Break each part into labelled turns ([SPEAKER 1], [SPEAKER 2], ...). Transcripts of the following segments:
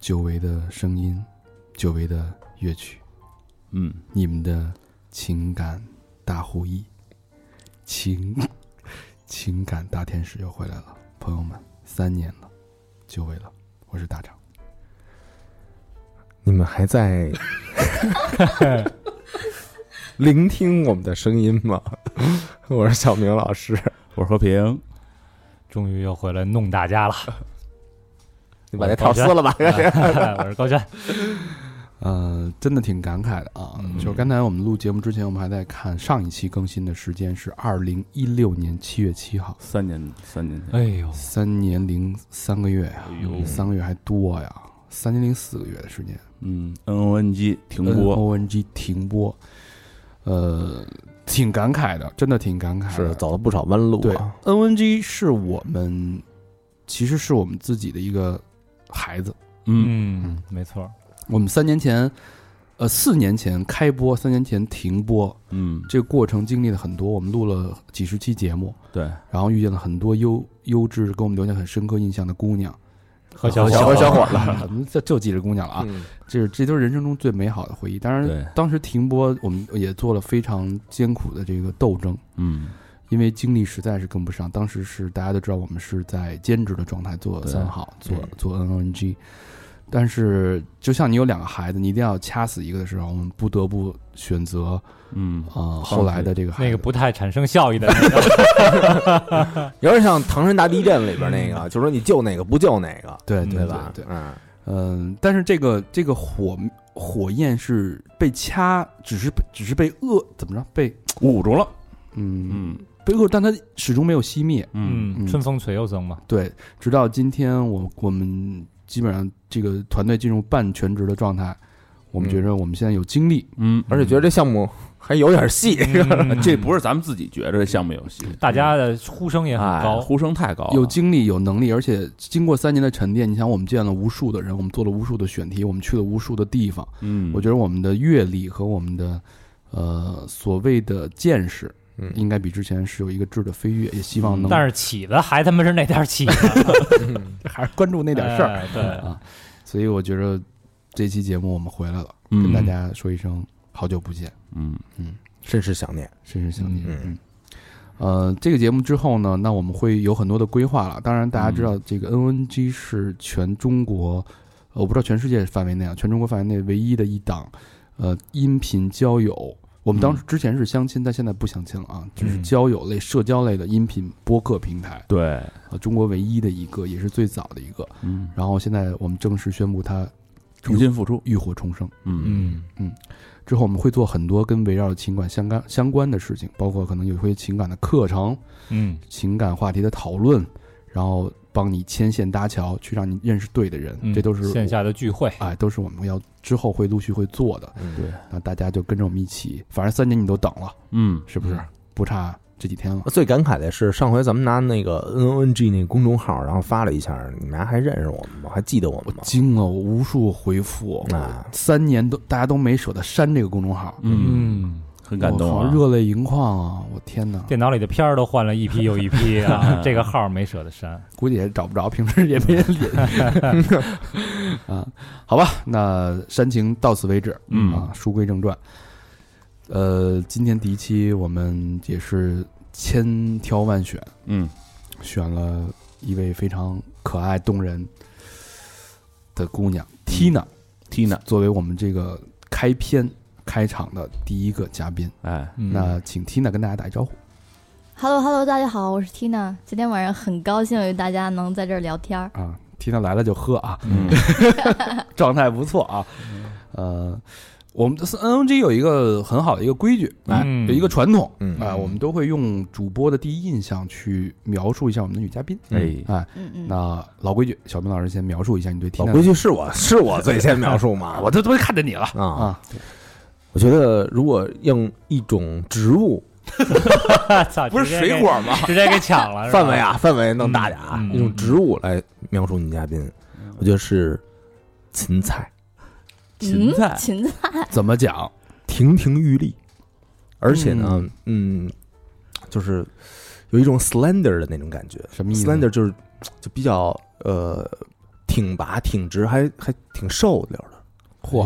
[SPEAKER 1] 久违的声音，久违的乐曲，
[SPEAKER 2] 嗯，
[SPEAKER 1] 你们的情感大互译，情情感大天使又回来了，朋友们，三年了，久违了，我是大张，
[SPEAKER 2] 你们还在聆听我们的声音吗？我是小明老师，
[SPEAKER 3] 我是和平，
[SPEAKER 4] 终于又回来弄大家了。
[SPEAKER 2] 你把那套撕了吧。
[SPEAKER 4] 我是高轩，
[SPEAKER 1] 呃，真的挺感慨的啊，就是刚才我们录节目之前，我们还在看上一期更新的时间是二零一六年七月七号，
[SPEAKER 3] 三年三年前，
[SPEAKER 4] 哎呦，
[SPEAKER 1] 三年零三个月呀、
[SPEAKER 3] 哎呦
[SPEAKER 1] 三个月还多呀，三年零四个月的时间。
[SPEAKER 3] 嗯，N O N G 停
[SPEAKER 1] 嗯
[SPEAKER 3] 播，
[SPEAKER 1] O N G 停播，呃，挺感慨的，真的挺感慨的。
[SPEAKER 2] 是走了不少弯路
[SPEAKER 1] 对
[SPEAKER 2] 啊，
[SPEAKER 1] N O N G 是我们，其实是我们自己的一个孩子。
[SPEAKER 3] 嗯，
[SPEAKER 4] 嗯，没错，
[SPEAKER 1] 我们三年前，呃，四年前开播，三年前停播，
[SPEAKER 3] 嗯，
[SPEAKER 1] 这个过程经历了很多。我们录了几十期节目，
[SPEAKER 3] 对，
[SPEAKER 1] 然后遇见了很多优优质给我们留下很深刻印象的姑娘
[SPEAKER 4] 和小
[SPEAKER 2] 小伙
[SPEAKER 4] 伙
[SPEAKER 2] 小伙
[SPEAKER 1] 了，就就记着姑娘了啊。
[SPEAKER 2] 嗯
[SPEAKER 1] 这是这都是人生中最美好的回忆。当
[SPEAKER 3] 对
[SPEAKER 1] 然，当时停播，我们也做了非常艰苦的这个斗争，
[SPEAKER 3] 嗯，
[SPEAKER 1] 因为精力实在是跟不上。当时是大家都知道，我们是在兼职的状态做
[SPEAKER 3] 对
[SPEAKER 1] 三好，做
[SPEAKER 2] 嗯
[SPEAKER 1] 做 NNG。但是，就像你有两个孩子，你一定要掐死一个的时候，我们不得不选择
[SPEAKER 3] 嗯，
[SPEAKER 1] 呃后来的这个孩子。
[SPEAKER 4] 那个不太产生效益的，
[SPEAKER 2] 有点像《唐山大地震》里边那个，就说你救哪个不救哪个，
[SPEAKER 1] 对
[SPEAKER 2] 对
[SPEAKER 1] 对
[SPEAKER 2] 吧？
[SPEAKER 1] 对，
[SPEAKER 2] 嗯，
[SPEAKER 1] 嗯，但是这个这个火火焰是被掐，只是被只是被扼怎么着被
[SPEAKER 3] 捂住了，
[SPEAKER 1] 嗯
[SPEAKER 3] 嗯
[SPEAKER 1] 被扼，但它始终没有熄灭。
[SPEAKER 3] 嗯，
[SPEAKER 4] 嗯，春风吹又生嘛，
[SPEAKER 1] 对，直到今天我我们基本上这个团队进入半全职的状态，我们
[SPEAKER 2] 嗯
[SPEAKER 1] 觉着我们现在有精力，
[SPEAKER 3] 嗯，
[SPEAKER 2] 而且觉得这项目还有点戏，
[SPEAKER 4] 嗯
[SPEAKER 3] 这不是咱们自己觉着这项目有戏，
[SPEAKER 4] 大家的呼声也很
[SPEAKER 3] 哎
[SPEAKER 4] 高，
[SPEAKER 3] 呼声太高了，
[SPEAKER 1] 有精力有能力，而且经过三年的沉淀，你想我们见了无数的人，我们做了无数的选题，我们去了无数的地方，
[SPEAKER 3] 嗯，
[SPEAKER 1] 我觉得我们的阅历和我们的呃所谓的见识，
[SPEAKER 2] 嗯
[SPEAKER 1] 应该比之前是有一个质的飞跃，也希望能
[SPEAKER 4] 但是起的还他妈是那点儿起的
[SPEAKER 1] 还是关注那
[SPEAKER 4] 那
[SPEAKER 1] 点事儿，
[SPEAKER 4] 儿，对，
[SPEAKER 1] 啊，所以我觉得这期节目我们回来了，跟
[SPEAKER 3] 嗯
[SPEAKER 1] 大家说一声好久不见，
[SPEAKER 3] 嗯，
[SPEAKER 2] 甚是想念。
[SPEAKER 1] 深深想念。
[SPEAKER 2] 嗯
[SPEAKER 1] 嗯，呃，这个节目之后呢，那我们会有很多的规划了。当然，大家知
[SPEAKER 3] 嗯
[SPEAKER 1] 道这个 NNG 是全中国，呃我不知道全世界范围内啊，全中国范围内唯一的一档，呃，音频交友。我们当
[SPEAKER 3] 嗯
[SPEAKER 1] 时之前是相亲，但现在不相亲了啊，就是
[SPEAKER 4] 嗯
[SPEAKER 1] 交友类、社交类的音频播客平台，
[SPEAKER 3] 对，
[SPEAKER 1] 呃，中国唯一的一个，也是最早的一个。
[SPEAKER 3] 嗯，
[SPEAKER 1] 然后现在我们正式宣布它
[SPEAKER 3] 重新复出，
[SPEAKER 1] 浴火重生。
[SPEAKER 3] 嗯
[SPEAKER 4] 嗯，
[SPEAKER 1] 之后我们会做很多跟围绕情感相干相关的事情，包括可能有一些情感的课程，
[SPEAKER 4] 嗯，
[SPEAKER 1] 情感话题的讨论，然后帮你牵线搭桥，去让你认识对的人，
[SPEAKER 4] 嗯
[SPEAKER 1] 这都是
[SPEAKER 4] 线下的聚会，
[SPEAKER 1] 哎，都是我们要之后会陆续会做的。
[SPEAKER 2] 对，
[SPEAKER 1] 那大家就跟着我们一起，反正三年你都等了，
[SPEAKER 3] 嗯，
[SPEAKER 1] 是不是？不差这几天了。
[SPEAKER 2] 最感慨的是上回咱们拿那个 N O N G 那公众号，然后发了一下，你们还认识我们吗？还记得我们吗？
[SPEAKER 1] 惊了，我无数回复，
[SPEAKER 2] 啊，
[SPEAKER 1] 三年都大家都没舍得删这个公众号，
[SPEAKER 3] 嗯，
[SPEAKER 4] 嗯，
[SPEAKER 3] 很感动
[SPEAKER 1] 我靠
[SPEAKER 3] 啊，
[SPEAKER 1] 热泪盈眶啊！我天哪，
[SPEAKER 4] 电脑里的片儿都换了一批又一批啊， 这个号没舍得删，
[SPEAKER 1] 估计也找不着，平时也没人 理啊。好吧，那煽情到此为止。
[SPEAKER 3] 嗯
[SPEAKER 1] 啊，书归正传。呃，今天第一期我们也是千挑万选，
[SPEAKER 3] 嗯，
[SPEAKER 1] 选了一位非常可爱动人的姑娘 Tina，
[SPEAKER 3] 嗯，Tina，
[SPEAKER 1] 作为我们这个开篇开场的第一个嘉宾。
[SPEAKER 3] 哎，
[SPEAKER 4] 嗯
[SPEAKER 1] 那请 Tina 跟大家打一招呼。
[SPEAKER 5] Hello Hello，大家好，我是 Tina。今天晚上很高兴与大家能在这儿聊天儿。
[SPEAKER 1] 啊，Tina 来了就喝啊，
[SPEAKER 3] 嗯
[SPEAKER 1] 状态不错啊。呃，我们的 NNG 有一个很好的一个规矩，
[SPEAKER 3] 哎
[SPEAKER 4] 嗯
[SPEAKER 1] 有一个传统，
[SPEAKER 2] 嗯
[SPEAKER 1] 啊，我们都会用主播的第一印象去描述一下我们的女嘉宾。
[SPEAKER 3] 哎，
[SPEAKER 1] 哎，
[SPEAKER 5] 嗯嗯，
[SPEAKER 1] 那老规矩，小明老师先描述一下你对
[SPEAKER 2] 老
[SPEAKER 1] Tina
[SPEAKER 2] 规
[SPEAKER 1] 的
[SPEAKER 2] 矩哦是我是我最先描述 嘛，
[SPEAKER 1] 我这都看着你了
[SPEAKER 2] 啊，
[SPEAKER 1] 啊，
[SPEAKER 2] 我觉得如果用一种植物
[SPEAKER 4] 嗯 操，
[SPEAKER 3] 不是
[SPEAKER 4] 直接给
[SPEAKER 3] 水果吗？
[SPEAKER 4] 直接给抢了是吧
[SPEAKER 2] 范围
[SPEAKER 1] 嗯
[SPEAKER 2] 啊，范围弄大点啊
[SPEAKER 4] 嗯，嗯
[SPEAKER 2] 一种植物来描述女嘉宾，我觉得是芹菜，
[SPEAKER 3] 芹菜
[SPEAKER 5] 嗯芹菜，
[SPEAKER 1] 怎么讲？
[SPEAKER 2] 亭亭玉立，而且呢，嗯，就是有一种 slender 的那种感觉
[SPEAKER 1] 什么意思
[SPEAKER 2] ，slender 就是就比较呃挺拔挺直，还还挺瘦溜的，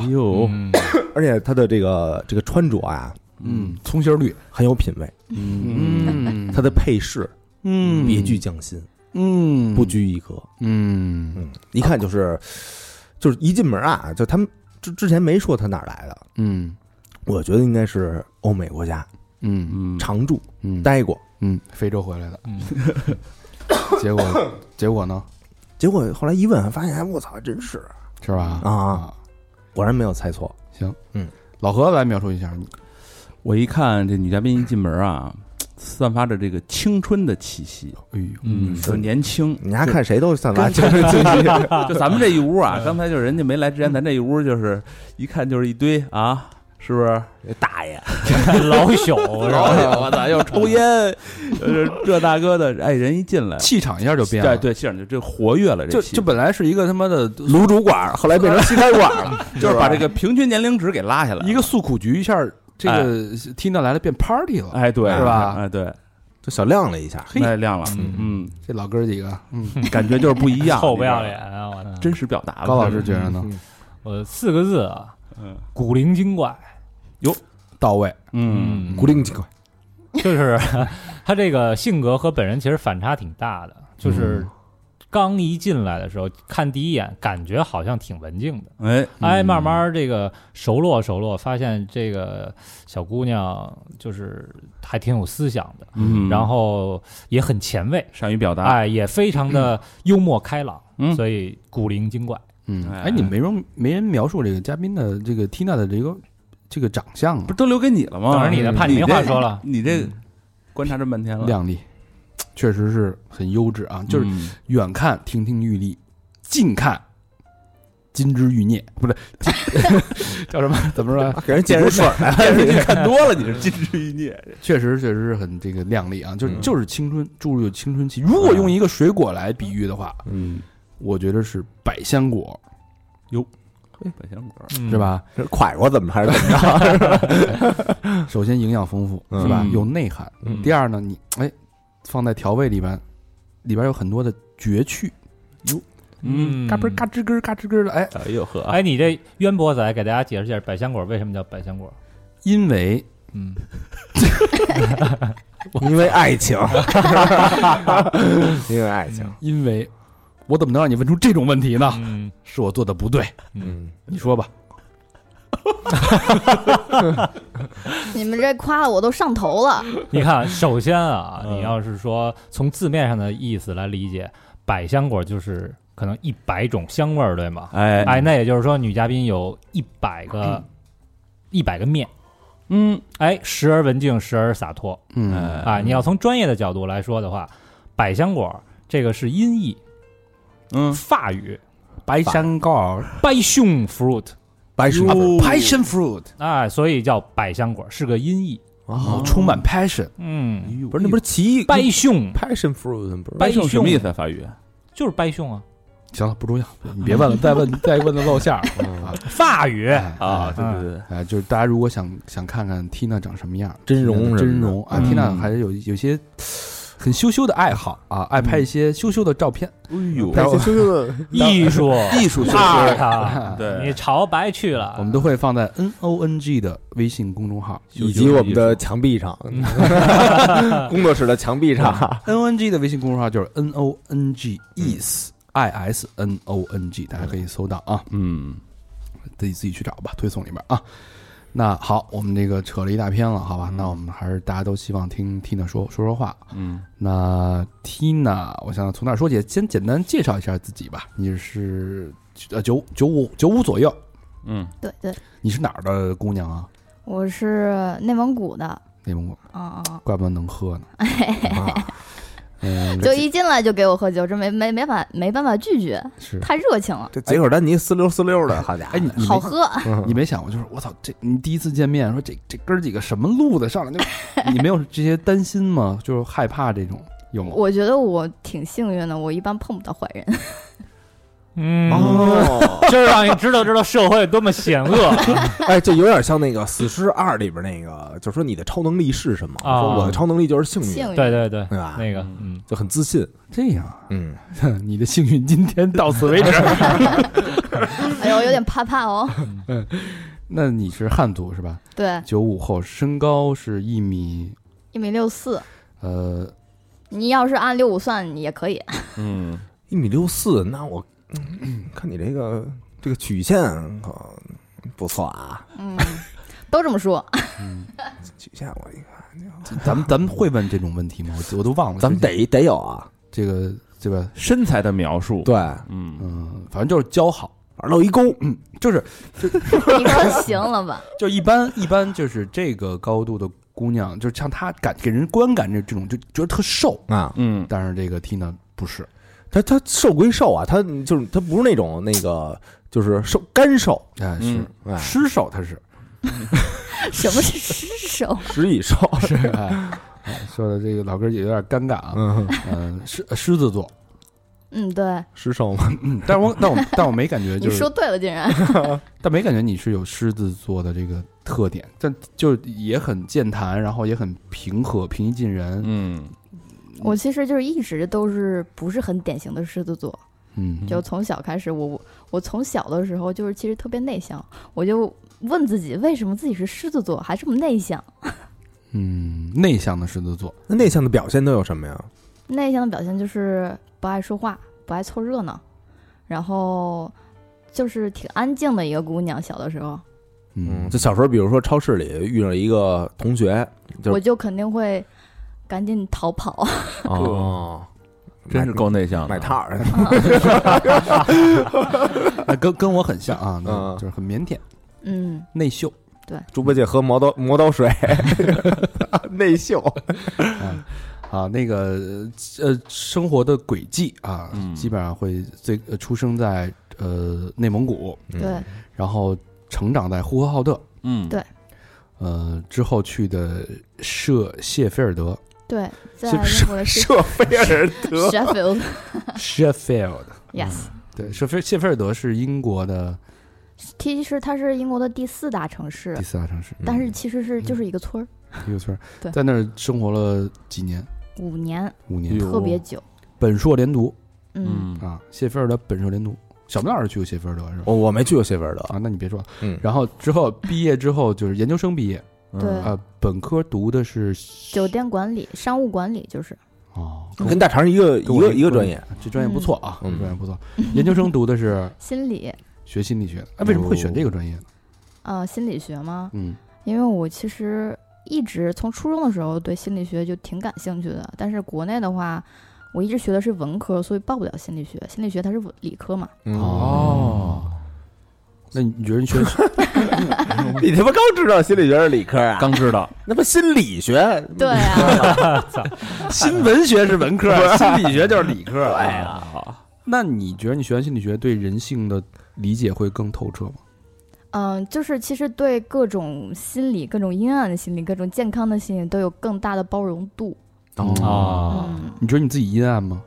[SPEAKER 3] 哎
[SPEAKER 1] 嚯，
[SPEAKER 3] 呦，
[SPEAKER 4] 嗯
[SPEAKER 2] 而且她的这个这个穿着啊
[SPEAKER 1] 嗯，葱心儿绿，
[SPEAKER 2] 很有品味，
[SPEAKER 1] 嗯
[SPEAKER 2] 她的配饰
[SPEAKER 1] 嗯
[SPEAKER 2] 别具匠心，
[SPEAKER 1] 嗯
[SPEAKER 2] 不，拘一格，
[SPEAKER 1] 嗯
[SPEAKER 2] 嗯，一看就是就是一进门啊，就他们之之前没说他哪儿来的，
[SPEAKER 1] 嗯
[SPEAKER 2] 我觉得应该是欧美国家
[SPEAKER 1] 嗯
[SPEAKER 3] 嗯，
[SPEAKER 2] 常住
[SPEAKER 1] 嗯，
[SPEAKER 2] 待过，
[SPEAKER 1] 嗯，非洲回来的，
[SPEAKER 4] 嗯
[SPEAKER 1] 结果结果呢？
[SPEAKER 2] 结果后来一问发现，哎，我操，真是
[SPEAKER 1] 是吧？
[SPEAKER 2] 啊，，果然没有猜错，
[SPEAKER 1] 行，
[SPEAKER 2] 嗯，
[SPEAKER 1] 老何来描述一下你，
[SPEAKER 3] 我一看这女嘉宾一进门啊，散发着这个青春的气息，
[SPEAKER 1] 哎呦，
[SPEAKER 4] 嗯
[SPEAKER 3] 很年轻。
[SPEAKER 2] 你丫看谁都散发
[SPEAKER 3] 跟
[SPEAKER 2] 精神气息，
[SPEAKER 3] 就咱们这一屋啊，刚才就是人家没来之前，咱这一屋就是一看就是一堆啊，是不是？
[SPEAKER 2] 大爷，
[SPEAKER 4] 老朽是
[SPEAKER 3] 然后
[SPEAKER 4] 吧？
[SPEAKER 3] 我操，又抽烟， 就是这大哥的，哎，人一进来，
[SPEAKER 1] 气场一下就变
[SPEAKER 3] 对
[SPEAKER 1] 了，，
[SPEAKER 3] 对，气场就这活跃了，这
[SPEAKER 1] 就
[SPEAKER 3] 气
[SPEAKER 1] 就本来是一个他妈的，
[SPEAKER 2] 卤煮馆后来变成西餐馆 了，
[SPEAKER 3] 就是把这个平均年龄值给拉下来，
[SPEAKER 1] 一个诉苦局，一下这个 Tina 来了变 party 了，
[SPEAKER 3] 哎，对，
[SPEAKER 1] 是吧
[SPEAKER 3] 哎，对，
[SPEAKER 2] 就小亮了一下，
[SPEAKER 1] 哎
[SPEAKER 3] 太亮了，
[SPEAKER 4] 嗯
[SPEAKER 3] 嗯，
[SPEAKER 1] 这老哥几个，嗯，
[SPEAKER 3] 感觉就是不一样，
[SPEAKER 4] 臭不要脸，啊！我操
[SPEAKER 3] 真实表达了。
[SPEAKER 1] 高老师觉得呢？
[SPEAKER 4] 我四个字啊，
[SPEAKER 3] 嗯
[SPEAKER 4] 古灵精怪，
[SPEAKER 1] 到位，
[SPEAKER 3] 嗯，
[SPEAKER 2] 古灵精怪，
[SPEAKER 4] 就是他这个性格和本人其实反差挺大的，就是刚一进来的时候看第一眼，感觉好像挺文静的，
[SPEAKER 3] 哎，
[SPEAKER 4] 哎，慢慢这个熟络熟络，发现这个小姑娘就是还挺有思想的，
[SPEAKER 3] 嗯，
[SPEAKER 4] 然后也很前卫，
[SPEAKER 3] 善于表达，
[SPEAKER 4] 哎，也非常的幽默开朗，
[SPEAKER 3] 嗯
[SPEAKER 4] 所以古灵精怪。
[SPEAKER 1] 嗯，
[SPEAKER 3] 哎
[SPEAKER 1] 哎，你没人没人描述这个嘉宾的这个 Tina 的这个这个长相啊
[SPEAKER 3] 不，是都留给你了吗？
[SPEAKER 4] 等着你呢，怕你
[SPEAKER 3] 你
[SPEAKER 4] 没话说了。
[SPEAKER 3] 这，你这观察这么半天了，
[SPEAKER 1] 靓丽，确实是很优质啊，就是
[SPEAKER 3] 嗯
[SPEAKER 1] 远看亭亭玉立，近看金枝玉孽，不是 叫什么？ 怎么说？
[SPEAKER 2] 给人见人水来
[SPEAKER 3] 电视 剧
[SPEAKER 2] 了，
[SPEAKER 3] 看多了，你是金枝欲孽。
[SPEAKER 1] 确实，确实是很这个靓丽啊，就
[SPEAKER 2] 嗯
[SPEAKER 1] 就是青春注入青春期。如果用一个水果来比喻的话，
[SPEAKER 3] 嗯，
[SPEAKER 1] 我觉得是百香果，
[SPEAKER 3] 百香果，
[SPEAKER 4] 嗯
[SPEAKER 1] 是？吧？
[SPEAKER 2] 是蒯过怎么还是怎么着？
[SPEAKER 1] 首先营养丰富，是吧
[SPEAKER 3] 嗯？
[SPEAKER 1] 有内涵。
[SPEAKER 4] 嗯
[SPEAKER 1] 第二呢，你哎，放在调味里边，里边有很多的绝趣，
[SPEAKER 4] 嗯，
[SPEAKER 1] 嘎嘣嘎吱咯嘎吱咯的。哎，
[SPEAKER 3] 哎呦呵，
[SPEAKER 4] 哎，你这渊博仔给大家解释一下，百香果为什么叫百香果？
[SPEAKER 1] 因为
[SPEAKER 4] 嗯，
[SPEAKER 2] 因为爱情，因为爱情，
[SPEAKER 1] 因为，我怎么能让你问出这种问题呢？
[SPEAKER 4] 嗯
[SPEAKER 1] 是我做的不对，
[SPEAKER 2] 嗯，
[SPEAKER 1] 你说吧。
[SPEAKER 5] 你们这夸的我都上头了。
[SPEAKER 4] 你看，首先啊，
[SPEAKER 3] 嗯
[SPEAKER 4] 你要是说从字面上的意思来理解，百香果就是可能一百种香味儿，对吗？
[SPEAKER 3] 哎
[SPEAKER 4] 哎，那也就是说，女嘉宾有一百个 一百个面，
[SPEAKER 3] 嗯，
[SPEAKER 4] 哎，时而文静，时而洒脱
[SPEAKER 1] 嗯，
[SPEAKER 3] 哎
[SPEAKER 4] 啊。你要从专业的角度来说的话，百香果这个是音译，
[SPEAKER 3] 嗯，
[SPEAKER 4] 法语
[SPEAKER 1] 白香果
[SPEAKER 4] passion fruit
[SPEAKER 2] 白石
[SPEAKER 3] 哟
[SPEAKER 1] 啊 passion fruit，
[SPEAKER 4] 啊，所以叫百香果，是个音译。
[SPEAKER 1] 哦，哎充满 passion，
[SPEAKER 4] 嗯，
[SPEAKER 2] 不是那不是奇异
[SPEAKER 4] 掰胸
[SPEAKER 2] passion fruit 不是
[SPEAKER 4] 掰
[SPEAKER 3] 什
[SPEAKER 4] 胸
[SPEAKER 3] 么意思啊？法语？
[SPEAKER 4] 就是掰胸啊，
[SPEAKER 1] 行了，不重要，你别 问了，再问再问就露馅儿了啊
[SPEAKER 4] 法语。
[SPEAKER 1] 哎
[SPEAKER 3] 啊，
[SPEAKER 1] 哎
[SPEAKER 3] 对对对，
[SPEAKER 1] 哎，就是大家如果想想看看 Tina 长什么样，
[SPEAKER 2] 真容
[SPEAKER 1] Tina 的真容啊
[SPEAKER 4] 嗯
[SPEAKER 1] ，Tina 还是有有些很羞羞的爱好啊，爱拍一些羞羞的照片，
[SPEAKER 3] 哎呦
[SPEAKER 1] 拍一些
[SPEAKER 2] 羞羞 的
[SPEAKER 4] 艺术，
[SPEAKER 1] 哦
[SPEAKER 3] 艺术学
[SPEAKER 1] 啊
[SPEAKER 4] 二
[SPEAKER 3] 科，
[SPEAKER 4] 他，
[SPEAKER 3] 对
[SPEAKER 4] 你朝白去了。
[SPEAKER 1] 我们都会放在 N O N G 的微信公众号。
[SPEAKER 2] 以及我们的墙壁上， 工作室的墙壁 上，
[SPEAKER 1] N O N G 的微信公众号就是 N O N G i s I S N O N G，大家可以搜到啊，
[SPEAKER 3] 嗯，
[SPEAKER 1] 自己自己去找吧，推送里边啊。那好，我们这个扯了一大篇了，好吧？
[SPEAKER 5] 嗯
[SPEAKER 1] 那我们还是大家都希望听 Tina 说说说话。
[SPEAKER 3] 嗯，
[SPEAKER 1] 那 Tina，我想从哪儿说起？先简单介绍一下自己吧。你是呃九九五九五左右，
[SPEAKER 3] 嗯，
[SPEAKER 5] 对对，
[SPEAKER 1] 你是哪儿的姑娘啊？
[SPEAKER 5] 我是内蒙古的，
[SPEAKER 1] 内蒙古，
[SPEAKER 5] 嗯嗯
[SPEAKER 1] 怪不得能喝呢。
[SPEAKER 2] 啊，
[SPEAKER 1] 嗯
[SPEAKER 5] 嗯，，就一进来就给我喝酒，这没没没法没办法拒绝，
[SPEAKER 1] 是。
[SPEAKER 5] 太热情了，
[SPEAKER 2] 这杰克丹尼丝溜丝溜的，好家伙！
[SPEAKER 1] 哎，你你没
[SPEAKER 5] 好喝，
[SPEAKER 2] 嗯
[SPEAKER 1] 你没想过，就是我操，这你第一次见面，说这这哥儿几个什么路子上来就， 你没有这些担心吗？就是害怕这种有吗？
[SPEAKER 5] 我觉得我挺幸运的，我一般碰不到坏人。
[SPEAKER 4] 嗯，
[SPEAKER 2] 哦，
[SPEAKER 4] 就是让你知道知道社会多么险恶
[SPEAKER 2] 哎，这有点像那个《死尸二》里边那个，就说你的超能力是什么？
[SPEAKER 4] 啊
[SPEAKER 2] 说我的超能力就是幸
[SPEAKER 5] 幸
[SPEAKER 2] 运，
[SPEAKER 5] 运，
[SPEAKER 4] 对对对，
[SPEAKER 2] 对吧？
[SPEAKER 4] 那个嗯，
[SPEAKER 2] 就很自信。
[SPEAKER 1] 这样，
[SPEAKER 2] 嗯，
[SPEAKER 1] 你的幸运今天到此为止。
[SPEAKER 5] 哎呦，有点怕怕哦。
[SPEAKER 1] 那你是汉族是吧？
[SPEAKER 5] 对，
[SPEAKER 1] 九五后，身高是一米，
[SPEAKER 5] 一米六四，
[SPEAKER 1] 呃，
[SPEAKER 5] 你要是按六五算也可以。
[SPEAKER 3] 嗯，
[SPEAKER 2] 一米六四，那我嗯看你这个这个曲线可不错啊，
[SPEAKER 5] 嗯，都这么说。
[SPEAKER 2] 曲线我一看，
[SPEAKER 1] 咱们咱们会问这种问题吗？我我都忘了，
[SPEAKER 2] 咱们得得有啊，
[SPEAKER 1] 这个对吧？
[SPEAKER 3] 身材的描述，
[SPEAKER 2] 对，
[SPEAKER 3] 嗯，
[SPEAKER 1] 嗯，反正就是交好，
[SPEAKER 2] 反正露一沟，
[SPEAKER 1] 就是
[SPEAKER 5] 你可行了吧？
[SPEAKER 1] 就一般一般就是这个高度的姑娘，就是像她感给人观感这这种就觉得特瘦，
[SPEAKER 2] 啊，
[SPEAKER 3] 嗯
[SPEAKER 1] 但是这个 Tina 不是，
[SPEAKER 2] 他他瘦归瘦啊，他就是他不是那种那个就是瘦干瘦，
[SPEAKER 1] 哎
[SPEAKER 3] 嗯
[SPEAKER 1] 是
[SPEAKER 2] 哎，
[SPEAKER 1] 湿瘦她是，
[SPEAKER 5] 什么是失手？
[SPEAKER 2] 食以瘦，
[SPEAKER 1] 是哎，哎说的这个老哥也有点尴尬啊，
[SPEAKER 2] 嗯，
[SPEAKER 1] 嗯，狮狮子座，
[SPEAKER 5] 嗯，对，
[SPEAKER 2] 食瘦嘛，
[SPEAKER 1] 嗯，但是我但我但我没感觉
[SPEAKER 5] 你
[SPEAKER 1] 就是
[SPEAKER 5] 说对了，竟然。
[SPEAKER 1] 但没感觉你是有狮子座的这个特点，但就也很健谈，然后也很平和，平易近人。
[SPEAKER 3] 嗯
[SPEAKER 5] 我其实就是一直都是不是很典型的狮子座，
[SPEAKER 1] 嗯，
[SPEAKER 5] 就从小开始，我我我从小的时候就是其实特别内向，我就问自己为什么自己是狮子座还这么内向。
[SPEAKER 1] 嗯，内向的狮子座，
[SPEAKER 2] 那内向的表现都有什么呀？
[SPEAKER 5] 内向的表现就是不爱说话，不爱凑热闹，然后就是挺安静的一个姑娘。小的时候，
[SPEAKER 1] 嗯，
[SPEAKER 2] 就小时候，比如说超市里遇上一个同学，就是
[SPEAKER 5] 我就肯定会赶紧逃跑。
[SPEAKER 2] 哦，
[SPEAKER 3] 真是够内向的，
[SPEAKER 2] 买套儿，
[SPEAKER 1] 哎跟跟我很像啊，那
[SPEAKER 2] 嗯
[SPEAKER 1] 就是很腼腆、
[SPEAKER 5] 嗯，
[SPEAKER 1] 内秀。
[SPEAKER 2] 猪八戒喝磨刀磨刀水，内秀，
[SPEAKER 1] 啊，那个呃，生活的轨迹啊，
[SPEAKER 3] 嗯
[SPEAKER 1] 基本上会最、呃出生在呃内蒙古，
[SPEAKER 5] 对，
[SPEAKER 2] 嗯
[SPEAKER 1] 然后成长在呼和浩特，
[SPEAKER 3] 嗯，
[SPEAKER 5] 对
[SPEAKER 1] 呃，之后去的舍谢菲尔德
[SPEAKER 5] 对，在
[SPEAKER 1] 是
[SPEAKER 5] 英国的是
[SPEAKER 2] 舍菲尔德
[SPEAKER 5] Sheffield，yes，
[SPEAKER 1] （Sheffield）。对，舍菲谢菲尔德是英国的
[SPEAKER 5] 其实它是英国的第四大城市
[SPEAKER 1] 第，四大城
[SPEAKER 2] 嗯
[SPEAKER 1] 市，
[SPEAKER 5] 但是其实是就是一个村儿，
[SPEAKER 1] 一个村儿
[SPEAKER 5] 对
[SPEAKER 1] 在那儿生活了几年，
[SPEAKER 5] 五年
[SPEAKER 1] 五
[SPEAKER 3] 哎
[SPEAKER 2] 嗯
[SPEAKER 1] 年，
[SPEAKER 3] 呦
[SPEAKER 5] 特别久。
[SPEAKER 1] 本硕连读
[SPEAKER 5] 嗯，
[SPEAKER 3] 嗯
[SPEAKER 1] 啊，谢菲尔德本硕连读，小明老师去过谢菲尔德是吧？
[SPEAKER 2] 我我没去过谢菲尔德，
[SPEAKER 1] 啊，那你别说了。
[SPEAKER 2] 嗯
[SPEAKER 1] 然后之后毕业之后就是研究生毕业，
[SPEAKER 3] 嗯
[SPEAKER 5] 对
[SPEAKER 1] 啊，本科读的是
[SPEAKER 5] 酒店管理、商务管理就是
[SPEAKER 1] 哦，
[SPEAKER 2] 嗯跟大肠一个一
[SPEAKER 1] 跟我
[SPEAKER 2] 个一个专业，，
[SPEAKER 1] 这专业不错啊，
[SPEAKER 2] 嗯
[SPEAKER 1] 这专业不错。研究生读的是
[SPEAKER 5] 心理，
[SPEAKER 1] 学心理学的，哎，为什么会选这个专业呢？
[SPEAKER 5] 呃，心理学吗？
[SPEAKER 1] 嗯
[SPEAKER 5] 因为我其实一直从初中的时候对心理学就挺感兴趣的，但是国内的话，我一直学的是文科，所以报不了心理学。心理学它是文理科嘛，
[SPEAKER 2] 嗯
[SPEAKER 1] 哦，那你觉得你学
[SPEAKER 2] 你他妈刚知道心理学是理科啊？
[SPEAKER 3] 刚知道，
[SPEAKER 2] 那不心理学，
[SPEAKER 5] 对 啊，
[SPEAKER 1] 新闻学是文科，心理学就是理科
[SPEAKER 2] 对
[SPEAKER 1] 啊？
[SPEAKER 3] 呀，
[SPEAKER 1] 那你觉得你学完心理学对人性的理解会更透彻吗？
[SPEAKER 5] 嗯，就是其实对各种心理、各种阴暗的心理、各种健康的心理都有更大的包容度。
[SPEAKER 1] 哦，
[SPEAKER 4] 啊，
[SPEAKER 5] 嗯，
[SPEAKER 1] 你觉得你自己阴暗吗？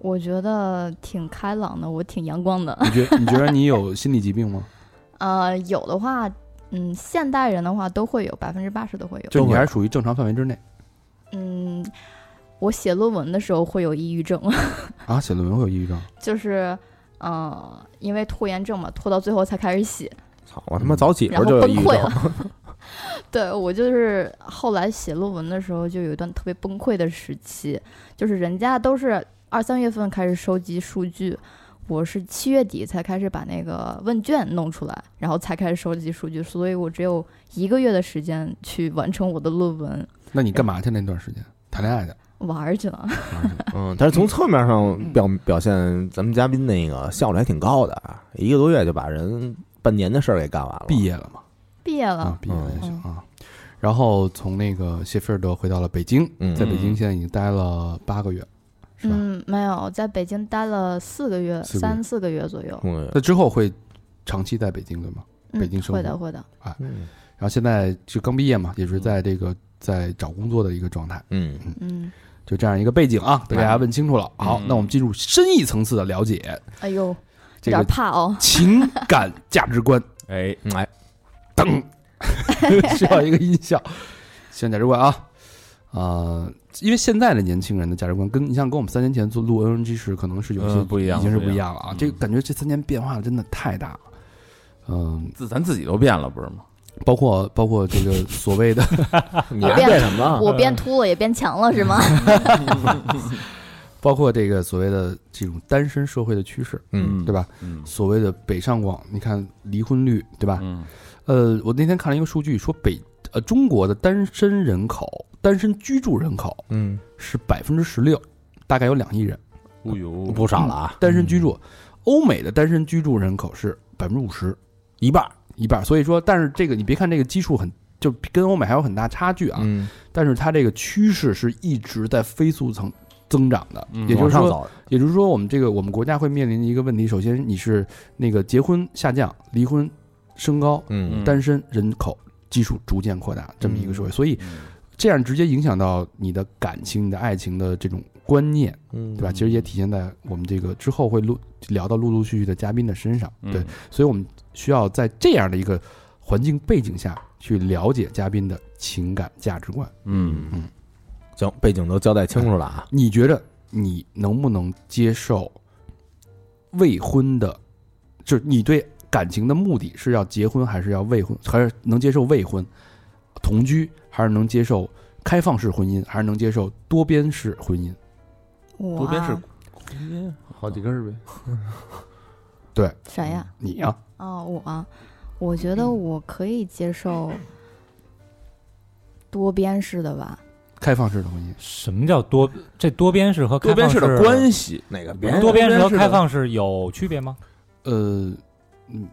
[SPEAKER 5] 我觉得挺开朗的，我挺阳光的。
[SPEAKER 1] 你觉你觉得你有心理疾病吗？
[SPEAKER 5] 呃，有的话，嗯，现代人的话都会有，百分之八十都会有。
[SPEAKER 1] 就你还是属于正常范围之内
[SPEAKER 5] 嗯，我写论文的时候会有抑郁症。
[SPEAKER 1] 啊？写论文会有抑郁症？
[SPEAKER 5] 就是，呃，因为拖延症嘛，拖到最后才开始写，
[SPEAKER 2] 操！我他妈早起
[SPEAKER 5] 嗯然
[SPEAKER 2] 了
[SPEAKER 5] 后
[SPEAKER 2] 就有
[SPEAKER 5] 崩
[SPEAKER 2] 抑郁
[SPEAKER 5] 溃
[SPEAKER 2] 症，
[SPEAKER 5] 了。 对我就是后来写论文的时候，就有一段特别崩溃的时期，就是人家都是二三月份开始收集数据，我是七月底才开始把那个问卷弄出来，然后才开始收集数据，所以我只有一个月的时间去完成我的论文，
[SPEAKER 1] 那你干嘛去那段时间？谈恋爱去？
[SPEAKER 5] 玩儿去了。
[SPEAKER 2] 嗯，但是从侧
[SPEAKER 5] 嗯
[SPEAKER 2] 啊面上表表现，咱们嘉宾那个效率还挺高的，一个多月就把人半年的事儿给干完了。
[SPEAKER 1] 毕业了嘛，
[SPEAKER 5] 毕业了
[SPEAKER 1] 啊，，毕业了也行啊。然后从那个谢菲尔德回到了北京，
[SPEAKER 2] 嗯
[SPEAKER 1] 在北京现在已经待了八个月，是吧？
[SPEAKER 5] 嗯，没有，在北京待了四个月，
[SPEAKER 1] 四个月
[SPEAKER 5] 三四个月左右。
[SPEAKER 2] 嗯
[SPEAKER 1] 那之后会长期在北京对吗？北京
[SPEAKER 5] 嗯、
[SPEAKER 1] 生
[SPEAKER 5] 会的，
[SPEAKER 1] 活
[SPEAKER 5] 会的。
[SPEAKER 2] 嗯
[SPEAKER 1] 然后现在就刚毕业嘛，也是在这个在找工作的一个状态，
[SPEAKER 2] 嗯，
[SPEAKER 5] 嗯，
[SPEAKER 1] 就这样一个背景啊，都给大家问清楚了。好，那我们进入深一层次的了解
[SPEAKER 5] 哎呦，
[SPEAKER 1] 这
[SPEAKER 5] 有点
[SPEAKER 1] 个
[SPEAKER 5] 怕哦。
[SPEAKER 1] 情感价值观，
[SPEAKER 3] 哎，
[SPEAKER 2] 嗯哎，
[SPEAKER 1] 需要一个音效。情感价值观啊，呃，因为现在的年轻人的价值观跟你像跟我们三年前做录 NNG 时，可能是有些
[SPEAKER 3] 嗯不一样
[SPEAKER 1] 已经是
[SPEAKER 3] 不
[SPEAKER 1] 不
[SPEAKER 3] 一
[SPEAKER 1] 一样了啊。
[SPEAKER 3] 嗯
[SPEAKER 1] 这个感觉这三年变化真的太大了，嗯，
[SPEAKER 3] 自咱自己都变了，不是吗？
[SPEAKER 1] 包括包括这个所谓的
[SPEAKER 2] 啊你还变什么
[SPEAKER 1] 啊
[SPEAKER 2] 了？
[SPEAKER 5] 我变秃了，也变强了，是吗？
[SPEAKER 1] 包括这个所谓的这种单身社会的趋势，
[SPEAKER 2] 嗯
[SPEAKER 1] 对吧？
[SPEAKER 3] 嗯
[SPEAKER 1] 所谓的北上广，你看离婚率，对吧？
[SPEAKER 3] 嗯
[SPEAKER 1] 呃，我那天看了一个数据，说北呃中国的单身人口、单身居住人口
[SPEAKER 2] 嗯，
[SPEAKER 1] 是百分之十六，大概有两亿人
[SPEAKER 3] 哦呦，
[SPEAKER 2] 不少了啊，
[SPEAKER 1] 单身居
[SPEAKER 3] 嗯
[SPEAKER 1] 住。欧美的单身居住人口是百分之五十，
[SPEAKER 2] 一半儿。
[SPEAKER 1] 一半儿。所以说，但是这个你别看这个基数很，就跟欧美还有很大差距啊，
[SPEAKER 2] 嗯，
[SPEAKER 1] 但是它这个趋势是一直在飞速增增长的，
[SPEAKER 3] 嗯
[SPEAKER 1] 也就
[SPEAKER 2] 往
[SPEAKER 1] 是
[SPEAKER 2] 上
[SPEAKER 1] 说，
[SPEAKER 2] 走的，
[SPEAKER 1] 也就是说，我们这个我们国家会面临一个问题，首先你是那个结婚下降、离婚升高，
[SPEAKER 2] 嗯
[SPEAKER 1] 单身人口基数逐渐扩大这么一个社会，所以
[SPEAKER 3] 嗯
[SPEAKER 1] 这样直接影响到你的感情、你的爱情的这种观念，
[SPEAKER 2] 嗯
[SPEAKER 1] 对吧？其实也体现在我们这个之后会陆聊到陆陆续续的嘉宾的身上，对
[SPEAKER 3] 嗯，
[SPEAKER 1] 所以我们需要在这样的一个环境背景下去了解嘉宾的情感价值观。
[SPEAKER 3] 嗯
[SPEAKER 2] 行，背景都交代清楚了啊。
[SPEAKER 1] 你觉得你能不能接受未婚的？就是你对感情的目的是要结婚，还是要未婚，还是能接受未婚同居，还是能接受开放式婚姻，还是能接受多边式婚姻？
[SPEAKER 3] 多
[SPEAKER 5] 我
[SPEAKER 3] 边是
[SPEAKER 5] 啊，
[SPEAKER 1] 好几根呗。对
[SPEAKER 5] 谁呀？
[SPEAKER 1] 你呀、
[SPEAKER 5] 哦，我啊，我觉得我可以接受多边式的吧。
[SPEAKER 1] 开放式的婚姻，
[SPEAKER 4] 什么叫多？这多边式和开
[SPEAKER 3] 多
[SPEAKER 4] 放
[SPEAKER 3] 边
[SPEAKER 4] 式
[SPEAKER 3] 式的关系，
[SPEAKER 2] 哪个
[SPEAKER 3] 人
[SPEAKER 4] 多边式
[SPEAKER 3] 多边
[SPEAKER 4] 和
[SPEAKER 3] 式的
[SPEAKER 4] 开放式有区别吗？
[SPEAKER 1] 呃，嗯，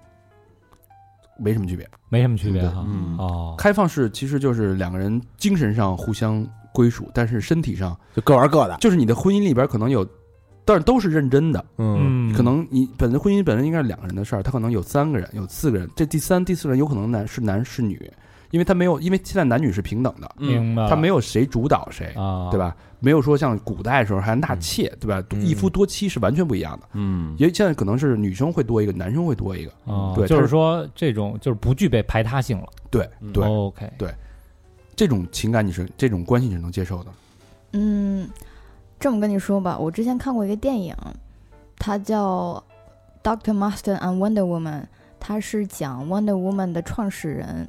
[SPEAKER 1] 没什么区别。
[SPEAKER 4] 没什么区别
[SPEAKER 1] 对
[SPEAKER 4] 哈。
[SPEAKER 3] 嗯
[SPEAKER 4] 哦，
[SPEAKER 1] 开放式其实就是两个人精神上互相归属，但是身体上
[SPEAKER 2] 就各玩各的。
[SPEAKER 1] 就是你的婚姻里边可能有，但是都是认真的。
[SPEAKER 4] 嗯，
[SPEAKER 1] 可能你本身婚姻本身应该是两个人的事儿，他可能有三个人，有四个人，这第三、第四个人有可能男是男是女，因为他没有，因为现在男女是平等的，
[SPEAKER 3] 嗯
[SPEAKER 4] 嗯明白了，
[SPEAKER 1] 他没有谁主导谁，
[SPEAKER 4] 啊，
[SPEAKER 1] 对？吧？没有说像古代时候还纳妾，对吧？
[SPEAKER 2] 嗯
[SPEAKER 1] 一夫多妻是完全不一样的，
[SPEAKER 3] 嗯
[SPEAKER 1] 因为现在可能是女生会多一个，男生会多一个，
[SPEAKER 4] 啊，
[SPEAKER 1] 对
[SPEAKER 4] 就
[SPEAKER 1] 它是
[SPEAKER 4] 是说这种就是不具备排他性了。
[SPEAKER 1] 对
[SPEAKER 3] 嗯
[SPEAKER 1] 对，
[SPEAKER 4] OK，
[SPEAKER 1] 这种情感你是这种关系你是能接受的，
[SPEAKER 5] 嗯，这么跟你说吧，我之前看过一个电影，它叫《Doctor Marston and Wonder Woman》，它是讲 Wonder Woman 的创始人，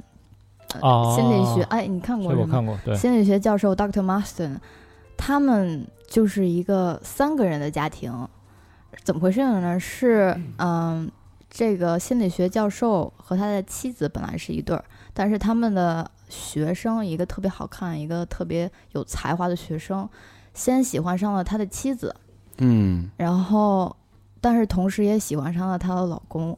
[SPEAKER 4] 哦，
[SPEAKER 5] 心理学。哎，你看过
[SPEAKER 4] 这
[SPEAKER 5] 是
[SPEAKER 4] 我
[SPEAKER 5] 吗？
[SPEAKER 4] 看过，对，
[SPEAKER 5] 心理学教授 Doctor Marston，他们就是一个三个人的家庭，怎么回事呢？是嗯，这个心理学教授和他的妻子本来是一对儿，但是他们的学生一个特别好看，一个特别有才华的学生，先喜欢上了他的妻子，
[SPEAKER 1] 嗯
[SPEAKER 5] 然后但是同时也喜欢上了她的老公，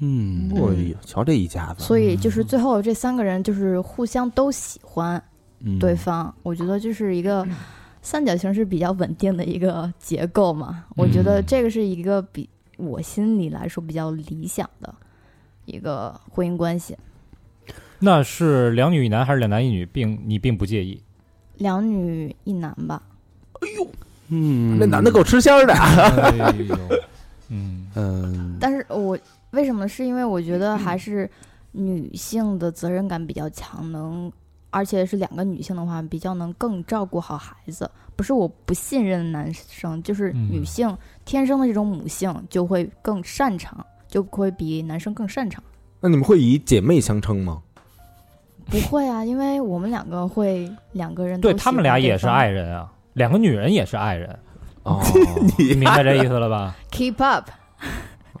[SPEAKER 1] 嗯
[SPEAKER 2] 哎呦，瞧这一家子，
[SPEAKER 5] 所以就是最后这三个人就是互相都喜欢。
[SPEAKER 1] 嗯
[SPEAKER 5] 对方，我觉得这是一个三角形是比较稳定的一个结构嘛。我觉得
[SPEAKER 1] 嗯
[SPEAKER 5] 这个是一个比我心里来说比较理想的一个婚姻关系，
[SPEAKER 4] 那是两女一男还是两男一女，并你并不介意。
[SPEAKER 5] 两女一男吧。
[SPEAKER 1] 嗯，
[SPEAKER 2] 那男的够吃香的。啊
[SPEAKER 4] 哎呦，嗯，
[SPEAKER 1] 嗯，
[SPEAKER 5] 但是我为什么？是因为我觉得还是女性的责任感比较强，能。而且是两个女性的话，比较能更照顾好孩子。不是我不信任男生，就是
[SPEAKER 4] 嗯
[SPEAKER 5] 女性、天生的这种母性就会更擅长，就会比男生更擅长。
[SPEAKER 2] 那你们会以姐妹相称吗？
[SPEAKER 5] 不会啊，因为我们两个会两个人都
[SPEAKER 4] 对
[SPEAKER 5] 喜
[SPEAKER 4] 他们
[SPEAKER 5] 欢
[SPEAKER 4] 俩也是
[SPEAKER 5] 方
[SPEAKER 4] 爱人啊，两个女人也是爱人，
[SPEAKER 2] 哦
[SPEAKER 4] 你明白这意思了吧？
[SPEAKER 5] keep up，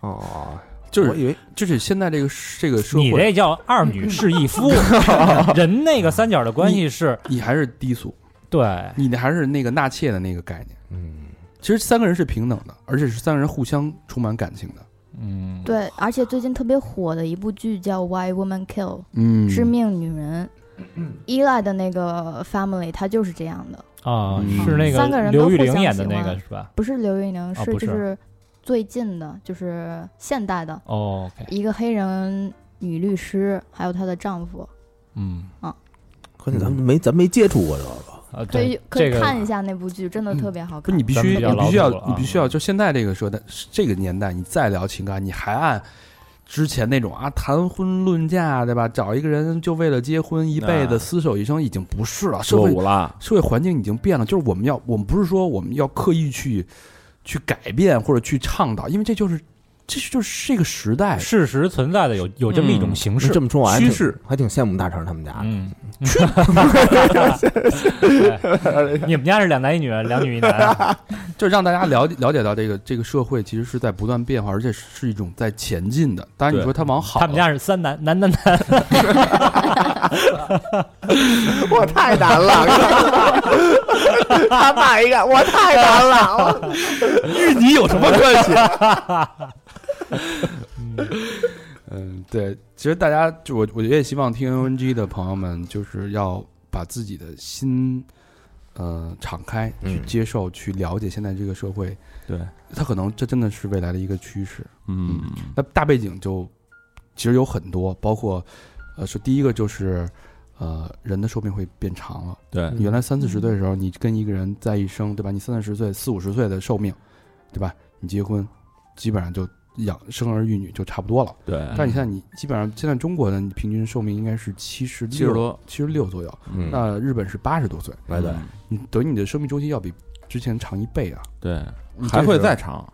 [SPEAKER 2] 哦，
[SPEAKER 1] 就是
[SPEAKER 2] 我以为
[SPEAKER 1] 就是现在这个这个社
[SPEAKER 4] 你
[SPEAKER 1] 会，
[SPEAKER 4] 这叫二女是一夫，人那个三角的关系是
[SPEAKER 1] 你还是低俗，
[SPEAKER 4] 对，
[SPEAKER 1] 你的还是那个纳妾的那个概念。
[SPEAKER 2] 嗯
[SPEAKER 1] 其实三个人是平等的，而且是三个人互相充满感情的。
[SPEAKER 4] 嗯，
[SPEAKER 5] 对，而且最近特别火的一部剧叫《Why Women Kill》，
[SPEAKER 1] 嗯，
[SPEAKER 5] 致命女人。
[SPEAKER 4] 嗯
[SPEAKER 5] 依赖的那个 family，他就是这样的，
[SPEAKER 4] 啊，
[SPEAKER 1] 嗯
[SPEAKER 4] 是那
[SPEAKER 5] 三个人
[SPEAKER 4] 个
[SPEAKER 5] 都
[SPEAKER 4] 刘玉
[SPEAKER 5] 互
[SPEAKER 4] 玲
[SPEAKER 5] 相
[SPEAKER 4] 演的
[SPEAKER 5] 喜
[SPEAKER 4] 那
[SPEAKER 5] 欢
[SPEAKER 4] 个是吧？
[SPEAKER 5] 不是刘玉
[SPEAKER 1] 啊
[SPEAKER 5] 宁，
[SPEAKER 4] 不是
[SPEAKER 5] 就是最近的，就是现代的
[SPEAKER 4] 哦，OK，
[SPEAKER 5] 一个黑人女律师，还有她的丈夫，
[SPEAKER 4] 嗯，
[SPEAKER 2] 关键咱们没咱没接触过这个，
[SPEAKER 4] 啊，
[SPEAKER 5] 可以
[SPEAKER 4] 对，
[SPEAKER 5] 可以
[SPEAKER 4] 这个
[SPEAKER 5] 看一下那部剧，真的特别好
[SPEAKER 1] 嗯不
[SPEAKER 5] 看
[SPEAKER 1] 是你。必
[SPEAKER 4] 咱
[SPEAKER 1] 须，
[SPEAKER 4] 们
[SPEAKER 1] 你必
[SPEAKER 4] 比较
[SPEAKER 1] 须
[SPEAKER 4] 老
[SPEAKER 1] 要
[SPEAKER 4] 土了，啊
[SPEAKER 1] 你必须要，就现在这个时代，这个年代，你再聊情感，你还按之前那种啊谈婚论嫁，对吧？找一个人就为了结婚一辈子
[SPEAKER 3] 啊
[SPEAKER 1] 厮守一生，已经不是了。社
[SPEAKER 3] 落
[SPEAKER 1] 会
[SPEAKER 3] 伍了，
[SPEAKER 1] 社会环境已经变了，就是我们要，我们不是说我们要刻意去去改变或者去倡导，因为这就是这就是这个时代
[SPEAKER 4] 事实存在的有有这么一种
[SPEAKER 3] 嗯
[SPEAKER 4] 形式，
[SPEAKER 2] 这么说我还
[SPEAKER 3] 趋
[SPEAKER 2] 挺
[SPEAKER 3] 势
[SPEAKER 2] 还挺羡慕大成他们家的。
[SPEAKER 4] 嗯，哎你们家是两男一女，两女一男，啊
[SPEAKER 1] 就让大家了 解了解到这个这个社会其实是在不断变化，而且是一种在前进的。当然，你
[SPEAKER 3] 对
[SPEAKER 1] 说它往好了，
[SPEAKER 4] 他们家是三男，男男男，
[SPEAKER 2] 我太难了，他爸一个，我太难了，
[SPEAKER 1] 与你有什 么关系？嗯，对，其实大家就我，我也希望听 NG 的朋友们，就是要把自己的心，呃，敞开去
[SPEAKER 2] 嗯
[SPEAKER 1] 接受、去了解现在这个社会，
[SPEAKER 3] 对，
[SPEAKER 1] 它可能这真的是未来的一个趋势。
[SPEAKER 3] 嗯，
[SPEAKER 1] 那大背景就其实有很多，包括呃，说第一个就是呃，人的寿命会变长了。
[SPEAKER 3] 对，
[SPEAKER 1] 原来三四十岁的时候，你跟一个人在一生，对吧？你三四十岁、四五十岁的寿命，对吧？你结婚，基本上就养生儿育女就差不多了。
[SPEAKER 3] 对，
[SPEAKER 1] 但你现在你基本上现在中国的平均寿命应该是七十
[SPEAKER 3] 七十，多，
[SPEAKER 1] 七十六左右。
[SPEAKER 2] 嗯
[SPEAKER 1] 那日本是八十多岁，
[SPEAKER 2] 哎对，
[SPEAKER 3] 嗯
[SPEAKER 1] 你等于你的生命周期要比之前长一倍啊！
[SPEAKER 3] 对，
[SPEAKER 1] 你这
[SPEAKER 3] 还
[SPEAKER 1] 个
[SPEAKER 3] 会
[SPEAKER 1] 时候
[SPEAKER 3] 再长，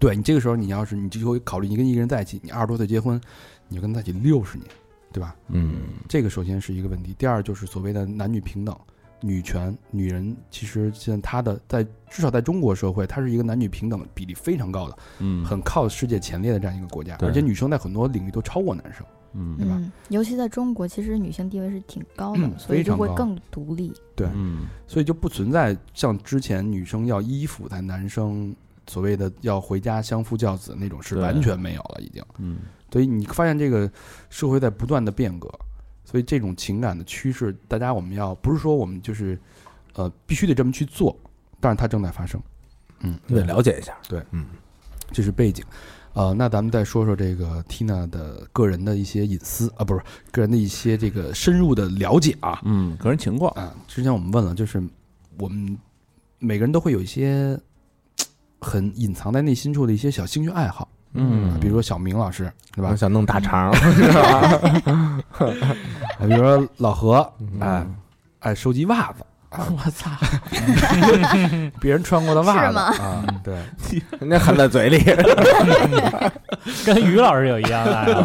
[SPEAKER 1] 对你这个时候，你要是你就会考虑，你跟一个人在一起，你二十多岁结婚，你就跟他在一起六十年，对吧？
[SPEAKER 3] 嗯，
[SPEAKER 1] 这个首先是一个问题，第二就是所谓的男女平等、女权，女人其实现在她的在至少在中国社会，它是一个男女平等比例非常高的，
[SPEAKER 3] 嗯，
[SPEAKER 1] 很靠世界前列的这样一个国家，
[SPEAKER 3] 对
[SPEAKER 1] 而且女生在很多领域都超过男生。
[SPEAKER 3] 嗯
[SPEAKER 1] 对吧
[SPEAKER 5] 嗯，尤其在中国，其实女性地位是挺高的，
[SPEAKER 1] 嗯
[SPEAKER 5] 所以
[SPEAKER 1] 非
[SPEAKER 5] 就
[SPEAKER 1] 常
[SPEAKER 5] 会
[SPEAKER 1] 高
[SPEAKER 5] 更独立。
[SPEAKER 1] 对
[SPEAKER 3] 嗯，
[SPEAKER 1] 所以就不存在像之前女生要依附在男生所谓的要回家相夫教子那种是
[SPEAKER 3] 对
[SPEAKER 1] 完全没有了，已经。
[SPEAKER 3] 嗯，
[SPEAKER 1] 所以你发现这个社会在不断的变革，所以这种情感的趋势，大家我们要不是说我们就是呃必须得这么去做，但是它正在发生，
[SPEAKER 2] 你得了解一下。
[SPEAKER 1] 这是背景。呃，那咱们再说说这个 Tina 的个人的一些隐私啊，不是个人的一些这个深入的了解啊
[SPEAKER 3] 嗯，个人情况，
[SPEAKER 1] 啊。之前我们问了，就是我们每个人都会有一些嘖很隐藏在内心处的一些小兴趣爱好，啊
[SPEAKER 3] 嗯，
[SPEAKER 1] 比如说小明老师，对吧
[SPEAKER 2] 我？想弄大肠，
[SPEAKER 1] 啊比如说老何，哎，爱收集袜子，啊
[SPEAKER 3] 我操，
[SPEAKER 1] 别人穿过的袜
[SPEAKER 5] 是
[SPEAKER 1] 子
[SPEAKER 5] 吗
[SPEAKER 1] 啊，对，
[SPEAKER 2] 人家含在嘴里。
[SPEAKER 4] 跟于老师有一样的爱好，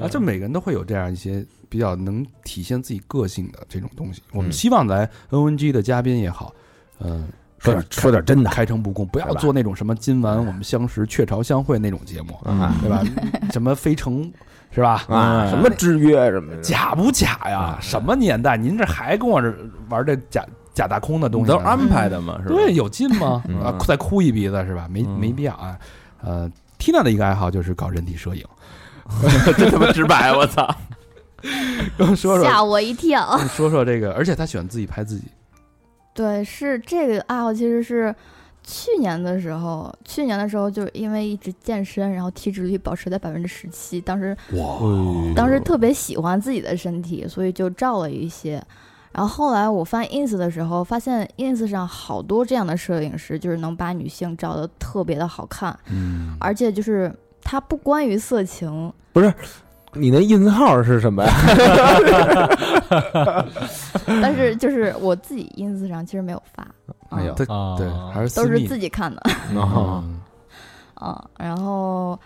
[SPEAKER 1] 啊，这每个人都会有这样一些比较能体现自己个性的这种东西。我们
[SPEAKER 2] 嗯
[SPEAKER 1] 希望来 NNG 的嘉宾也好，嗯，
[SPEAKER 2] 说点说点真的
[SPEAKER 1] 开诚布公，不要
[SPEAKER 2] 对吧
[SPEAKER 1] 做那种什么今晚我们相识、雀巢相会那种节目，
[SPEAKER 2] 啊
[SPEAKER 1] 对吧？什么非诚是吧？
[SPEAKER 2] 啊，
[SPEAKER 3] 嗯
[SPEAKER 2] 什么制约什么的，
[SPEAKER 1] 假不假呀？什么年代？您这还跟我这玩这假假大空的东
[SPEAKER 3] 你
[SPEAKER 1] 西
[SPEAKER 3] 都
[SPEAKER 1] 呢？
[SPEAKER 3] 是安排的嘛，是吧？
[SPEAKER 1] 对， 有劲 吗？
[SPEAKER 2] 嗯
[SPEAKER 1] 啊，再哭一鼻子是吧？没
[SPEAKER 3] 嗯
[SPEAKER 1] 没必要啊。呃，Tina 的一个爱好就是搞人体摄影， 这他妈直白，我操！跟我说
[SPEAKER 5] 吓
[SPEAKER 1] 说，
[SPEAKER 5] 我一跳！
[SPEAKER 1] 说说这个，而且他喜欢自己拍自己，
[SPEAKER 5] 对，是这个爱好其实是去年的时候，去年的时候就是因为一直健身，然后体脂率保持在百分之十七，当时
[SPEAKER 4] 嗯
[SPEAKER 5] 当时特别喜欢自己的身体，所以就照了一些。然后后来我翻 ins 的时候，发现 ins 上好多这样的摄影师，就是能把女性照得特别的好看，
[SPEAKER 1] 嗯，
[SPEAKER 5] 而且就是它不关于色情，
[SPEAKER 2] 你那 ins 号是什么呀？
[SPEAKER 5] 但 是就是我自己 ins 上其实没有发，啊
[SPEAKER 1] 哎呦，，对
[SPEAKER 4] 啊
[SPEAKER 1] 对，还是
[SPEAKER 5] 都
[SPEAKER 1] 私
[SPEAKER 5] 是
[SPEAKER 1] 密
[SPEAKER 5] 自己看的
[SPEAKER 2] 哦
[SPEAKER 1] 嗯
[SPEAKER 5] 啊。然后，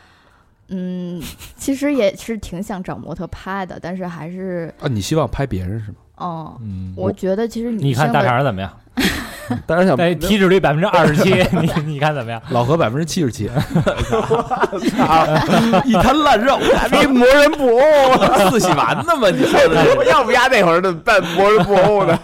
[SPEAKER 5] 嗯，其实也是挺想找模特拍的，但是还是，
[SPEAKER 1] 啊，你希望拍别人是吗？
[SPEAKER 5] 嗯，
[SPEAKER 4] 嗯，
[SPEAKER 5] 我觉得其实女
[SPEAKER 4] 你
[SPEAKER 5] 性
[SPEAKER 4] 看大
[SPEAKER 5] 的
[SPEAKER 4] 肠怎么样？
[SPEAKER 2] 当然想
[SPEAKER 4] 但体脂率百分之二十七， 你你看怎么样？
[SPEAKER 1] 老何百分之七十七，
[SPEAKER 2] 一滩烂肉，比磨人布偶四喜丸子嘛？你说的，我要不压那会儿的办磨人布偶呢？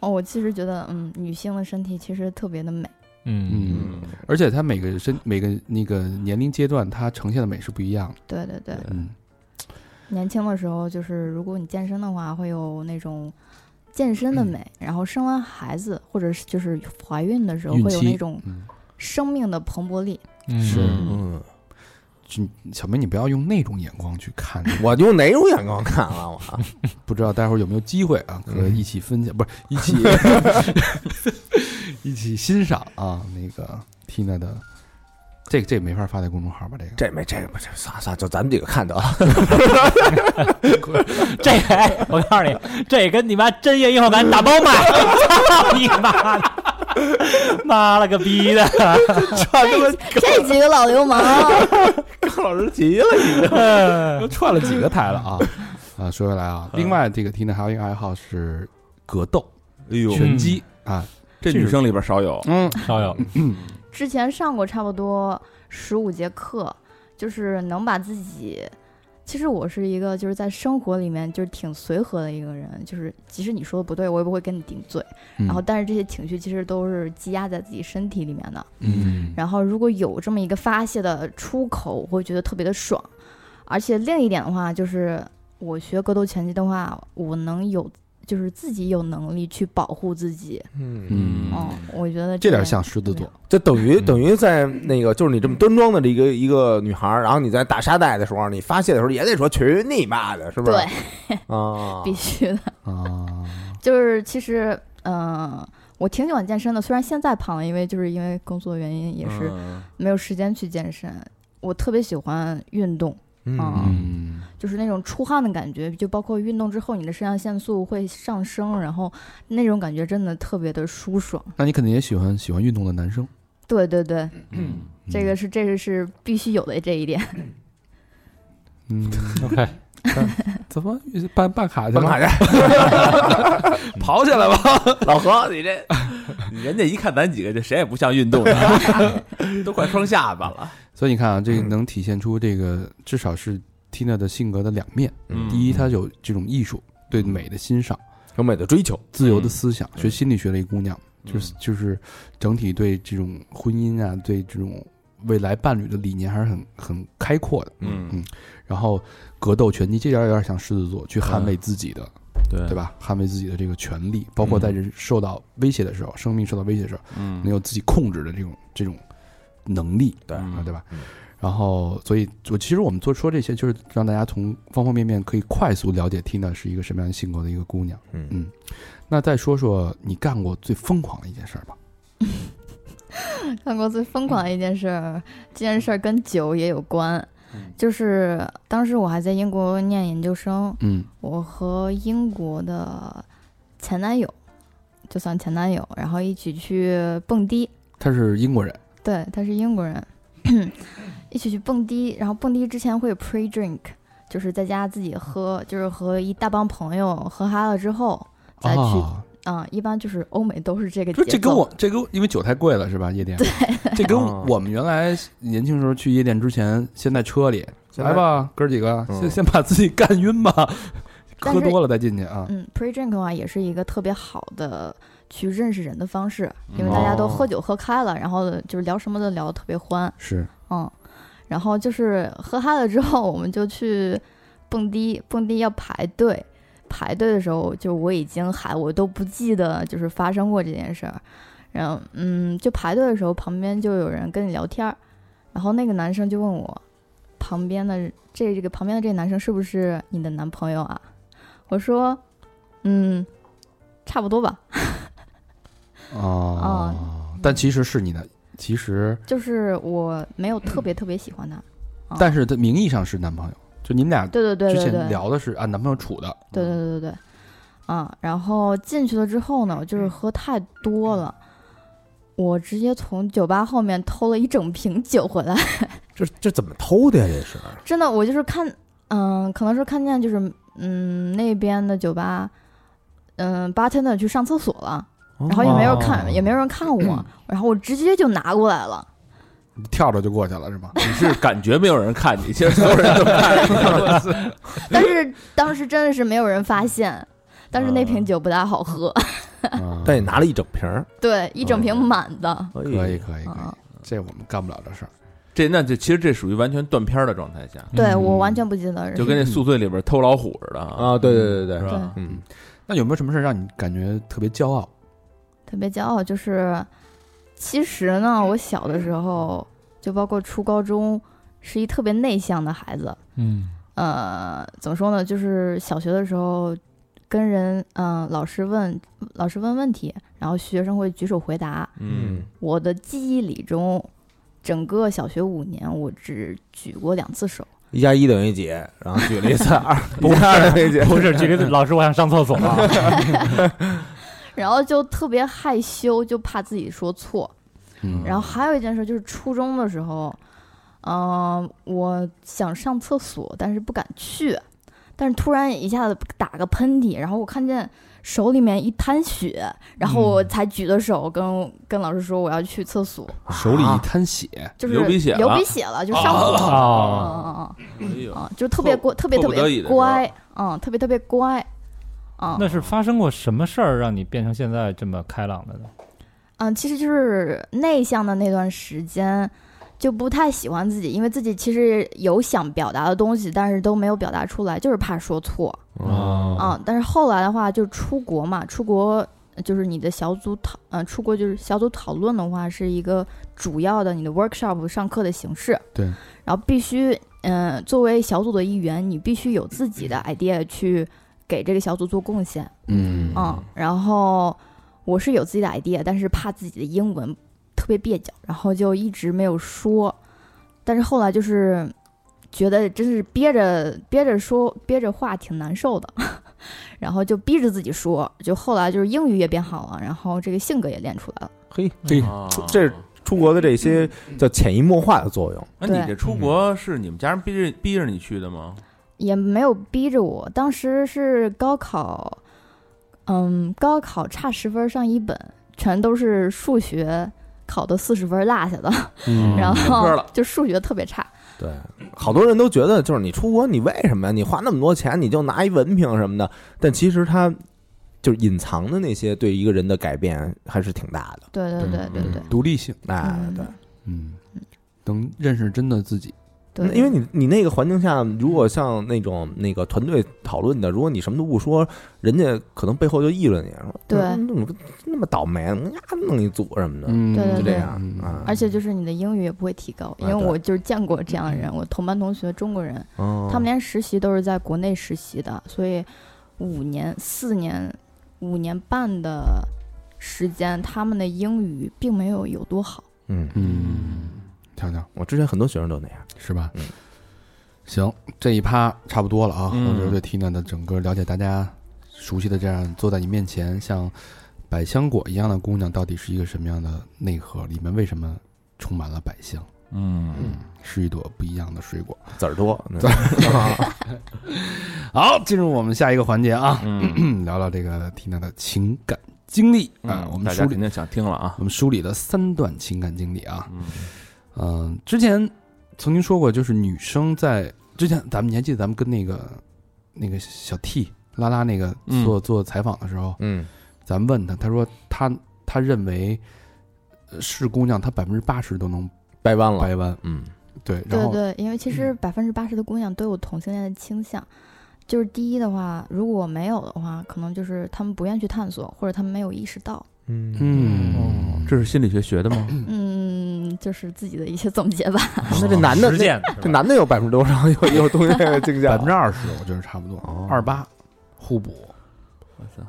[SPEAKER 5] 哦，我其实觉得，嗯，女性的身体其实特别的美，
[SPEAKER 4] 嗯
[SPEAKER 1] 嗯，而且他每个身每个那个年龄阶段，他呈现的美是不一样的。
[SPEAKER 5] 对对对，
[SPEAKER 1] 嗯，
[SPEAKER 5] 年轻的时候就是如果你健身的话，会有那种健身
[SPEAKER 1] 嗯
[SPEAKER 5] 的美，然后生完孩子或者是就是怀孕的时候
[SPEAKER 1] 孕
[SPEAKER 5] 会有
[SPEAKER 1] 期
[SPEAKER 5] 那种
[SPEAKER 1] 嗯，
[SPEAKER 5] 生命的蓬勃力。
[SPEAKER 4] 嗯
[SPEAKER 1] 是
[SPEAKER 2] 嗯，
[SPEAKER 1] 就小明，你不要用那种眼光去看。
[SPEAKER 2] 我用哪种眼光看了我？
[SPEAKER 1] 不知道待会儿有没有机会啊，可
[SPEAKER 2] 嗯
[SPEAKER 1] 一起分享，不是一起 一起欣赏啊，那个 Tina 的。这个这个没法发在公众号吧？这个
[SPEAKER 2] 这没这个不这算算，就咱们几个看得 了。
[SPEAKER 4] 这个，哎我告诉你，这跟你妈真月一号版打包卖， 操你妈的！妈了个逼 的！
[SPEAKER 5] 这几个老流 氓，
[SPEAKER 2] 老师急了，
[SPEAKER 1] 都 串了几个台了啊！啊，说回来 啊，另外这个 Tina 还有一个爱好是格斗、
[SPEAKER 3] 哎呦，
[SPEAKER 1] 拳击啊，
[SPEAKER 3] 这女生里边少有，
[SPEAKER 1] 嗯，
[SPEAKER 4] 少有，
[SPEAKER 5] 之前上过差不多十五节课，就是能把自己。其实我是一个就是在生活里面就是挺随和的一个人，就是即使你说的不对，我也不会跟你顶嘴。
[SPEAKER 1] 嗯
[SPEAKER 5] 然后，但是这些情绪其实都是积压在自己身体里面的。
[SPEAKER 1] 嗯
[SPEAKER 5] 然后如果有这么一个发泄的出口，我会觉得特别的爽。而且另一点的话，就是我学格斗拳击的话，我能有就是自己有能力去保护自己。
[SPEAKER 2] 嗯，
[SPEAKER 1] 嗯，
[SPEAKER 5] 嗯，我觉得
[SPEAKER 1] 这点像狮子座，
[SPEAKER 2] 这等于
[SPEAKER 4] 嗯
[SPEAKER 2] 等于在那个就是你这么端庄的一个一个女孩儿，然后你在打沙袋的时候，你发泄的时候也得说去你妈的，是不是？
[SPEAKER 5] 对，
[SPEAKER 2] 啊，
[SPEAKER 5] 必须的。
[SPEAKER 1] 啊，
[SPEAKER 5] 就是其实，嗯、我挺喜欢健身的，虽然现在胖了，因为就是因为工作原因也是
[SPEAKER 3] 嗯
[SPEAKER 5] 没有时间去健身。我特别喜欢运动，
[SPEAKER 2] 嗯
[SPEAKER 5] 啊
[SPEAKER 1] 嗯
[SPEAKER 5] 就是那种出汗的感觉，就包括运动之后你的肾上腺素会上升，然后那种感觉真的特别的舒爽。
[SPEAKER 1] 那你肯定也喜欢喜欢运动的男生，
[SPEAKER 5] 对对对，
[SPEAKER 1] 嗯，
[SPEAKER 5] 这个是这个是必须有的这一点。
[SPEAKER 1] 嗯，
[SPEAKER 4] OK，
[SPEAKER 1] 怎么办办卡去
[SPEAKER 2] 办
[SPEAKER 1] 了
[SPEAKER 2] 卡？去，
[SPEAKER 1] 跑起来吧，
[SPEAKER 2] 老何，你这
[SPEAKER 3] 嗯 人家一看咱几个，这谁也不像运 动的，都快双下巴了。
[SPEAKER 1] 所以你看啊，
[SPEAKER 2] 嗯
[SPEAKER 1] 这个能体现出这个至少是 Tina 的性格的两面。
[SPEAKER 3] 嗯
[SPEAKER 1] 第一，她有这种艺术对美的欣赏、
[SPEAKER 2] 有美的追求，
[SPEAKER 1] 自
[SPEAKER 3] 嗯
[SPEAKER 1] 由的思想，学心理学的一个姑娘，就是就是整体对这种婚姻啊，对这种未来伴侣的理念还是很很开阔的。
[SPEAKER 3] 嗯，
[SPEAKER 1] 然后格斗拳击这点儿有点像狮子座，去捍卫自己的，
[SPEAKER 3] 嗯对
[SPEAKER 1] 对？吧？捍卫自己的这个权利，包括在人受到威胁的时候，生命受到威胁的时候，
[SPEAKER 3] 嗯
[SPEAKER 1] 能有自己控制的这种这种能力。
[SPEAKER 2] 对
[SPEAKER 1] 啊，对吧
[SPEAKER 2] 嗯？
[SPEAKER 1] 然后，所以我其实我们做说这些，就是让大家从方方面面可以快速了解 Tina 是一个什么样性格的一个姑娘。
[SPEAKER 2] 嗯
[SPEAKER 1] 嗯，那再说说你干过最疯狂的一件事儿吧。
[SPEAKER 5] 干过最疯狂的一件事儿，这件事儿跟酒也有关
[SPEAKER 3] 嗯，
[SPEAKER 5] 就是当时我还在英国念研究生，
[SPEAKER 1] 嗯
[SPEAKER 5] 我和英国的前男友，就算前男友，然后一起去蹦迪，
[SPEAKER 1] 她是英国人，
[SPEAKER 5] 对，他是英国人， 一起去蹦迪，然后蹦迪之前会有 pre drink，就是在家自己喝，就是和一大帮朋友喝嗨了之后再去，
[SPEAKER 1] 啊，
[SPEAKER 5] 嗯、一般就是欧美都是这个节
[SPEAKER 1] 说
[SPEAKER 5] 奏，
[SPEAKER 1] 这跟我这跟因为酒太贵了是吧？夜店， 这跟
[SPEAKER 2] 啊
[SPEAKER 1] 我们原来年轻时候去夜店之前，先在车里来，吧，哥几个，
[SPEAKER 2] 嗯
[SPEAKER 1] 先 先把自己干晕吧，
[SPEAKER 5] 但
[SPEAKER 1] 喝
[SPEAKER 5] 是
[SPEAKER 1] 多了再进去啊。
[SPEAKER 5] 嗯，pre drink 的话也是一个特别好的去认识人的方式，因为大
[SPEAKER 1] 哦
[SPEAKER 5] 家都喝酒喝开了，然后就是聊什么都聊得特别欢，
[SPEAKER 1] 是，
[SPEAKER 5] 嗯，然后就是喝嗨了之后，我们就去蹦迪，蹦迪要排队。排队的时候，就我已经还我都不记得就是发生过这件事儿，然后嗯，就排队的时候旁边就有人跟你聊天儿，然后那个男生就问我，旁边的这这个旁边的这个男生是不是你的男朋友啊？我说，嗯，差不多吧，
[SPEAKER 1] 啊，但其实是你的，其实。
[SPEAKER 5] 就是我没有特别特别喜欢他，啊
[SPEAKER 1] 但是他名义上是男朋友，就你们俩
[SPEAKER 5] 对对对
[SPEAKER 1] 之
[SPEAKER 5] 对
[SPEAKER 1] 前
[SPEAKER 5] 对，
[SPEAKER 1] 聊的是啊按男朋友处的，
[SPEAKER 3] 嗯
[SPEAKER 5] 对对对对对，啊，然后进去了之后呢，我
[SPEAKER 3] 嗯
[SPEAKER 5] 就是喝太多了，我直接从酒吧后面偷了一整瓶酒回来，
[SPEAKER 2] 这这怎么偷的呀？这是
[SPEAKER 5] 真的，我就是看，嗯、可能是看见就是嗯那边的酒吧，嗯、八天的去上厕所了，
[SPEAKER 1] 嗯
[SPEAKER 5] 然后也
[SPEAKER 3] 哦
[SPEAKER 5] 没有人
[SPEAKER 1] 哦
[SPEAKER 5] 看，也没有人看
[SPEAKER 3] 嗯
[SPEAKER 5] 我，然后我直接就拿过 来了。
[SPEAKER 1] 跳着就过去了是 吧？
[SPEAKER 3] 你是感觉没有人看 你，其实所有人都看你。
[SPEAKER 5] 但是当时真的是没有人发现，但是那
[SPEAKER 3] 嗯
[SPEAKER 5] 瓶酒不大好 喝，
[SPEAKER 1] 啊
[SPEAKER 2] 但也拿了一整瓶儿，哎
[SPEAKER 5] 对，一整
[SPEAKER 3] 哦
[SPEAKER 5] 瓶满的。
[SPEAKER 2] 可
[SPEAKER 1] 可以可以
[SPEAKER 3] 嗯
[SPEAKER 1] 可以，
[SPEAKER 5] 啊，
[SPEAKER 1] 这我们干不了这事儿。
[SPEAKER 3] 这那就其实这属于完全断片儿的状态下，
[SPEAKER 5] 对
[SPEAKER 1] 嗯
[SPEAKER 5] 我完全不记得，
[SPEAKER 3] 就跟那宿醉里边偷老虎似的
[SPEAKER 2] 啊！对对对
[SPEAKER 3] 是
[SPEAKER 2] 对，
[SPEAKER 3] 吧？
[SPEAKER 2] 嗯，
[SPEAKER 1] 那有没有什么事儿让你感觉特别骄傲？
[SPEAKER 5] 特别骄傲，就是其实呢，我小的时候，就包括初高中，是一特别内向的孩子。
[SPEAKER 4] 嗯
[SPEAKER 5] 呃，怎么说呢？就是小学的时候，跟人，嗯、老师问，老师问问题，然后学生会举手回答。
[SPEAKER 3] 嗯，
[SPEAKER 5] 我的记忆里中，整个小学五年，我只举过两次手。
[SPEAKER 2] 一加一等于几？然后举了一次二， 不是二等于几？
[SPEAKER 4] 不是，距离老师，我想上厕所 啊。
[SPEAKER 5] 然后就特别害羞，就怕自己说错。
[SPEAKER 1] 嗯，
[SPEAKER 5] 然后还有一件事就是初中的时候，嗯、我想上厕所，但是不敢去，但是突然一下子打个喷嚏，然后我看见手里面一滩血，然后
[SPEAKER 3] 嗯
[SPEAKER 5] 我才举的手跟跟老师说我要去厕所，
[SPEAKER 1] 嗯手里一滩血，
[SPEAKER 5] 就是
[SPEAKER 3] 流鼻血
[SPEAKER 5] 流
[SPEAKER 3] 了
[SPEAKER 5] 鼻血了，就上厕所，
[SPEAKER 4] 哦，
[SPEAKER 5] 嗯嗯
[SPEAKER 3] 哎
[SPEAKER 5] 嗯
[SPEAKER 3] 呦
[SPEAKER 5] 嗯，就特别
[SPEAKER 3] 迫
[SPEAKER 5] 乖，特别
[SPEAKER 3] 迫
[SPEAKER 5] 特
[SPEAKER 3] 不得已
[SPEAKER 5] 别
[SPEAKER 3] 的时候
[SPEAKER 5] 乖，嗯，特别特别乖，嗯，
[SPEAKER 4] 那是发生过什么事儿让你变成现在这么开朗的呢？
[SPEAKER 5] 嗯，其实就是内向的那段时间，就不太喜欢自己，因为自己其实有想表达的东西，但是都没有表达出来，就是怕说错
[SPEAKER 4] 哦，
[SPEAKER 5] 啊、但是后来的话，就出国嘛，出国呃就是你的小组讨，呃，出国就是小组讨论的话，是一个主要的你的 workshop 上课的形式。
[SPEAKER 1] 对。
[SPEAKER 5] 然后必须，嗯、作为小组的一员，你必须有自己的 idea 去给这个小组做贡献。
[SPEAKER 1] 嗯
[SPEAKER 5] 嗯，然后我是有自己的 idea，但是怕自己的英文特别蹩脚，然后就一直没有说。但是后来就是觉得真是憋着憋着说憋着话挺难受的， 然后就逼着自己说。就后来就是英语也变好了，然后这个性格也练出来了。
[SPEAKER 2] 嘿，
[SPEAKER 1] 这
[SPEAKER 3] 啊
[SPEAKER 2] 这是出国的这些叫潜移默化的作用，
[SPEAKER 3] 那你
[SPEAKER 5] 对
[SPEAKER 3] 这出国是你们家人逼着逼着你去的吗？
[SPEAKER 5] 也没有逼着我，当时是高考，嗯，高考差十分上一本，全都是数学考的四十分落下的，
[SPEAKER 1] 嗯
[SPEAKER 5] 然
[SPEAKER 3] 偏科
[SPEAKER 5] 后
[SPEAKER 3] 了
[SPEAKER 5] 就数学特别差。
[SPEAKER 2] 对，好多人都觉得就是你出国，你为什么呀？你花那么多钱，你就拿一文凭什么的，但其实他就是隐藏的那些对一个人的改变还是挺大的。
[SPEAKER 5] 对对对
[SPEAKER 2] 嗯
[SPEAKER 5] 对对
[SPEAKER 1] 独立性，
[SPEAKER 2] 哎，
[SPEAKER 5] 嗯
[SPEAKER 2] 对，
[SPEAKER 1] 嗯，能认识真的自己，
[SPEAKER 5] 对，
[SPEAKER 2] 嗯因为你你那个环境下，如果像那种那个团队讨论的，如果你什么都不说，人家可能背后就议论你说，
[SPEAKER 5] 对
[SPEAKER 2] 嗯怎么那么倒霉啊，呀弄一组什么的，
[SPEAKER 1] 嗯，
[SPEAKER 5] 对对
[SPEAKER 2] 就这
[SPEAKER 5] 对
[SPEAKER 2] 样
[SPEAKER 1] 嗯
[SPEAKER 2] 啊。
[SPEAKER 5] 而且就是你的英语也不会提高，因为
[SPEAKER 2] 对
[SPEAKER 5] 我就是见过这样的
[SPEAKER 2] 嗯
[SPEAKER 5] 人，我同班同学中国人，
[SPEAKER 2] 哦
[SPEAKER 5] 他们连实习都是在国内实习的，所以五年、四年、五年半的时间，他们的英语并没有有多好。
[SPEAKER 2] 嗯，
[SPEAKER 1] 嗯，瞧瞧
[SPEAKER 2] 我之前很多学生都那样。
[SPEAKER 1] 是吧
[SPEAKER 2] 嗯？
[SPEAKER 1] 行，这一趴差不多了啊，
[SPEAKER 3] 嗯
[SPEAKER 1] 我觉得对 Tina 的整个了解，大家熟悉的这样坐在你面前像百香果一样的姑娘，到底是一个什么样的内核？里面为什么充满了百香？
[SPEAKER 3] 嗯，
[SPEAKER 1] 是一朵不一样的水果。
[SPEAKER 2] 籽儿多，那
[SPEAKER 1] 好，进入我们下一个环节啊，
[SPEAKER 3] 嗯，
[SPEAKER 1] 聊聊这个 Tina 的情感经历啊、我们
[SPEAKER 3] 大
[SPEAKER 1] 梳
[SPEAKER 3] 家
[SPEAKER 1] 理
[SPEAKER 3] 肯定想听了啊
[SPEAKER 1] 我。们梳理了三段情感经历啊。
[SPEAKER 3] 嗯，
[SPEAKER 1] 嗯、之前曾经说过，就是女生在之前，咱们你还记得咱们跟那个那个小 T 拉拉那个
[SPEAKER 3] 嗯
[SPEAKER 1] 做、做采访的时候，
[SPEAKER 2] 嗯
[SPEAKER 1] 咱们问他，他说他他认为呃是姑娘，她百分之八十都能
[SPEAKER 2] 掰弯了，
[SPEAKER 1] 掰弯。
[SPEAKER 2] 嗯
[SPEAKER 1] 对，然
[SPEAKER 5] 对
[SPEAKER 1] 后嗯
[SPEAKER 5] 对，因为其实百分之八十的姑娘都有同性恋的倾向。就是第一的话，如果没有的话，可能就是她们不愿意去探索，或者她们没有意识到，
[SPEAKER 2] 嗯，
[SPEAKER 1] 嗯，
[SPEAKER 3] 这是心理学学的吗？
[SPEAKER 5] 嗯，就是自己的一些总结吧。
[SPEAKER 2] 那这男的
[SPEAKER 4] 哦实
[SPEAKER 2] 这
[SPEAKER 4] 践
[SPEAKER 2] 这男的有百分之多少？有有 东西的竞价
[SPEAKER 1] 百分之二十，我觉得差不多
[SPEAKER 2] 哦，
[SPEAKER 1] 二八互补。
[SPEAKER 3] 我操，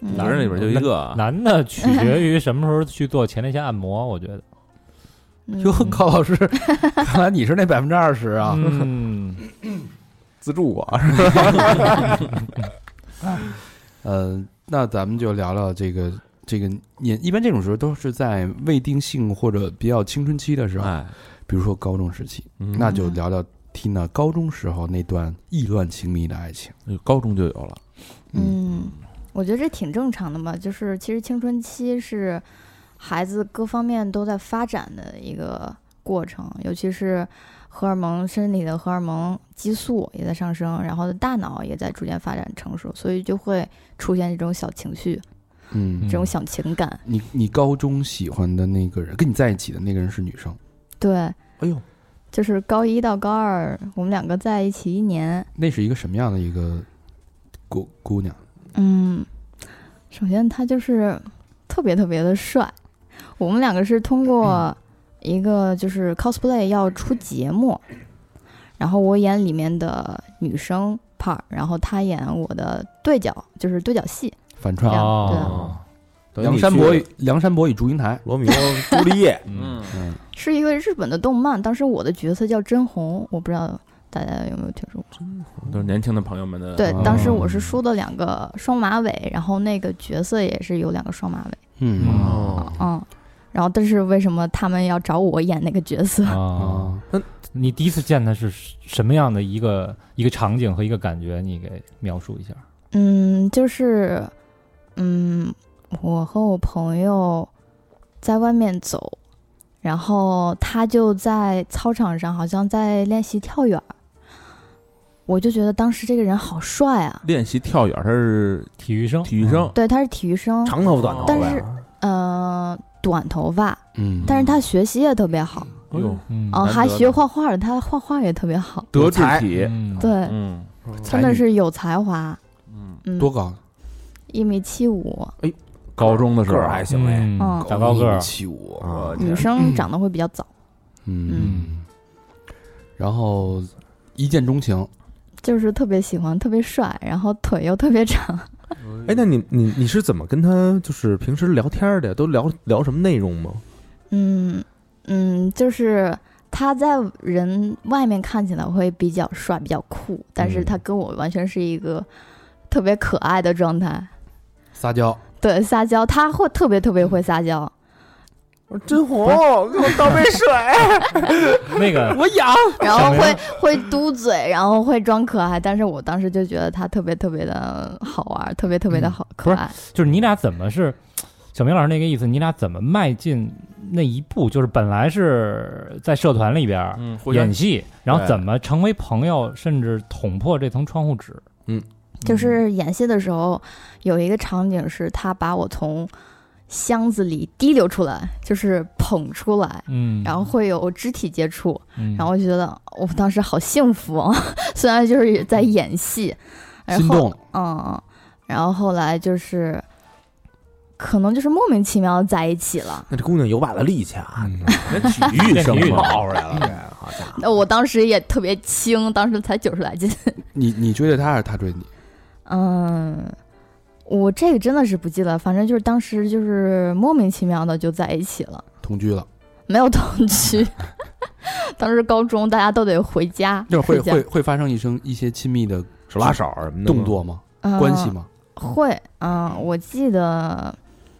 [SPEAKER 5] 嗯
[SPEAKER 3] 男人里边就一个啊，
[SPEAKER 4] 男的取决于什么时候去做前列腺按摩，我觉得
[SPEAKER 5] 嗯
[SPEAKER 1] 哟，高老师， 看来你是那百分之二十啊。
[SPEAKER 4] 嗯，
[SPEAKER 2] 自助啊，
[SPEAKER 1] 呃，那咱们就聊聊这个这个年，一般这种时候都是在未定性或者比较青春期的时候，
[SPEAKER 3] 哎，
[SPEAKER 1] 比如说高中时期，
[SPEAKER 3] 嗯
[SPEAKER 1] 那就聊聊 Tina 高中时候那段意乱情迷的爱情。
[SPEAKER 3] 高中就有了。
[SPEAKER 5] 嗯，我觉得这挺正常的嘛，就是其实青春期是孩子各方面都在发展的一个过程，尤其是荷尔蒙，身体的荷尔蒙激素也在上升，然后大脑也在逐渐发展成熟，所以就会出现这种小情绪、
[SPEAKER 1] 嗯，
[SPEAKER 5] 这种小情感。
[SPEAKER 1] 你你高中喜欢的那个人，跟你在一起的那个人是女生，
[SPEAKER 5] 对，
[SPEAKER 2] 哎呦，
[SPEAKER 5] 就是高一到高二，我们两个在一起一年，
[SPEAKER 1] 那是一个什么样的一个姑姑娘？
[SPEAKER 5] 嗯，首先他就是特别特别的帅，我们两个是通过一个就是 cosplay 要出节目，然后我演里面的女生 part，然后他演我的对角，就是对角戏。
[SPEAKER 1] 反
[SPEAKER 5] 这
[SPEAKER 1] 串
[SPEAKER 5] 样对
[SPEAKER 4] 哦，
[SPEAKER 2] 啊等于
[SPEAKER 1] 梁
[SPEAKER 2] 你
[SPEAKER 1] 山
[SPEAKER 2] 去
[SPEAKER 1] 伯与梁山伯与祝英台，
[SPEAKER 2] 罗密欧朱丽叶
[SPEAKER 4] 嗯，
[SPEAKER 1] 嗯，
[SPEAKER 5] 是一个日本的动漫，当时我的角色叫真红，我不知道大家有没有听说过。
[SPEAKER 3] 都是年轻的朋友们的
[SPEAKER 5] 对
[SPEAKER 1] 哦，
[SPEAKER 5] 当时我是梳的两个双马尾，然后那个角色也是有两个双马尾，
[SPEAKER 1] 嗯
[SPEAKER 2] 哦，
[SPEAKER 5] 嗯。然后，但是为什么他们要找我演那个角色？
[SPEAKER 4] 哦，
[SPEAKER 1] 啊，
[SPEAKER 4] 你第一次见他是什么样的一个一个场景和一个感觉？你给描述一下。
[SPEAKER 5] 嗯，就是，嗯，我和我朋友在外面走，然后他就在操场上，好像在练习跳远儿。我就觉得当时这个人好帅啊！
[SPEAKER 3] 练习跳远，他是
[SPEAKER 4] 体育生，
[SPEAKER 3] 体育生，
[SPEAKER 5] 对，他是体育生，
[SPEAKER 2] 长头发短头
[SPEAKER 5] 但
[SPEAKER 2] 发
[SPEAKER 5] 是
[SPEAKER 2] 呀，
[SPEAKER 5] 呃，短头发，
[SPEAKER 1] 嗯，
[SPEAKER 5] 但是他学习也特别好，
[SPEAKER 3] 哟，
[SPEAKER 4] 嗯，
[SPEAKER 5] 嗯，
[SPEAKER 3] 难
[SPEAKER 5] 还
[SPEAKER 3] 得
[SPEAKER 5] 学
[SPEAKER 3] 呢
[SPEAKER 5] 画画的，他画画也特别好，
[SPEAKER 3] 德
[SPEAKER 2] 有
[SPEAKER 3] 智
[SPEAKER 2] 才
[SPEAKER 3] 体，
[SPEAKER 4] 嗯，
[SPEAKER 5] 对，
[SPEAKER 3] 嗯
[SPEAKER 5] 真的是有才华，
[SPEAKER 3] 嗯，
[SPEAKER 5] 嗯，
[SPEAKER 1] 多高？
[SPEAKER 5] 一米七五，
[SPEAKER 3] 高中的时
[SPEAKER 2] 个
[SPEAKER 3] 候
[SPEAKER 2] 儿还行哎，
[SPEAKER 4] 嗯
[SPEAKER 5] 嗯
[SPEAKER 4] 长高个儿，
[SPEAKER 1] 七五
[SPEAKER 2] 啊
[SPEAKER 5] 女生长得会比较早，
[SPEAKER 1] 嗯，然后一见钟情，
[SPEAKER 5] 就是特别喜欢，特别帅，然后腿又特别长。
[SPEAKER 2] 哎，那你你你是怎么跟他就是平时聊天儿的呀？都聊聊什么内容吗？
[SPEAKER 5] 嗯嗯，就是他在人外面看起来会比较帅、比较酷，但是他跟我完全是一个特别可爱的状态。
[SPEAKER 1] 撒娇，
[SPEAKER 5] 对，撒娇，他会特别特别会撒娇。
[SPEAKER 2] 我说真红，给我倒杯水。
[SPEAKER 4] 那个
[SPEAKER 5] 我痒，然后
[SPEAKER 4] 小
[SPEAKER 5] 会会嘟嘴，然后会装可爱，但是我当时就觉得他特别特别的好玩，特别特别的好
[SPEAKER 4] 嗯不
[SPEAKER 5] 可
[SPEAKER 4] 是
[SPEAKER 5] 爱。
[SPEAKER 4] 就是你俩怎么是小明老师那个意思？你俩怎么迈进那一步？就是本来是在社团里边儿
[SPEAKER 3] 嗯，互相
[SPEAKER 4] 演戏，然后
[SPEAKER 3] 对
[SPEAKER 4] 怎么成为朋友，甚至捅破这层窗户纸？
[SPEAKER 2] 嗯，
[SPEAKER 5] 就是演戏的时候，有一个场景是他把我从箱子里提溜出来，就是捧出来，
[SPEAKER 4] 嗯，
[SPEAKER 5] 然后会有肢体接触，
[SPEAKER 4] 嗯，
[SPEAKER 5] 然后我觉得我当时好幸福啊， 虽然就是在演戏，然
[SPEAKER 1] 心
[SPEAKER 5] 后
[SPEAKER 1] 动，
[SPEAKER 5] 嗯，嗯然后后来就是可能就是莫名其妙地在一起了。
[SPEAKER 2] 那这姑娘有把子力气啊，那体育
[SPEAKER 4] 育
[SPEAKER 2] 生
[SPEAKER 4] 生
[SPEAKER 2] 冒
[SPEAKER 4] 冒
[SPEAKER 2] 出来了，这好家伙！
[SPEAKER 5] 那我当时也特别轻，当时才九十来斤。
[SPEAKER 1] 你你追的他还是他追你？
[SPEAKER 5] 嗯，我这个真的是不记得，反正就是当时就是莫名其妙的就在一起了，
[SPEAKER 1] 同居 了，
[SPEAKER 5] 没有同居。 当时高中大家都得回家，
[SPEAKER 1] 那会
[SPEAKER 5] 回家
[SPEAKER 1] 会会发生一生一些亲密的
[SPEAKER 2] 手拉手什么的吗
[SPEAKER 1] 动作吗？关系
[SPEAKER 5] 嗯
[SPEAKER 1] 吗？
[SPEAKER 5] 会，嗯，我记得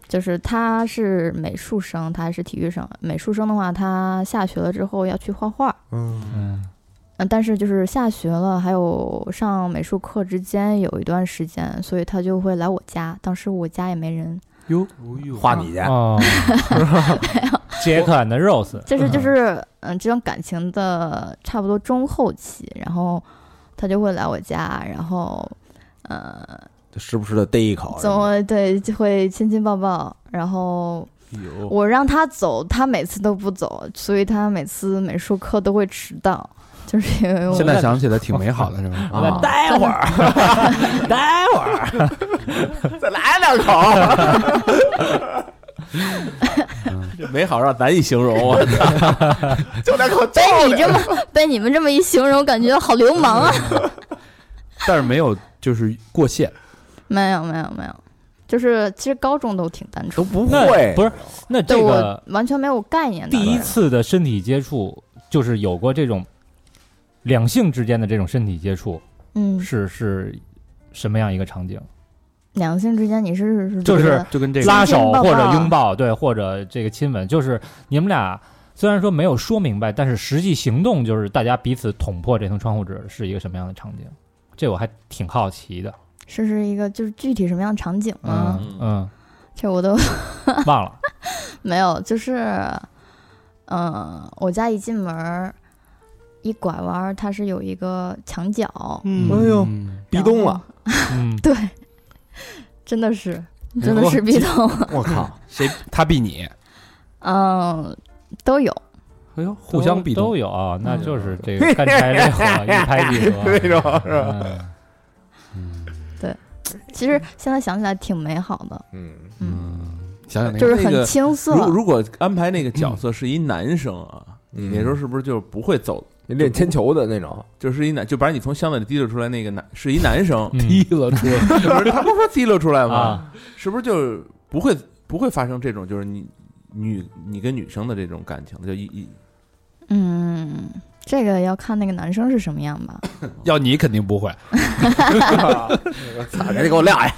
[SPEAKER 5] 就是他是美术生，他是体育生。美术生的话，他下学了之后要去画画，
[SPEAKER 2] 嗯，
[SPEAKER 4] 嗯
[SPEAKER 5] 嗯，但是就是下学了，还有上美术课之间有一段时间，所以他就会来我家。当时我家也没人，
[SPEAKER 1] 哟，
[SPEAKER 2] 画你去，
[SPEAKER 4] 哦， 杰克 and Rose，
[SPEAKER 5] 就是就是，嗯，这段感情的差不多中后期，然后他就会来我家，然后，呃，
[SPEAKER 2] 就时不时的逮一口。
[SPEAKER 5] 怎么对就会亲亲抱抱，然后
[SPEAKER 3] 有
[SPEAKER 5] 我让他走，他每次都不走，所以他每次美术课都会迟到，就是因为我
[SPEAKER 1] 现在想起来挺美好的，是吧？
[SPEAKER 2] 啊
[SPEAKER 4] 那
[SPEAKER 2] 待会儿，待会儿， 再来两 口。
[SPEAKER 3] 这美好让难以形 容啊！
[SPEAKER 5] 被你这么 被你们这么一形容，感觉好流氓啊！
[SPEAKER 1] 但是没有就是过 线，
[SPEAKER 5] 没有没有没有，就是其实高中都挺单纯的，
[SPEAKER 2] 不
[SPEAKER 4] 那不是那
[SPEAKER 5] 对
[SPEAKER 4] 这
[SPEAKER 5] 我
[SPEAKER 4] 个
[SPEAKER 5] 完全没有概念的。
[SPEAKER 4] 第一次的身体接触，就是有过这种两性之间的这种身体接触，
[SPEAKER 5] 嗯，
[SPEAKER 4] 是是什么样一个场景？
[SPEAKER 5] 两性之间你是
[SPEAKER 4] 就是
[SPEAKER 5] 觉得
[SPEAKER 1] 就跟这个
[SPEAKER 4] 拉
[SPEAKER 5] 亲
[SPEAKER 4] 手
[SPEAKER 5] 抱
[SPEAKER 4] 或者
[SPEAKER 5] 抱
[SPEAKER 4] 拥抱，对，或者这个亲吻，就是你们俩虽然说没有说明白，但是实际行动就是大家彼此捅破这层窗户纸是一个什么样的场景，这我还挺好奇的。
[SPEAKER 5] 这是一个就是具体什么样的场景吗？
[SPEAKER 4] 嗯嗯，
[SPEAKER 5] 这我都
[SPEAKER 4] 忘了。
[SPEAKER 5] 没有，就是，嗯、呃，我家一进门儿一拐弯儿，它是有一个墙角，
[SPEAKER 1] 嗯
[SPEAKER 2] 哎呦
[SPEAKER 1] 嗯
[SPEAKER 2] 壁咚了，
[SPEAKER 4] 嗯，
[SPEAKER 5] 对，真的是，真的
[SPEAKER 4] 哦
[SPEAKER 5] 是壁咚，
[SPEAKER 2] 我靠！
[SPEAKER 1] 谁他避你？
[SPEAKER 5] 嗯，都有，
[SPEAKER 1] 哎呦，互相壁
[SPEAKER 4] 都
[SPEAKER 1] 咚，
[SPEAKER 4] 有啊，那就是这个干柴烈火，一拍即合，
[SPEAKER 2] 那种是吧？
[SPEAKER 4] 嗯
[SPEAKER 1] 嗯
[SPEAKER 5] 其实现在想起来挺美好的，
[SPEAKER 2] 嗯，
[SPEAKER 5] 嗯，
[SPEAKER 1] 嗯，想想那
[SPEAKER 5] 就
[SPEAKER 1] 个
[SPEAKER 5] 是
[SPEAKER 3] 那
[SPEAKER 5] 很
[SPEAKER 3] 个
[SPEAKER 5] 青涩，
[SPEAKER 3] 如如果安排那个角色是一男生啊，你
[SPEAKER 2] 嗯
[SPEAKER 3] 那时候是不是就不会走？
[SPEAKER 2] 你练铅球的那种，
[SPEAKER 3] 就是一男，就把你从箱子里提溜出来那个男是一 男生，
[SPEAKER 4] 嗯，
[SPEAKER 1] 了出来，
[SPEAKER 3] 是不是他不说提溜出来吗
[SPEAKER 4] 啊？
[SPEAKER 3] 是不是就不会不会发生这种就是你女你跟女生的这种感情就一 一
[SPEAKER 5] 嗯，这个要看那个男生是什么样吧，
[SPEAKER 1] 要你肯定不会。
[SPEAKER 2] 操，哎赶紧给我撂下！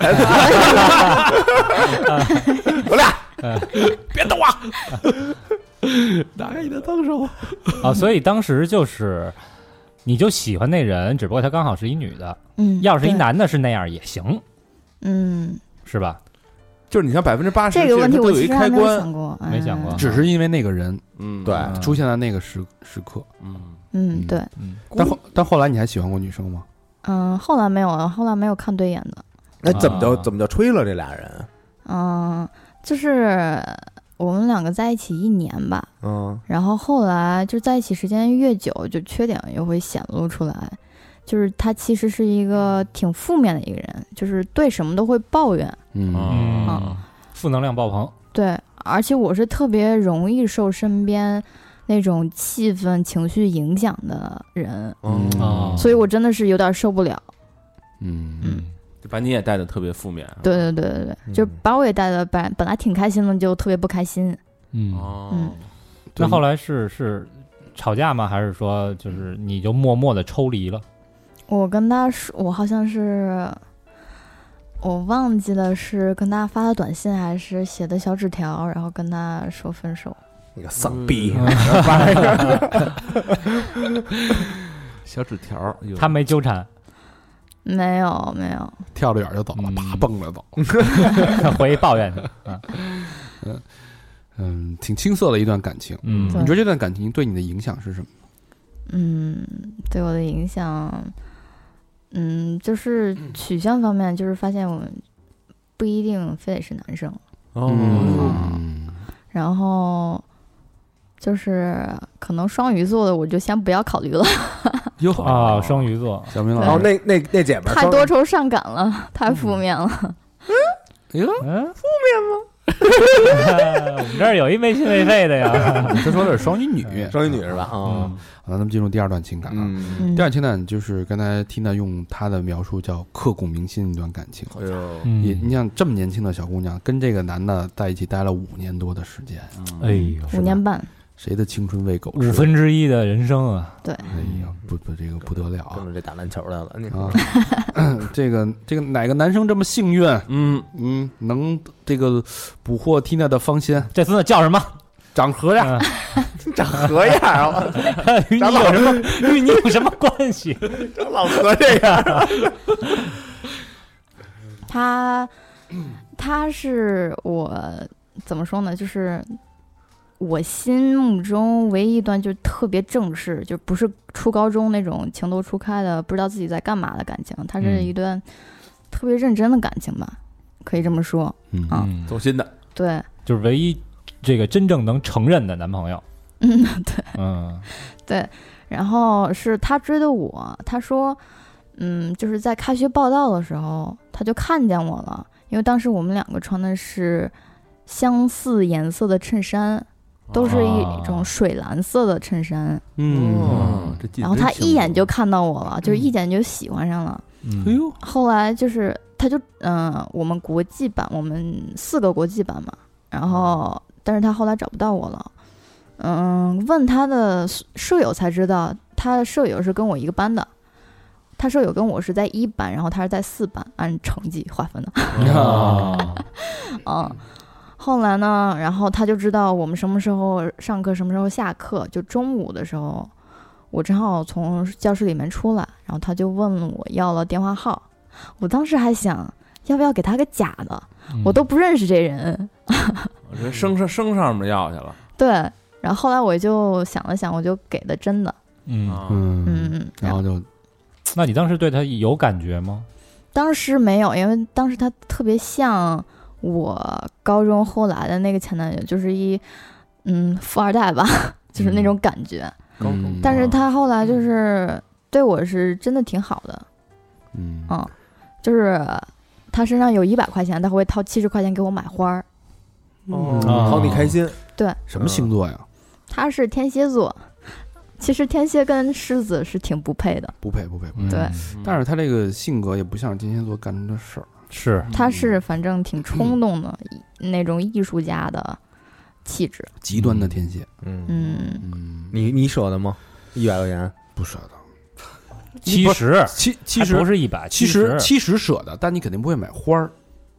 [SPEAKER 2] 我俩
[SPEAKER 1] 打开你的脏手，
[SPEAKER 4] 啊，所以当时就是。你就喜欢那人，只不过他刚好是一女的。
[SPEAKER 5] 嗯，
[SPEAKER 4] 要是一
[SPEAKER 5] 对，
[SPEAKER 4] 男的，是那样也行，
[SPEAKER 5] 嗯，
[SPEAKER 4] 是吧？
[SPEAKER 3] 就是你像百分之八十
[SPEAKER 5] 这个问题
[SPEAKER 3] 都
[SPEAKER 5] 我
[SPEAKER 3] 有
[SPEAKER 5] 其
[SPEAKER 3] 一
[SPEAKER 5] 实
[SPEAKER 3] 开
[SPEAKER 5] 还没有
[SPEAKER 3] 关，
[SPEAKER 5] 想过，
[SPEAKER 4] 没想
[SPEAKER 5] 嗯
[SPEAKER 4] 过
[SPEAKER 1] 只是因为那个人
[SPEAKER 3] 嗯，
[SPEAKER 2] 对
[SPEAKER 4] 嗯
[SPEAKER 1] 出现在那个时时刻。
[SPEAKER 3] 嗯，
[SPEAKER 5] 嗯，
[SPEAKER 1] 嗯
[SPEAKER 5] 对，
[SPEAKER 4] 嗯，
[SPEAKER 1] 但后但后来你还喜欢过女生吗？
[SPEAKER 5] 嗯，后来没有了，后来没有看对眼的，
[SPEAKER 2] 那怎么就
[SPEAKER 4] 啊
[SPEAKER 2] 怎么就吹了这俩人？啊
[SPEAKER 5] 嗯，就是我们两个在一起一年吧，
[SPEAKER 2] 嗯，
[SPEAKER 5] 然后后来就在一起时间越久，就缺点又会显露出来。就是他其实是一个挺负面的一个人，就是对什么都会抱怨，
[SPEAKER 1] 嗯
[SPEAKER 4] 嗯
[SPEAKER 3] 哦，
[SPEAKER 4] 负能量爆棚，
[SPEAKER 5] 对，而且我是特别容易受身边那种气氛、情绪影响的人，
[SPEAKER 2] 嗯
[SPEAKER 4] 哦
[SPEAKER 5] 所以我真的是有点受不了。
[SPEAKER 1] 嗯，
[SPEAKER 3] 就把你也带的特别负面，啊
[SPEAKER 5] 对对对对
[SPEAKER 2] 嗯
[SPEAKER 5] 对，就把我也带的本本来挺开心的，就特别不开心。
[SPEAKER 4] 嗯，
[SPEAKER 3] 哦
[SPEAKER 5] 嗯，
[SPEAKER 4] 那后来是是吵架吗？还是说就是你就默默的抽离了？
[SPEAKER 5] 我跟他说，我好像是我忘记了是跟他发的短信还是写的小纸条，然后跟他说分手。
[SPEAKER 2] 你个丧逼！
[SPEAKER 3] 嗯 小纸条，哎呦
[SPEAKER 4] 他没纠缠，
[SPEAKER 5] 没有没有，
[SPEAKER 1] 跳着远就走了，
[SPEAKER 4] 嗯
[SPEAKER 1] 啪蹦着走。
[SPEAKER 4] 回去抱怨他。
[SPEAKER 1] 嗯，挺青涩的一段感情。
[SPEAKER 4] 嗯
[SPEAKER 1] 你
[SPEAKER 5] 对
[SPEAKER 1] 觉得这段感情对你的影响是什么？
[SPEAKER 5] 嗯，对我的影响，嗯，就是取向方面，就是发现我们不一定非得是男生，
[SPEAKER 3] 哦
[SPEAKER 1] 嗯，
[SPEAKER 5] 然后就是可能双鱼座的我就先不要考虑了，
[SPEAKER 1] 哟
[SPEAKER 4] 啊，双鱼座，
[SPEAKER 1] 小明
[SPEAKER 2] 然后
[SPEAKER 1] 老师，
[SPEAKER 2] 那那那姐们儿嗯
[SPEAKER 5] 太
[SPEAKER 2] 说
[SPEAKER 5] 多愁善感了， 太负面了。
[SPEAKER 4] 嗯，负面吗？ 我们这儿有一没心没肺的呀。
[SPEAKER 1] 他说的是双鱼女。
[SPEAKER 2] 双鱼女是吧？啊，
[SPEAKER 4] 嗯
[SPEAKER 1] 好，咱们进入第二段情感啊。
[SPEAKER 2] 嗯，
[SPEAKER 5] 嗯
[SPEAKER 1] 第，二情感就是刚才 Tina 用她的描述叫刻骨铭心的一段感情。
[SPEAKER 3] 哎呦，
[SPEAKER 1] 也，
[SPEAKER 4] 嗯
[SPEAKER 1] 你想这么年轻的小姑娘跟这个男的在一起待了五年多的时间，
[SPEAKER 3] 嗯
[SPEAKER 4] 哎呦，
[SPEAKER 5] 五年半，
[SPEAKER 1] 谁的青春喂狗吃？
[SPEAKER 4] 五，分之一的人生啊，
[SPEAKER 5] 对，
[SPEAKER 1] 哎呀，不不，这个不得了啊
[SPEAKER 2] 跟！着这打篮球的了，
[SPEAKER 4] 嗯
[SPEAKER 2] 你
[SPEAKER 1] 啊， 这个这个哪个男生这么幸运？
[SPEAKER 3] 嗯，
[SPEAKER 1] 嗯，能这个捕获 Tina 的芳心，
[SPEAKER 4] 这孙子叫什么？
[SPEAKER 1] 长和尚。
[SPEAKER 4] 嗯
[SPEAKER 2] 长和样啊，
[SPEAKER 4] 与你有什么？与你有什么关系？
[SPEAKER 2] 长老和这样，
[SPEAKER 5] 他他是我怎么说呢？就是我心目中唯一一段就特别正式，就不是初高中那种情窦初开的，不知道自己在干嘛的感情。它是
[SPEAKER 4] 嗯
[SPEAKER 5] 一段特别认真的感情吧，可以这么说。
[SPEAKER 1] 嗯
[SPEAKER 5] 啊
[SPEAKER 4] 嗯，
[SPEAKER 3] 走心的，
[SPEAKER 5] 对，
[SPEAKER 4] 就是唯一这个真正能承认的男朋友。
[SPEAKER 5] 嗯，对。
[SPEAKER 4] 嗯
[SPEAKER 5] 然后是他追的我，他说，嗯，就是在开学报道的时候，他就看见我了，因为当时我们两个穿的是相似颜色的衬衫，都是
[SPEAKER 4] 啊
[SPEAKER 5] 一种水蓝色的衬衫，
[SPEAKER 3] 哦
[SPEAKER 4] 嗯，
[SPEAKER 3] 这劲
[SPEAKER 5] 然后
[SPEAKER 3] 真
[SPEAKER 5] 他
[SPEAKER 3] 轻
[SPEAKER 5] 一眼就看到我了，就是一眼就喜欢上了。
[SPEAKER 4] 嗯
[SPEAKER 1] 哎呦，
[SPEAKER 5] 后来就是他就嗯、我们国际版，我们四个国际版嘛，然后但是他后来找不到我了，嗯，问他的舍舍友才知道，他的舍友是跟我一个班的。他舍友跟我是在一班，然后他是在四班，按成绩划分的。
[SPEAKER 4] 啊，
[SPEAKER 5] 嗯，后来呢，然后他就知道我们什么时候上课，什么时候下课。就中午的时候，我正好从教室里面出来，然后他就问我要了电话号。我当时还想要不要给他个假嗯的，我都不认识这人。
[SPEAKER 3] 我说升上升上面要去了，
[SPEAKER 5] 对，然后后来我就想了想，我就给了真的，
[SPEAKER 4] 嗯，
[SPEAKER 3] 啊
[SPEAKER 1] 嗯，
[SPEAKER 5] 嗯，
[SPEAKER 1] 然
[SPEAKER 5] 然后
[SPEAKER 1] 后就
[SPEAKER 4] 那你当时对他有感觉吗？
[SPEAKER 5] 当时没有，因为当时他特别像我高中后来的那个前男友，就是一嗯富二代吧， 就是那种感觉。
[SPEAKER 3] 高中
[SPEAKER 1] 嗯
[SPEAKER 5] 但是他后来就是对我是真的挺好的，
[SPEAKER 1] 嗯
[SPEAKER 4] 哦
[SPEAKER 5] 嗯，就是他身上有一百块钱，他会掏七十块钱给我买花儿。
[SPEAKER 2] 哦
[SPEAKER 1] 嗯
[SPEAKER 4] 啊
[SPEAKER 2] 好，你开心。
[SPEAKER 5] 对，
[SPEAKER 1] 什么星座呀？
[SPEAKER 5] 他是天蝎座，其实天蝎跟狮子是挺不配的。
[SPEAKER 1] 不配不配不配。
[SPEAKER 4] 嗯
[SPEAKER 5] 对，
[SPEAKER 1] 但是他这个性格也不像天蝎座干出的事儿，
[SPEAKER 4] 是
[SPEAKER 1] 嗯
[SPEAKER 5] 他是反正挺冲动的，那种艺术家的气质。
[SPEAKER 1] 极端的天蝎。
[SPEAKER 2] 嗯，
[SPEAKER 5] 嗯，
[SPEAKER 1] 嗯，
[SPEAKER 2] 你你舍得吗？一百块钱，
[SPEAKER 1] 不舍得。
[SPEAKER 4] 七十，
[SPEAKER 1] 其其
[SPEAKER 4] 还不
[SPEAKER 1] 实
[SPEAKER 4] 是一百，
[SPEAKER 1] 其
[SPEAKER 4] 实
[SPEAKER 1] 实其实舍得，但你肯定不会买花儿。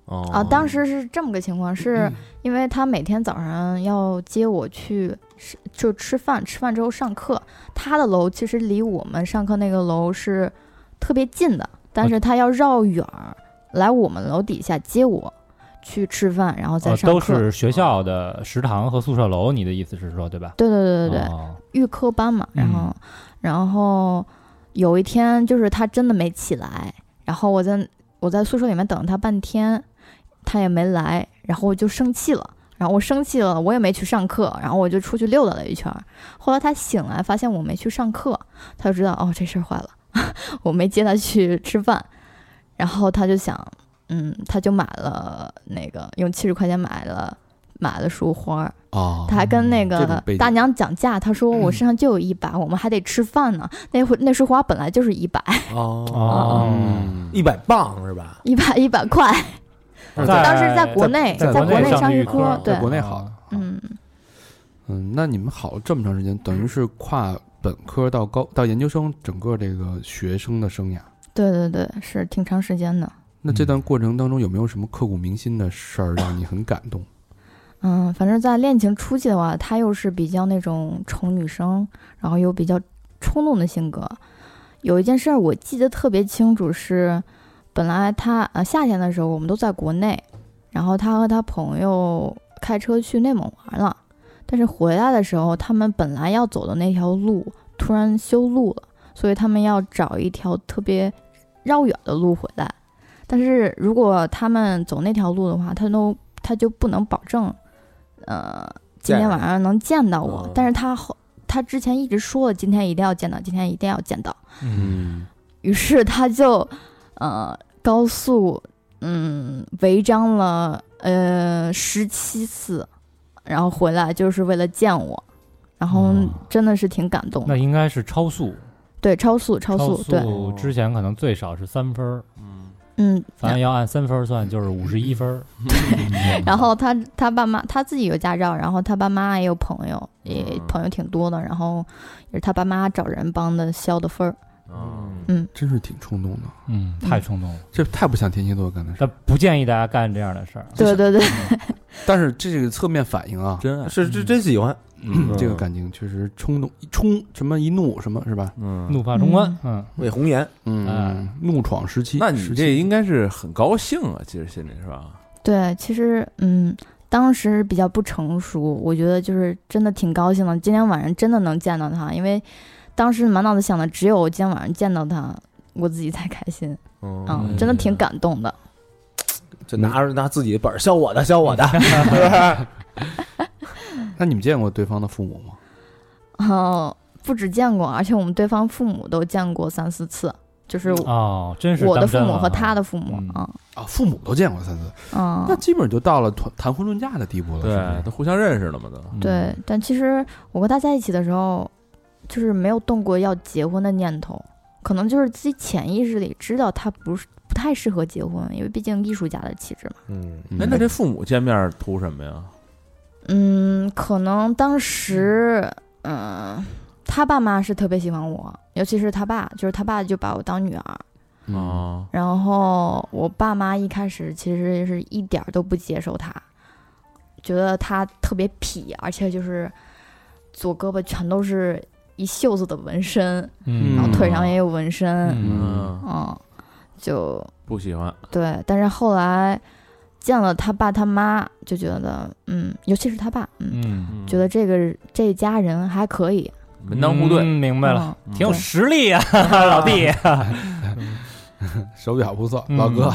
[SPEAKER 2] 哦
[SPEAKER 5] 啊，当时是这么个情况，是
[SPEAKER 4] 嗯
[SPEAKER 5] 因为他每天早上要接我去吃，就吃饭，吃饭之后上课。他的楼其实离我们上课那个楼是特别近的，
[SPEAKER 4] 哦
[SPEAKER 5] 但是他要绕远儿来我们楼底下接我去吃饭，然后再
[SPEAKER 4] 呃
[SPEAKER 5] 上
[SPEAKER 4] 都
[SPEAKER 5] 课。
[SPEAKER 4] 是学校的食堂和宿舍楼，你的意思是说对吧？
[SPEAKER 5] 对对对对对，
[SPEAKER 4] 哦
[SPEAKER 5] 预科班嘛，然后、然后有一天就是他真的没起来，然后我在我在宿舍里面等了他半天，他也没来，然后我就生气了。然后我生气了，我也没去上课，然后我就出去溜达了一圈儿。后来他醒来，发现我没去上课，他就知道哦这事儿坏了， 我没接他去吃饭。然后他就想，嗯，他就买了那个用七十块钱买了买了束花儿，
[SPEAKER 1] 啊，
[SPEAKER 5] 他还跟那
[SPEAKER 1] 这种
[SPEAKER 5] 个
[SPEAKER 1] 背景嗯
[SPEAKER 5] 大娘讲价，他说我身上就有一百，我们还得吃饭呢。那会那束花本来就是一百，
[SPEAKER 2] 哦，
[SPEAKER 4] 哦，
[SPEAKER 1] 嗯
[SPEAKER 2] 一百磅是吧？
[SPEAKER 5] 一百一百块。当时在国内，
[SPEAKER 4] 在
[SPEAKER 5] 在
[SPEAKER 4] 国内
[SPEAKER 5] 内
[SPEAKER 4] 上
[SPEAKER 5] 上
[SPEAKER 4] 预
[SPEAKER 5] 预
[SPEAKER 4] 科
[SPEAKER 5] 对
[SPEAKER 1] 在，国内好的。
[SPEAKER 4] 啊
[SPEAKER 5] 嗯，
[SPEAKER 1] 嗯，那你们好了这么长时间，等于是跨本科到高到研究生整个这个学生的生涯。
[SPEAKER 5] 对对对，是挺长时间的。
[SPEAKER 1] 那这段过程当中有没有什么刻骨铭心的事儿让你很感动？
[SPEAKER 5] 嗯，反正在恋情初期的话，他又是比较那种宠女生，然后又比较冲动的性格。有一件事儿我记得特别清楚是，本来他呃夏天的时候我们都在国内，然后他和他朋友开车去内蒙玩了，但是回来的时候他们本来要走的那条路突然修路了，所以他们要找一条特别绕远的路回来。但是如果他们走那条路的话，他都他就不能保证，呃，今天晚上能见到啊我
[SPEAKER 2] 嗯。
[SPEAKER 5] 但是他后他之前一直说了，今天一定要见到，今天一定要见到。
[SPEAKER 1] 嗯，
[SPEAKER 5] 于是他就，呃，高速，嗯，违章了，呃，十七次，然后回来就是为了见我，然后
[SPEAKER 4] 哦
[SPEAKER 5] 真的是挺感动的。
[SPEAKER 4] 那应该是超速，
[SPEAKER 5] 对，超速，超速，对，
[SPEAKER 4] 速之前可能最少是三分儿，
[SPEAKER 5] 嗯。
[SPEAKER 4] 咱要按三分儿算就是五十一分儿。
[SPEAKER 5] 然后他他爸妈他自己有驾照，然后他爸妈也有朋友，也
[SPEAKER 2] 嗯
[SPEAKER 5] 朋友挺多的，然后也是他爸妈找人帮的消的分儿。
[SPEAKER 3] 哦
[SPEAKER 2] 嗯
[SPEAKER 1] 真是挺冲动的，
[SPEAKER 4] 嗯，太冲动了，
[SPEAKER 1] 这太不像天蝎座干的事儿。
[SPEAKER 4] 但不建议大家干这样的事儿。
[SPEAKER 5] 对对对，
[SPEAKER 1] 但是这个侧面反映啊，
[SPEAKER 3] 真爱，
[SPEAKER 2] 是真真喜欢，
[SPEAKER 1] 嗯这个感情确实冲动一冲什么一怒什么是吧？
[SPEAKER 3] 嗯，
[SPEAKER 4] 怒发冲冠，嗯，
[SPEAKER 2] 为红颜，
[SPEAKER 1] 嗯
[SPEAKER 4] 哎，
[SPEAKER 1] 怒闯十七，
[SPEAKER 3] 那你
[SPEAKER 1] 17
[SPEAKER 3] 这应该是很高兴啊，其实心里是吧？
[SPEAKER 5] 对，其实嗯，当时比较不成熟，我觉得就是真的挺高兴的，今天晚上真的能见到他，因为当时满脑子想的只有我今天晚上见到他，我自己才开心，
[SPEAKER 3] 哦
[SPEAKER 2] 嗯，
[SPEAKER 5] 嗯，真的挺感动的。
[SPEAKER 2] 就拿着拿自己的本儿削我的，削我的，
[SPEAKER 1] 那你们见过对方的父母吗？
[SPEAKER 5] 然后不止见过，而且我们对方父母都见过三四次，就是
[SPEAKER 4] 哦，真是
[SPEAKER 5] 我的
[SPEAKER 4] 当
[SPEAKER 5] 父
[SPEAKER 4] 真
[SPEAKER 5] 母
[SPEAKER 4] 了
[SPEAKER 5] 和
[SPEAKER 4] 啊
[SPEAKER 5] 他的父母
[SPEAKER 4] 嗯
[SPEAKER 5] 啊，
[SPEAKER 1] 啊，父母都见过三次，
[SPEAKER 5] 嗯，
[SPEAKER 1] 那基本就到了谈谈婚论嫁的地步了，是
[SPEAKER 3] 啊对，啊
[SPEAKER 1] 不
[SPEAKER 3] 都
[SPEAKER 1] 是
[SPEAKER 3] 互相认识了嘛，
[SPEAKER 4] 嗯
[SPEAKER 3] 都。
[SPEAKER 5] 对，但其实我和他在一起的时候，就是没有动过要结婚的念头，可能就是自己潜意识里知道他不是不太适合结婚，因为毕竟艺术家的气质嘛。
[SPEAKER 2] 嗯，
[SPEAKER 3] 哎，那这父母见面图什么呀？
[SPEAKER 5] 嗯，可能当时，嗯、他爸妈是特别喜欢我，尤其是他爸，就是他爸就把我当女儿。
[SPEAKER 1] 啊，
[SPEAKER 3] 啊，
[SPEAKER 5] 然后我爸妈一开始其实是一点儿都不接受他，觉得他特别痞，而且就是左胳膊全都是一袖子的纹身，
[SPEAKER 4] 嗯，
[SPEAKER 5] 然
[SPEAKER 1] 嗯
[SPEAKER 5] 后腿上也有纹身，
[SPEAKER 4] 嗯
[SPEAKER 3] 嗯，
[SPEAKER 5] 嗯，就
[SPEAKER 3] 不喜欢，
[SPEAKER 5] 对。但是后来见了他爸他妈，就觉得嗯，尤其是他爸，嗯，
[SPEAKER 4] 嗯，
[SPEAKER 5] 觉得这个这家人还可以，
[SPEAKER 3] 门当户对，
[SPEAKER 4] 嗯明白了，
[SPEAKER 5] 嗯
[SPEAKER 4] 挺有
[SPEAKER 5] 对
[SPEAKER 4] 实力啊， 老弟。
[SPEAKER 1] 手脚不错，老 哥。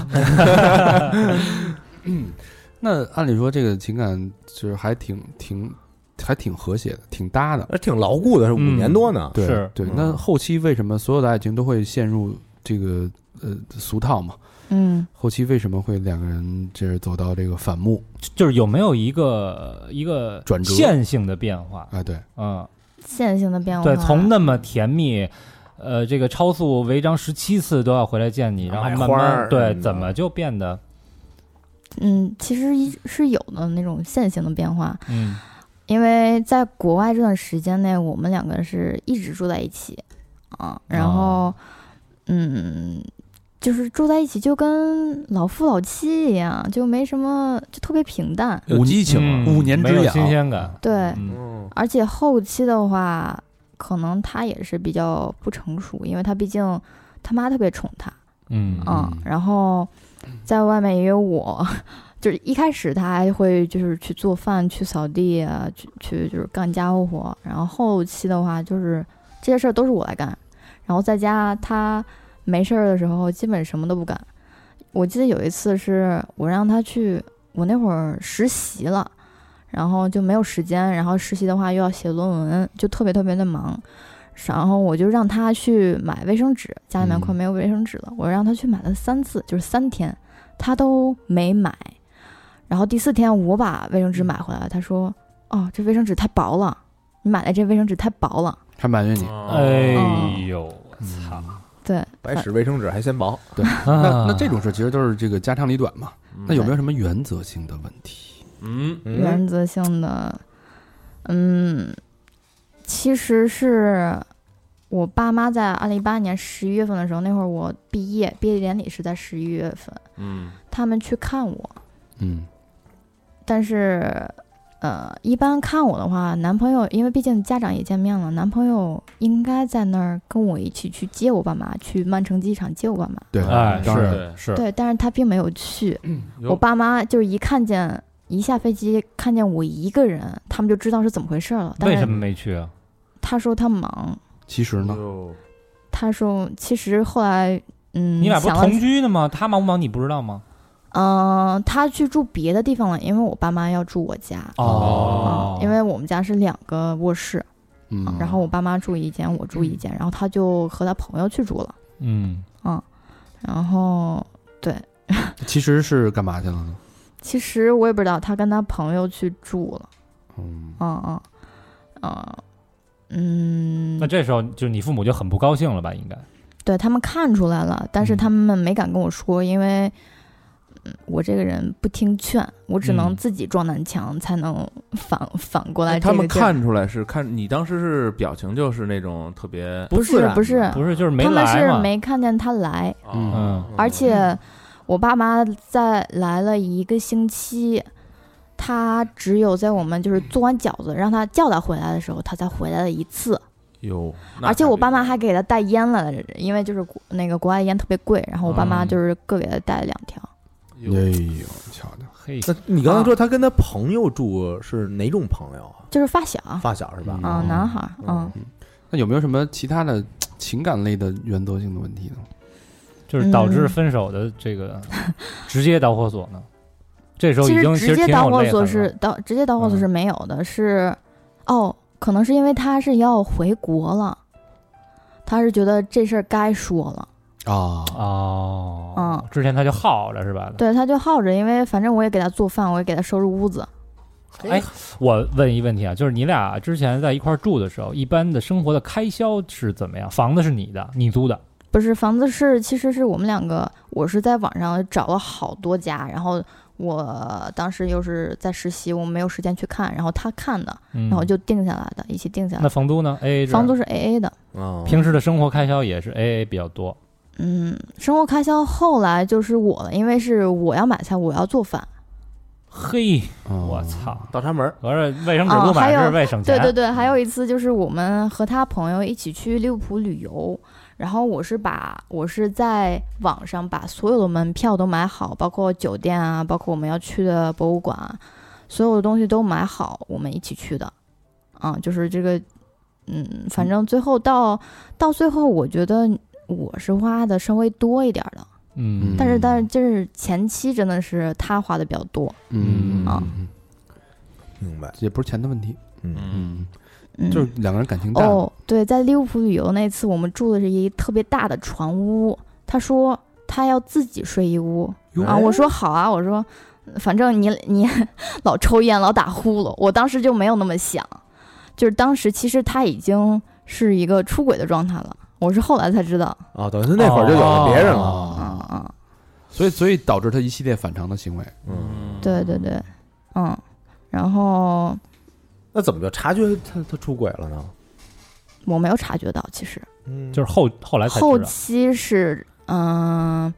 [SPEAKER 1] 嗯那按理说这个情感就是还挺挺还挺和谐的，挺搭的。
[SPEAKER 2] 而挺牢固的，是五
[SPEAKER 4] 嗯
[SPEAKER 2] 年多呢。
[SPEAKER 1] 对
[SPEAKER 4] 是
[SPEAKER 1] 对
[SPEAKER 2] 嗯。
[SPEAKER 1] 那后期为什么所有的爱情都会陷入这个呃俗套嘛？
[SPEAKER 5] 嗯
[SPEAKER 1] 后期为什么会两个人这是走到这个反目？
[SPEAKER 4] 就是有没有一个一个
[SPEAKER 1] 转折
[SPEAKER 4] 线性的变化？
[SPEAKER 1] 哎，对，
[SPEAKER 4] 嗯，
[SPEAKER 5] 线性的变化，
[SPEAKER 4] 对，从那么甜蜜，呃，这个超速违章十七次都要回来见你，然后
[SPEAKER 2] 买
[SPEAKER 4] 慢
[SPEAKER 2] 花儿
[SPEAKER 4] 慢对
[SPEAKER 2] 什么，的
[SPEAKER 4] 怎么就变得
[SPEAKER 5] 嗯，其实一是有的那种线性的变化，
[SPEAKER 4] 嗯
[SPEAKER 5] 因为在国外这段时间内，我们两个是一直住在一起啊，然后、
[SPEAKER 4] 哦
[SPEAKER 5] 嗯，就是住在一起就跟老夫老妻一样，就没什么，就特别平淡。
[SPEAKER 3] 有激情
[SPEAKER 4] 嗯
[SPEAKER 3] 啊，
[SPEAKER 1] 五年之
[SPEAKER 4] 没有
[SPEAKER 1] 痒
[SPEAKER 4] 新鲜感，
[SPEAKER 5] 对，
[SPEAKER 4] 嗯
[SPEAKER 2] 嗯，
[SPEAKER 5] 而且后期的话，可能他也是比较不成熟，因为他毕竟他妈特别宠他，
[SPEAKER 4] 嗯
[SPEAKER 5] 啊，然后在外面也有我， 就是一开始他还会就是去做饭、去扫地啊，去去就是干家务活，然后后期的话就是这些事儿都是我来干，然后在家他没事儿的时候基本什么都不干。我记得有一次是我让他去，我那会儿实习了。然后就没有时间，然后实习的话又要写论文，就特别特别的忙。然后我就让他去买卫生纸，家里面
[SPEAKER 1] 嗯
[SPEAKER 5] 快没有卫生纸了，我让他去买了三次，就是三天，他都没买。然后第四天我把卫生纸买回来，他说：“哦，这卫生纸太薄了，你买的这卫生纸太薄了。
[SPEAKER 1] 还埋怨你。
[SPEAKER 3] 哦
[SPEAKER 4] 哎呦，我
[SPEAKER 5] 嗯
[SPEAKER 4] 操！”
[SPEAKER 5] 对，
[SPEAKER 2] 白使卫生纸还嫌薄，
[SPEAKER 4] 啊
[SPEAKER 1] 那那这种事其实都是这个家长里短嘛。
[SPEAKER 5] 嗯
[SPEAKER 1] 那有没有什么原则性的问题？
[SPEAKER 3] 嗯，
[SPEAKER 2] 嗯，
[SPEAKER 5] 原则性的，嗯，其实是我爸妈在二零一八年十一月份的时候，那会儿我毕业，毕业典礼是在十一月份，
[SPEAKER 3] 嗯，
[SPEAKER 5] 他们去看我，
[SPEAKER 1] 嗯，
[SPEAKER 5] 但是。呃，一般看我的话，男朋友因为毕竟家长也见面了，男朋友应该在那儿跟我一起去接我爸妈，去曼城机场接我爸妈。
[SPEAKER 1] 对，
[SPEAKER 4] 哎，
[SPEAKER 1] 当然
[SPEAKER 4] 是是，
[SPEAKER 5] 对，但是他并没有去，
[SPEAKER 3] 有
[SPEAKER 5] 我爸妈就是一看见一下飞机看见我一个人，他们就知道是怎么回事了。但
[SPEAKER 4] 为
[SPEAKER 5] 是
[SPEAKER 4] 什么没去啊？
[SPEAKER 5] 他说他忙，
[SPEAKER 1] 其实呢，
[SPEAKER 3] 哟
[SPEAKER 5] 他说其实后来嗯，
[SPEAKER 4] 你俩不是
[SPEAKER 5] 想了
[SPEAKER 4] 同居呢吗？他忙不忙你不知道吗？
[SPEAKER 5] 嗯、他去住别的地方了，因为我爸妈要住我家。
[SPEAKER 4] 哦
[SPEAKER 5] 嗯，因为我们家是两个卧室，
[SPEAKER 1] 嗯，
[SPEAKER 5] 然后我爸妈住一间，我住一间，然后他就和他朋友去住了，
[SPEAKER 4] 嗯，
[SPEAKER 5] 然后对，
[SPEAKER 1] 其实是干嘛去了呢？
[SPEAKER 5] 其实我也不知道他跟他朋友去住了，
[SPEAKER 1] 嗯，
[SPEAKER 5] 嗯嗯嗯嗯，
[SPEAKER 4] 那这时候就你父母就很不高兴了吧？应该
[SPEAKER 5] 对他们看出来了，但
[SPEAKER 4] 嗯
[SPEAKER 5] 是他们没敢跟我说，因为嗯我这个人不听劝，我只能
[SPEAKER 4] 嗯
[SPEAKER 5] 自己撞南墙，才能反反过哎来、这
[SPEAKER 3] 他
[SPEAKER 5] 个
[SPEAKER 3] 们
[SPEAKER 5] 劲儿
[SPEAKER 3] 看出来是看你当时是表情就是那种特别
[SPEAKER 5] 不
[SPEAKER 2] 自
[SPEAKER 5] 是
[SPEAKER 2] 然
[SPEAKER 5] 不是，
[SPEAKER 4] 不是就是没
[SPEAKER 5] 嗯他们
[SPEAKER 4] 来
[SPEAKER 5] 是
[SPEAKER 4] 嘛？
[SPEAKER 5] 没看见他来，
[SPEAKER 3] 啊
[SPEAKER 1] 嗯
[SPEAKER 4] 嗯
[SPEAKER 5] 而且我爸妈在来了一个星期。他只有在我们就是做完饺子，让他叫他回来的时候，他才回来了一次。
[SPEAKER 3] 有，那
[SPEAKER 5] 而且我爸妈
[SPEAKER 3] 得
[SPEAKER 5] 还给他带烟了，因为就是国那个国外烟特别贵，然后我爸妈
[SPEAKER 4] 嗯
[SPEAKER 5] 就是各给他带了两条。
[SPEAKER 1] 哎
[SPEAKER 3] 有
[SPEAKER 1] 呦，瞧瞧，
[SPEAKER 4] 嘿，
[SPEAKER 2] 那你刚才说他跟他朋友住是哪种朋友啊？
[SPEAKER 5] 就是发小，
[SPEAKER 2] 发小是吧？
[SPEAKER 5] 啊，
[SPEAKER 1] 嗯
[SPEAKER 5] 男孩儿，嗯
[SPEAKER 2] 嗯，
[SPEAKER 1] 那有没有什么其他的情感类的原则性的问题呢？
[SPEAKER 4] 就是导致
[SPEAKER 5] 嗯
[SPEAKER 4] 分手的这 个直接导火索呢？这时候
[SPEAKER 5] 其
[SPEAKER 4] 已经
[SPEAKER 5] 直接
[SPEAKER 4] 挺
[SPEAKER 5] 导
[SPEAKER 4] 有
[SPEAKER 5] 火
[SPEAKER 4] 泪
[SPEAKER 5] 索
[SPEAKER 4] 痕
[SPEAKER 5] 是
[SPEAKER 4] 了嗯
[SPEAKER 5] 导直接导火索是没有的，是哦，可能是因为他是要回国了，他是觉得这事儿该说了，
[SPEAKER 1] 啊，
[SPEAKER 4] 哦，
[SPEAKER 5] 嗯，
[SPEAKER 4] 之前他就耗着是吧？
[SPEAKER 5] 对，他就耗着，因为反正我也给他做饭，我也给他收拾屋子，
[SPEAKER 4] 哎，我问一问题啊，就是你俩之前在一块儿住的时候，一般的生活的开销是怎么样？房子是你的，你租的，
[SPEAKER 5] 不是房子是其实是我们两个，我是在网上找了好多家，然后我当时又是在实习，我没有时间去看，然后他看的，
[SPEAKER 4] 嗯
[SPEAKER 5] 然后就定下来的，一起定下
[SPEAKER 4] 那
[SPEAKER 5] 来，
[SPEAKER 4] 房租呢？A A
[SPEAKER 5] 房租是 A A 的。
[SPEAKER 2] 啊，
[SPEAKER 4] 平时的生活开销也是 A A 比较多。
[SPEAKER 5] 嗯，生活开销后来就是我了，因为是我要买菜，我要做饭，
[SPEAKER 4] 嘿，
[SPEAKER 1] 嗯
[SPEAKER 4] 我操！
[SPEAKER 2] 倒插门儿，
[SPEAKER 4] 合着卫生纸不
[SPEAKER 5] 哦
[SPEAKER 4] 买
[SPEAKER 5] 还有
[SPEAKER 4] 是为省钱，
[SPEAKER 5] 对对对，还有一次就是我们和他朋友一起去利物浦旅游，然后我是把我是在网上把所有的门票都买好，包括酒店啊，包括我们要去的博物馆啊，所有的东西都买好，我们一起去的。嗯，就是这个，嗯，反正最后到到最后，我觉得我是花的稍微多一点儿的，
[SPEAKER 4] 嗯，
[SPEAKER 5] 但是但是就是前期真的是他花的比较多，
[SPEAKER 1] 嗯
[SPEAKER 5] 啊
[SPEAKER 1] 嗯
[SPEAKER 2] 明白？
[SPEAKER 1] 也不是钱的问题，
[SPEAKER 2] 嗯，
[SPEAKER 1] 嗯，
[SPEAKER 5] 嗯，
[SPEAKER 1] 就是两个人感情淡，
[SPEAKER 5] 哦，对，在利物浦旅游那次，我们住的是一特别大的船屋。他说他要自己睡一屋
[SPEAKER 2] 哟
[SPEAKER 5] 啊，我说好啊，我说反正你你 老抽烟老打呼噜，我当时就没有那么想，就是当时其实他已经是一个出轨的状态了，我是后来才知道，
[SPEAKER 2] 哦，等于是那会儿就有了别人了，
[SPEAKER 5] 啊
[SPEAKER 1] 啊，
[SPEAKER 5] 啊，
[SPEAKER 1] 所以所以导致他一系列反常的行为，
[SPEAKER 2] 嗯，
[SPEAKER 5] 对对对，嗯，然后
[SPEAKER 2] 那怎么就察觉他他出轨了呢？
[SPEAKER 5] 我没有察觉到，其实。
[SPEAKER 2] 嗯，
[SPEAKER 4] 就是后后来才知
[SPEAKER 5] 后
[SPEAKER 4] 道，
[SPEAKER 5] 期是嗯、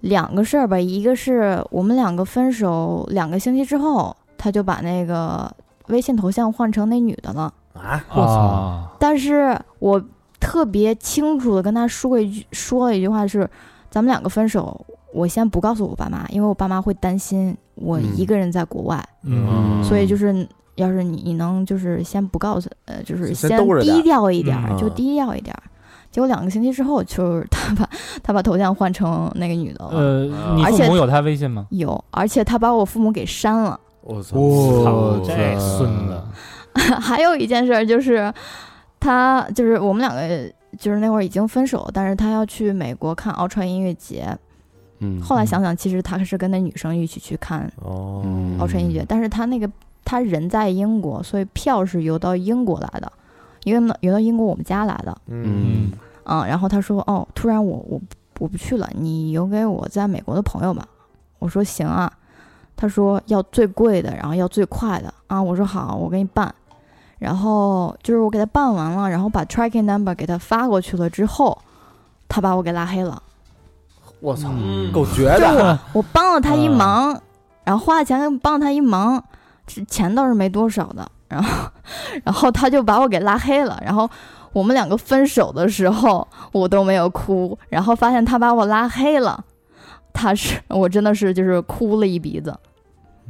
[SPEAKER 5] 两个事儿吧，一个是我们两个分手两个星期之后，他就把那个微信头像换成那女的了，
[SPEAKER 2] 啊，
[SPEAKER 1] 我操
[SPEAKER 4] 啊
[SPEAKER 5] 但是我特别清楚的跟他说过一句说了一句话是，咱们两个分手，我先不告诉我爸妈，因为我爸妈会担心我
[SPEAKER 1] 嗯
[SPEAKER 5] 一个人在国外，
[SPEAKER 4] 嗯
[SPEAKER 5] 所以就是。要是你，你能就是先不告诉，呃，就是
[SPEAKER 2] 先
[SPEAKER 5] 先
[SPEAKER 2] 兜着点
[SPEAKER 5] 低调一点儿，
[SPEAKER 2] 嗯
[SPEAKER 5] 就
[SPEAKER 2] 啊
[SPEAKER 5] 低调一点儿。结果两个星期之后，就是他把 他把头像换成那个女的
[SPEAKER 2] 嗯
[SPEAKER 5] 了，
[SPEAKER 4] 呃，你
[SPEAKER 5] 而
[SPEAKER 4] 父
[SPEAKER 5] 且
[SPEAKER 4] 母有他微信吗？
[SPEAKER 5] 有，而且他把我父母给删了。
[SPEAKER 2] 我操，
[SPEAKER 1] 我
[SPEAKER 4] 操这孙子，
[SPEAKER 5] 还有一件事儿就是，他就是我们两个就是那会儿已经分手了，但是他要去美国看奥创音乐节。
[SPEAKER 1] 嗯，
[SPEAKER 5] 后来想想，其实他是跟那女生一起去看
[SPEAKER 2] 哦，
[SPEAKER 1] 嗯
[SPEAKER 5] 奥创音乐节，但是他那个他人在英国，所以票是邮到英国来的，因为邮到英国我们家来的。
[SPEAKER 2] 嗯
[SPEAKER 1] 嗯
[SPEAKER 5] 嗯，然后他说，哦，突然我我我不去了，你邮给我在美国的朋友吧。我说行啊，他说要最贵的，然后要最快的啊。我说好，我给你办。然后就是我给他办完了，然后把 tracking number 给他发过去了之后，他把我给拉黑了。
[SPEAKER 2] 我操，
[SPEAKER 1] 嗯
[SPEAKER 2] 够绝
[SPEAKER 5] 就
[SPEAKER 2] 的，啊
[SPEAKER 5] 我我帮了他一忙，然后花了钱帮了他一忙，这钱倒是没多少的。然后，然后他就把我给拉黑了。然后我们两个分手的时候，我都没有哭。然后发现他把我拉黑了，他是我真的是就是哭了一鼻子。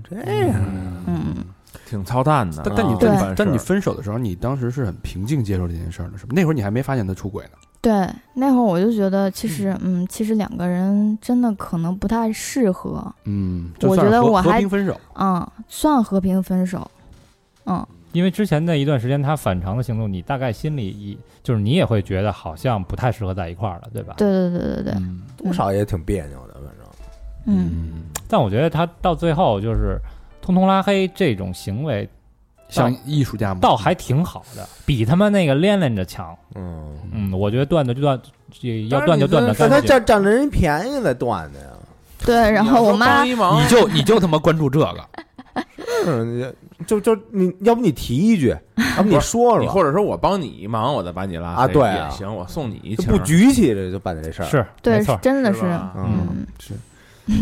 [SPEAKER 2] 这样
[SPEAKER 5] 嗯，
[SPEAKER 3] 挺操蛋的。
[SPEAKER 1] 但但你
[SPEAKER 5] 对
[SPEAKER 1] 但你但你分手的时候，你当时是很平静接受这件事儿的，是吧？那会儿你还没发现他出轨呢，
[SPEAKER 5] 对，那会儿我就觉得，其实，嗯，其实两个人真的可能不太适合，
[SPEAKER 1] 嗯，
[SPEAKER 5] 我觉得我还
[SPEAKER 1] 和平分手，
[SPEAKER 5] 嗯，算和平分手，嗯，
[SPEAKER 4] 因为之前那一段时间他反常的行动，你大概心里一就是你也会觉得好像不太适合在一块儿了，对吧？
[SPEAKER 5] 对对对对对，
[SPEAKER 4] 嗯
[SPEAKER 2] 多少也挺别扭的，反正
[SPEAKER 5] 嗯，
[SPEAKER 4] 但我觉得他到最后就是通通拉黑这种行为，
[SPEAKER 1] 像艺术家嘛，
[SPEAKER 4] 倒还挺好的，比他妈那个连连着强。
[SPEAKER 2] 嗯，
[SPEAKER 4] 嗯，我觉得断的就断，也要断就断的
[SPEAKER 2] 那他
[SPEAKER 4] 干净。
[SPEAKER 2] 占占了人便宜再断的呀，
[SPEAKER 5] 对。然后我妈
[SPEAKER 3] 你要说帮一忙
[SPEAKER 1] 你就你就他妈关注这个，
[SPEAKER 2] 嗯，就就你要不你提一 句，要不你说
[SPEAKER 3] 你
[SPEAKER 2] 说，
[SPEAKER 3] 或者说我帮你一忙，我再把你拉黑
[SPEAKER 2] 啊对啊
[SPEAKER 3] 也行，我送你一
[SPEAKER 2] 就
[SPEAKER 3] 情
[SPEAKER 2] 不举起这就办的这事儿，
[SPEAKER 4] 是，
[SPEAKER 5] 对
[SPEAKER 4] 没错，，
[SPEAKER 5] 真的是，
[SPEAKER 3] 吧
[SPEAKER 2] 嗯，
[SPEAKER 5] 嗯，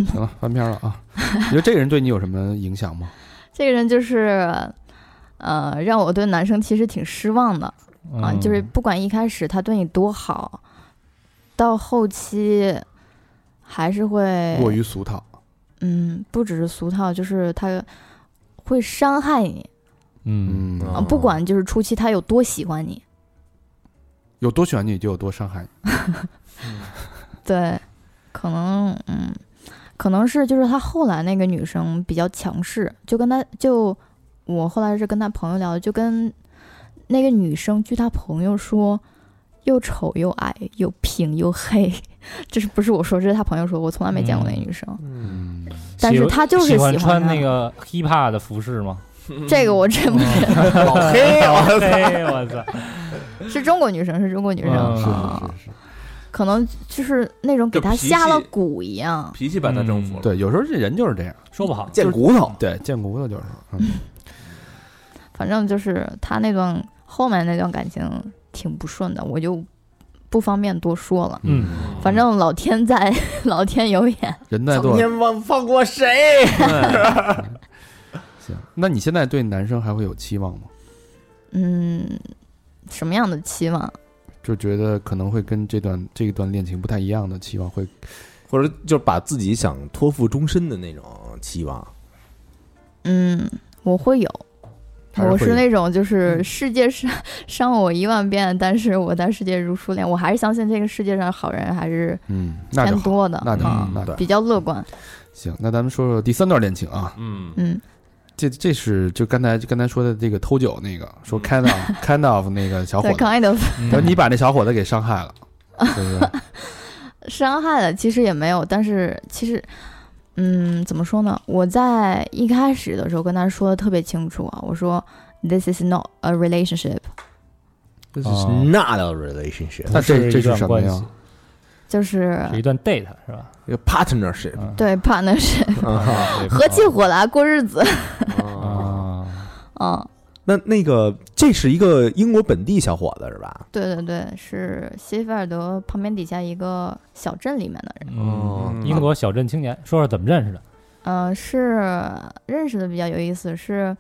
[SPEAKER 1] 行了，翻篇了啊。你觉得这个人对你有什么影响吗？
[SPEAKER 5] 这个人就是，呃，让我对男生其实挺失望的啊、
[SPEAKER 4] 嗯
[SPEAKER 5] 就是不管一开始他对你多好，到后期还是会，
[SPEAKER 1] 过于俗套，
[SPEAKER 5] 嗯，不只是俗套，就是他会伤害你
[SPEAKER 4] 嗯，
[SPEAKER 5] 啊、
[SPEAKER 2] 哦
[SPEAKER 5] 不管就是初期他有多喜欢你，
[SPEAKER 1] 有多喜欢你就有多伤害你。
[SPEAKER 5] 对，可能嗯，可能是就是他后来那个女生比较强势，就跟他就我后来是跟他朋友聊的，就跟那个女生据他朋友说，又丑又矮又平又黑，这是不是我说，这是他朋友说，我从来没见过那
[SPEAKER 4] 嗯
[SPEAKER 5] 女生，
[SPEAKER 2] 嗯，
[SPEAKER 5] 但
[SPEAKER 4] 喜
[SPEAKER 5] 是
[SPEAKER 4] 欢
[SPEAKER 5] 他就是
[SPEAKER 4] 喜欢
[SPEAKER 5] 喜欢
[SPEAKER 4] 穿
[SPEAKER 5] 他
[SPEAKER 4] 那个嗯 hiphop 的服饰吗？
[SPEAKER 5] 这个我真不知道，
[SPEAKER 2] 老 黑，哎啊我操，
[SPEAKER 4] 嘿，我操！
[SPEAKER 5] 是中国女生，是中国女生，
[SPEAKER 4] 嗯
[SPEAKER 5] 啊可能就是那种给
[SPEAKER 3] 就
[SPEAKER 5] 他
[SPEAKER 3] 脾
[SPEAKER 5] 下了
[SPEAKER 3] 气
[SPEAKER 5] 蛊一样，
[SPEAKER 3] 脾气把他征服了。
[SPEAKER 1] 嗯对，有时候这人就是这样，
[SPEAKER 4] 说不好，
[SPEAKER 2] 见骨 头，
[SPEAKER 1] 对，见骨头就是。嗯
[SPEAKER 5] 反正就是他那段后面那段感情挺不顺的，我就不不方便多说
[SPEAKER 1] 哦
[SPEAKER 5] 了。
[SPEAKER 4] 嗯，
[SPEAKER 5] 反正老天在， 老天有眼。
[SPEAKER 1] 人在
[SPEAKER 2] 今
[SPEAKER 1] 做
[SPEAKER 2] 天忘放过谁？
[SPEAKER 3] 对，
[SPEAKER 1] 行。那你现在对男生还会有期望吗？
[SPEAKER 5] 嗯，什么样的期望？
[SPEAKER 1] 就觉得可能会跟这段这一段恋情不太一样的期望会，
[SPEAKER 2] 或者就是把自己想托付终身的那种期望，
[SPEAKER 5] 嗯，我会有。
[SPEAKER 1] 还是
[SPEAKER 5] 我
[SPEAKER 1] 会有嗯
[SPEAKER 5] 是那种就是世界伤伤我一万遍，但是我待世界如初恋。我还是相信这个世界上好人还是
[SPEAKER 1] 嗯，那就
[SPEAKER 5] 偏
[SPEAKER 1] 好，
[SPEAKER 5] 多的，
[SPEAKER 1] 那就好
[SPEAKER 5] 嗯，
[SPEAKER 1] 那就好
[SPEAKER 5] 比较乐观。
[SPEAKER 1] 行。那咱们说说第三段恋情啊，
[SPEAKER 3] 嗯，
[SPEAKER 5] 嗯，
[SPEAKER 1] 这这是就刚才就刚才说的这个偷酒那个，
[SPEAKER 3] 嗯
[SPEAKER 1] 说 kind of kind of 那个小伙
[SPEAKER 5] 对
[SPEAKER 1] 子，
[SPEAKER 5] ，kind of
[SPEAKER 1] 然后你把那小伙子给伤害了，对不 对？
[SPEAKER 5] 伤害了，其实也没有，但是其实，嗯，怎么说呢？我在一开始的时候跟他说的特别清楚啊，我说 This is not a relationship，
[SPEAKER 2] 这是
[SPEAKER 4] 哦
[SPEAKER 2] not a relationship，
[SPEAKER 1] 那这
[SPEAKER 4] 不
[SPEAKER 1] 这
[SPEAKER 4] 是
[SPEAKER 1] 是
[SPEAKER 4] 一段
[SPEAKER 1] 什么
[SPEAKER 4] 关
[SPEAKER 1] 呀
[SPEAKER 4] 系？，
[SPEAKER 5] 就是
[SPEAKER 4] 是一段 date 是吧？
[SPEAKER 2] 一个 partnership
[SPEAKER 4] 嗯，
[SPEAKER 5] 对 partnership，
[SPEAKER 2] 啊。
[SPEAKER 4] 对
[SPEAKER 5] 合起伙来过日子。
[SPEAKER 4] 啊，
[SPEAKER 5] 嗯，
[SPEAKER 2] 那那个这是一个英国本地小伙子是吧？
[SPEAKER 5] 对对对，是谢菲尔德旁边底下一个小镇里面的人。
[SPEAKER 2] 哦
[SPEAKER 4] 嗯英国小镇青年，说说怎么认识的？
[SPEAKER 5] 嗯、是认识的比较有意思，是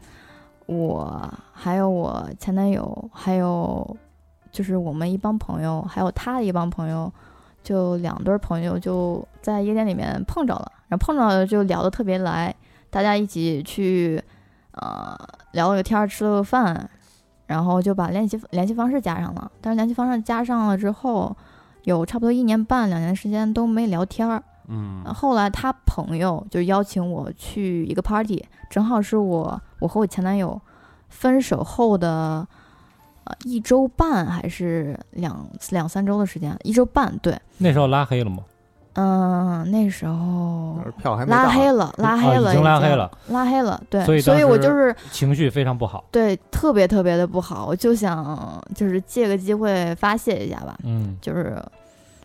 [SPEAKER 5] 我还有我前男友，还有就是我们一帮朋友，还有他的一帮朋友，就两对儿朋友就在夜店里面碰着了，然后碰着了就聊得特别来，大家一起去呃聊了个天儿，吃了个饭，然后就把联系联系方式加上了，但是联系方式加上了之后。有差不多一年半、两年时间都没聊天儿，
[SPEAKER 3] 嗯，
[SPEAKER 5] 呃后来他朋友就邀请我去一个 party，正好是我我和我前男友分手后的呃一周半还是两两三周的时间，一周半对，
[SPEAKER 4] 那时候拉黑了吗？
[SPEAKER 5] 嗯、那时候
[SPEAKER 2] 票还没到
[SPEAKER 5] 拉黑了，拉黑了，
[SPEAKER 4] 嗯啊已经拉黑了，
[SPEAKER 5] 拉黑了，对，
[SPEAKER 4] 所以当
[SPEAKER 5] 所以我
[SPEAKER 4] 时
[SPEAKER 5] 就是
[SPEAKER 4] 情绪非常不好。
[SPEAKER 5] 对特别特别的不好，我就想就是借个机会发泄一下吧，
[SPEAKER 4] 嗯，
[SPEAKER 5] 就是，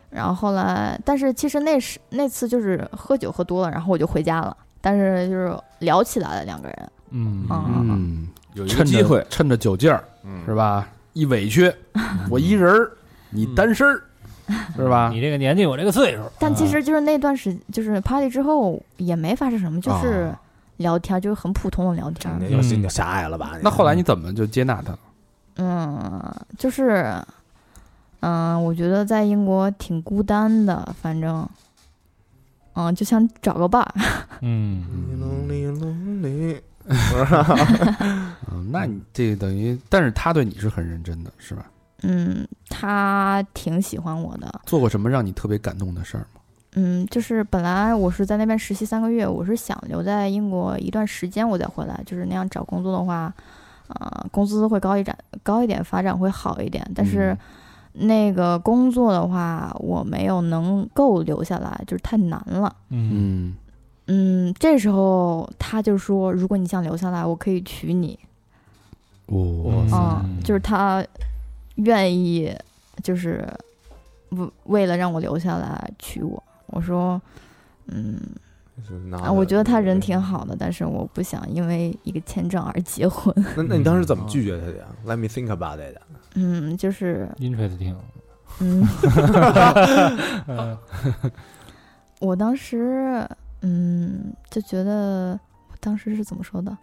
[SPEAKER 5] 然后后来，但是其实那时那次就是喝酒喝多了，然后我就回家了。但是就是聊起来了两个人，
[SPEAKER 4] 嗯
[SPEAKER 5] 嗯，
[SPEAKER 1] 嗯，
[SPEAKER 3] 有一个
[SPEAKER 1] 趁
[SPEAKER 3] 机会
[SPEAKER 1] 着，趁着酒劲儿
[SPEAKER 3] 嗯
[SPEAKER 1] 是吧？一委屈，我一人儿，你单身儿
[SPEAKER 3] 嗯
[SPEAKER 1] 是吧
[SPEAKER 4] 啊你？这个年纪，我这个岁数，
[SPEAKER 5] 但其
[SPEAKER 4] 啊
[SPEAKER 5] 实就是那段时，就是 party 之后也没发生什么，就是
[SPEAKER 1] 啊
[SPEAKER 5] 聊天，就是很普通的聊天。
[SPEAKER 2] 你就
[SPEAKER 4] 嗯
[SPEAKER 2] 心就狭隘了吧？
[SPEAKER 1] 那
[SPEAKER 3] 嗯
[SPEAKER 1] 后来你怎么就接纳他了？
[SPEAKER 5] 嗯，就是，嗯、我觉得在英国挺孤单的，反正，嗯、就想找个伴儿。
[SPEAKER 4] 嗯，
[SPEAKER 2] Lonely, lonely
[SPEAKER 1] 嗯，那你这等于，但是他对你是很认真的，是吧？
[SPEAKER 5] 嗯，他挺喜欢我的，
[SPEAKER 1] 做过什么让你特别感动的事儿吗？
[SPEAKER 5] 嗯，就是本来我是在那边实习三个月，我是想留在英国一段时间，我再回来。就是那样找工作的话，呃，工资会高一点，高一点，发展会好一点。但
[SPEAKER 1] 嗯
[SPEAKER 5] 是那个工作的话，我没有能够留下来，就是太难了。
[SPEAKER 4] 嗯
[SPEAKER 1] 嗯，
[SPEAKER 5] 嗯，这时候他就说，如果你想留下来，我可以娶你。
[SPEAKER 1] 哇塞，
[SPEAKER 5] 啊、
[SPEAKER 4] 嗯
[SPEAKER 5] 就是他愿意，就是为为了让我留下来娶我。我说，嗯。啊，我觉得他人挺。好的，但是我不想因为一个签证而结婚。
[SPEAKER 2] 那那你当时
[SPEAKER 1] 嗯
[SPEAKER 2] 怎么拒绝他的呀？Let me think about it。
[SPEAKER 5] 嗯，就是
[SPEAKER 4] ，interesting，
[SPEAKER 5] 嗯，
[SPEAKER 4] 嗯
[SPEAKER 5] 我当时嗯就觉得，我当时是怎么说的？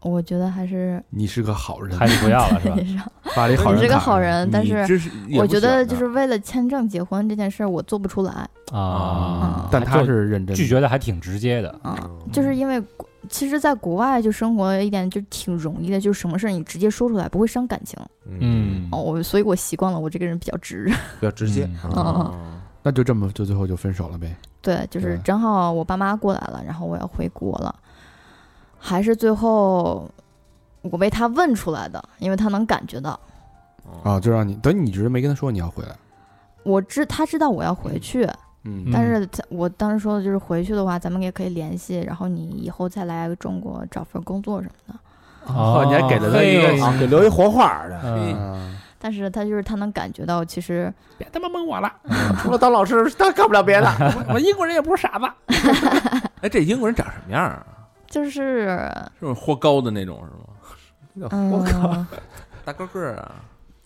[SPEAKER 5] 我觉得还是
[SPEAKER 1] 你是个好人，
[SPEAKER 4] 还是不要了是吧？
[SPEAKER 5] 也是
[SPEAKER 1] 把这好
[SPEAKER 5] 我
[SPEAKER 1] 人
[SPEAKER 5] 是个
[SPEAKER 1] 砍
[SPEAKER 5] 好
[SPEAKER 1] 了，
[SPEAKER 5] 人，但
[SPEAKER 3] 你
[SPEAKER 5] 是
[SPEAKER 3] 这是也
[SPEAKER 5] 我
[SPEAKER 3] 不
[SPEAKER 5] 觉得
[SPEAKER 3] 选
[SPEAKER 5] 就是为了签证结婚这件事儿，我做不出来
[SPEAKER 4] 啊
[SPEAKER 5] 啊，
[SPEAKER 1] 但他
[SPEAKER 4] 就是
[SPEAKER 1] 认真的
[SPEAKER 4] 拒绝的还挺直接的，
[SPEAKER 1] 嗯
[SPEAKER 5] 啊，
[SPEAKER 4] 嗯
[SPEAKER 5] 就是因为国。其实，在国外就生活一点就挺容易的，就是什么事儿你直接说出来，不会伤感情。
[SPEAKER 4] 嗯，
[SPEAKER 5] 哦，我所以我习惯了，我这个人比较直。
[SPEAKER 2] 比较直接。
[SPEAKER 4] 嗯
[SPEAKER 2] 啊
[SPEAKER 5] 哦
[SPEAKER 1] 那就这么就最后就分手了呗。
[SPEAKER 5] 对，就
[SPEAKER 1] 对
[SPEAKER 5] 是正好我爸妈过来了，然后我要回国了，还是最后我被他问出来的，因为他能感觉到，
[SPEAKER 1] 啊，就让你等于你直接没跟他说你要回来，
[SPEAKER 5] 我知他知道我要回去，
[SPEAKER 1] 嗯
[SPEAKER 5] 但是他我当时说的就是回去的话，咱们也可以联系，然后你以后再来中国找份工作什么的。
[SPEAKER 4] 哦
[SPEAKER 1] 你还给了他一
[SPEAKER 4] 嘿
[SPEAKER 1] 个，
[SPEAKER 2] 啊，给留一活话的，
[SPEAKER 4] 哦嗯，
[SPEAKER 5] 但是他就是他能感觉到，其实
[SPEAKER 1] 别他妈蒙我了，
[SPEAKER 5] 嗯
[SPEAKER 2] 除了当老师，他干不了别的。
[SPEAKER 1] 我英国人也不是傻子。
[SPEAKER 3] 哎，这英国人长什么样啊？
[SPEAKER 5] 就是
[SPEAKER 1] 哦
[SPEAKER 3] 是不是豁高的那种是吗？
[SPEAKER 5] 嗯，
[SPEAKER 3] 大高个儿啊，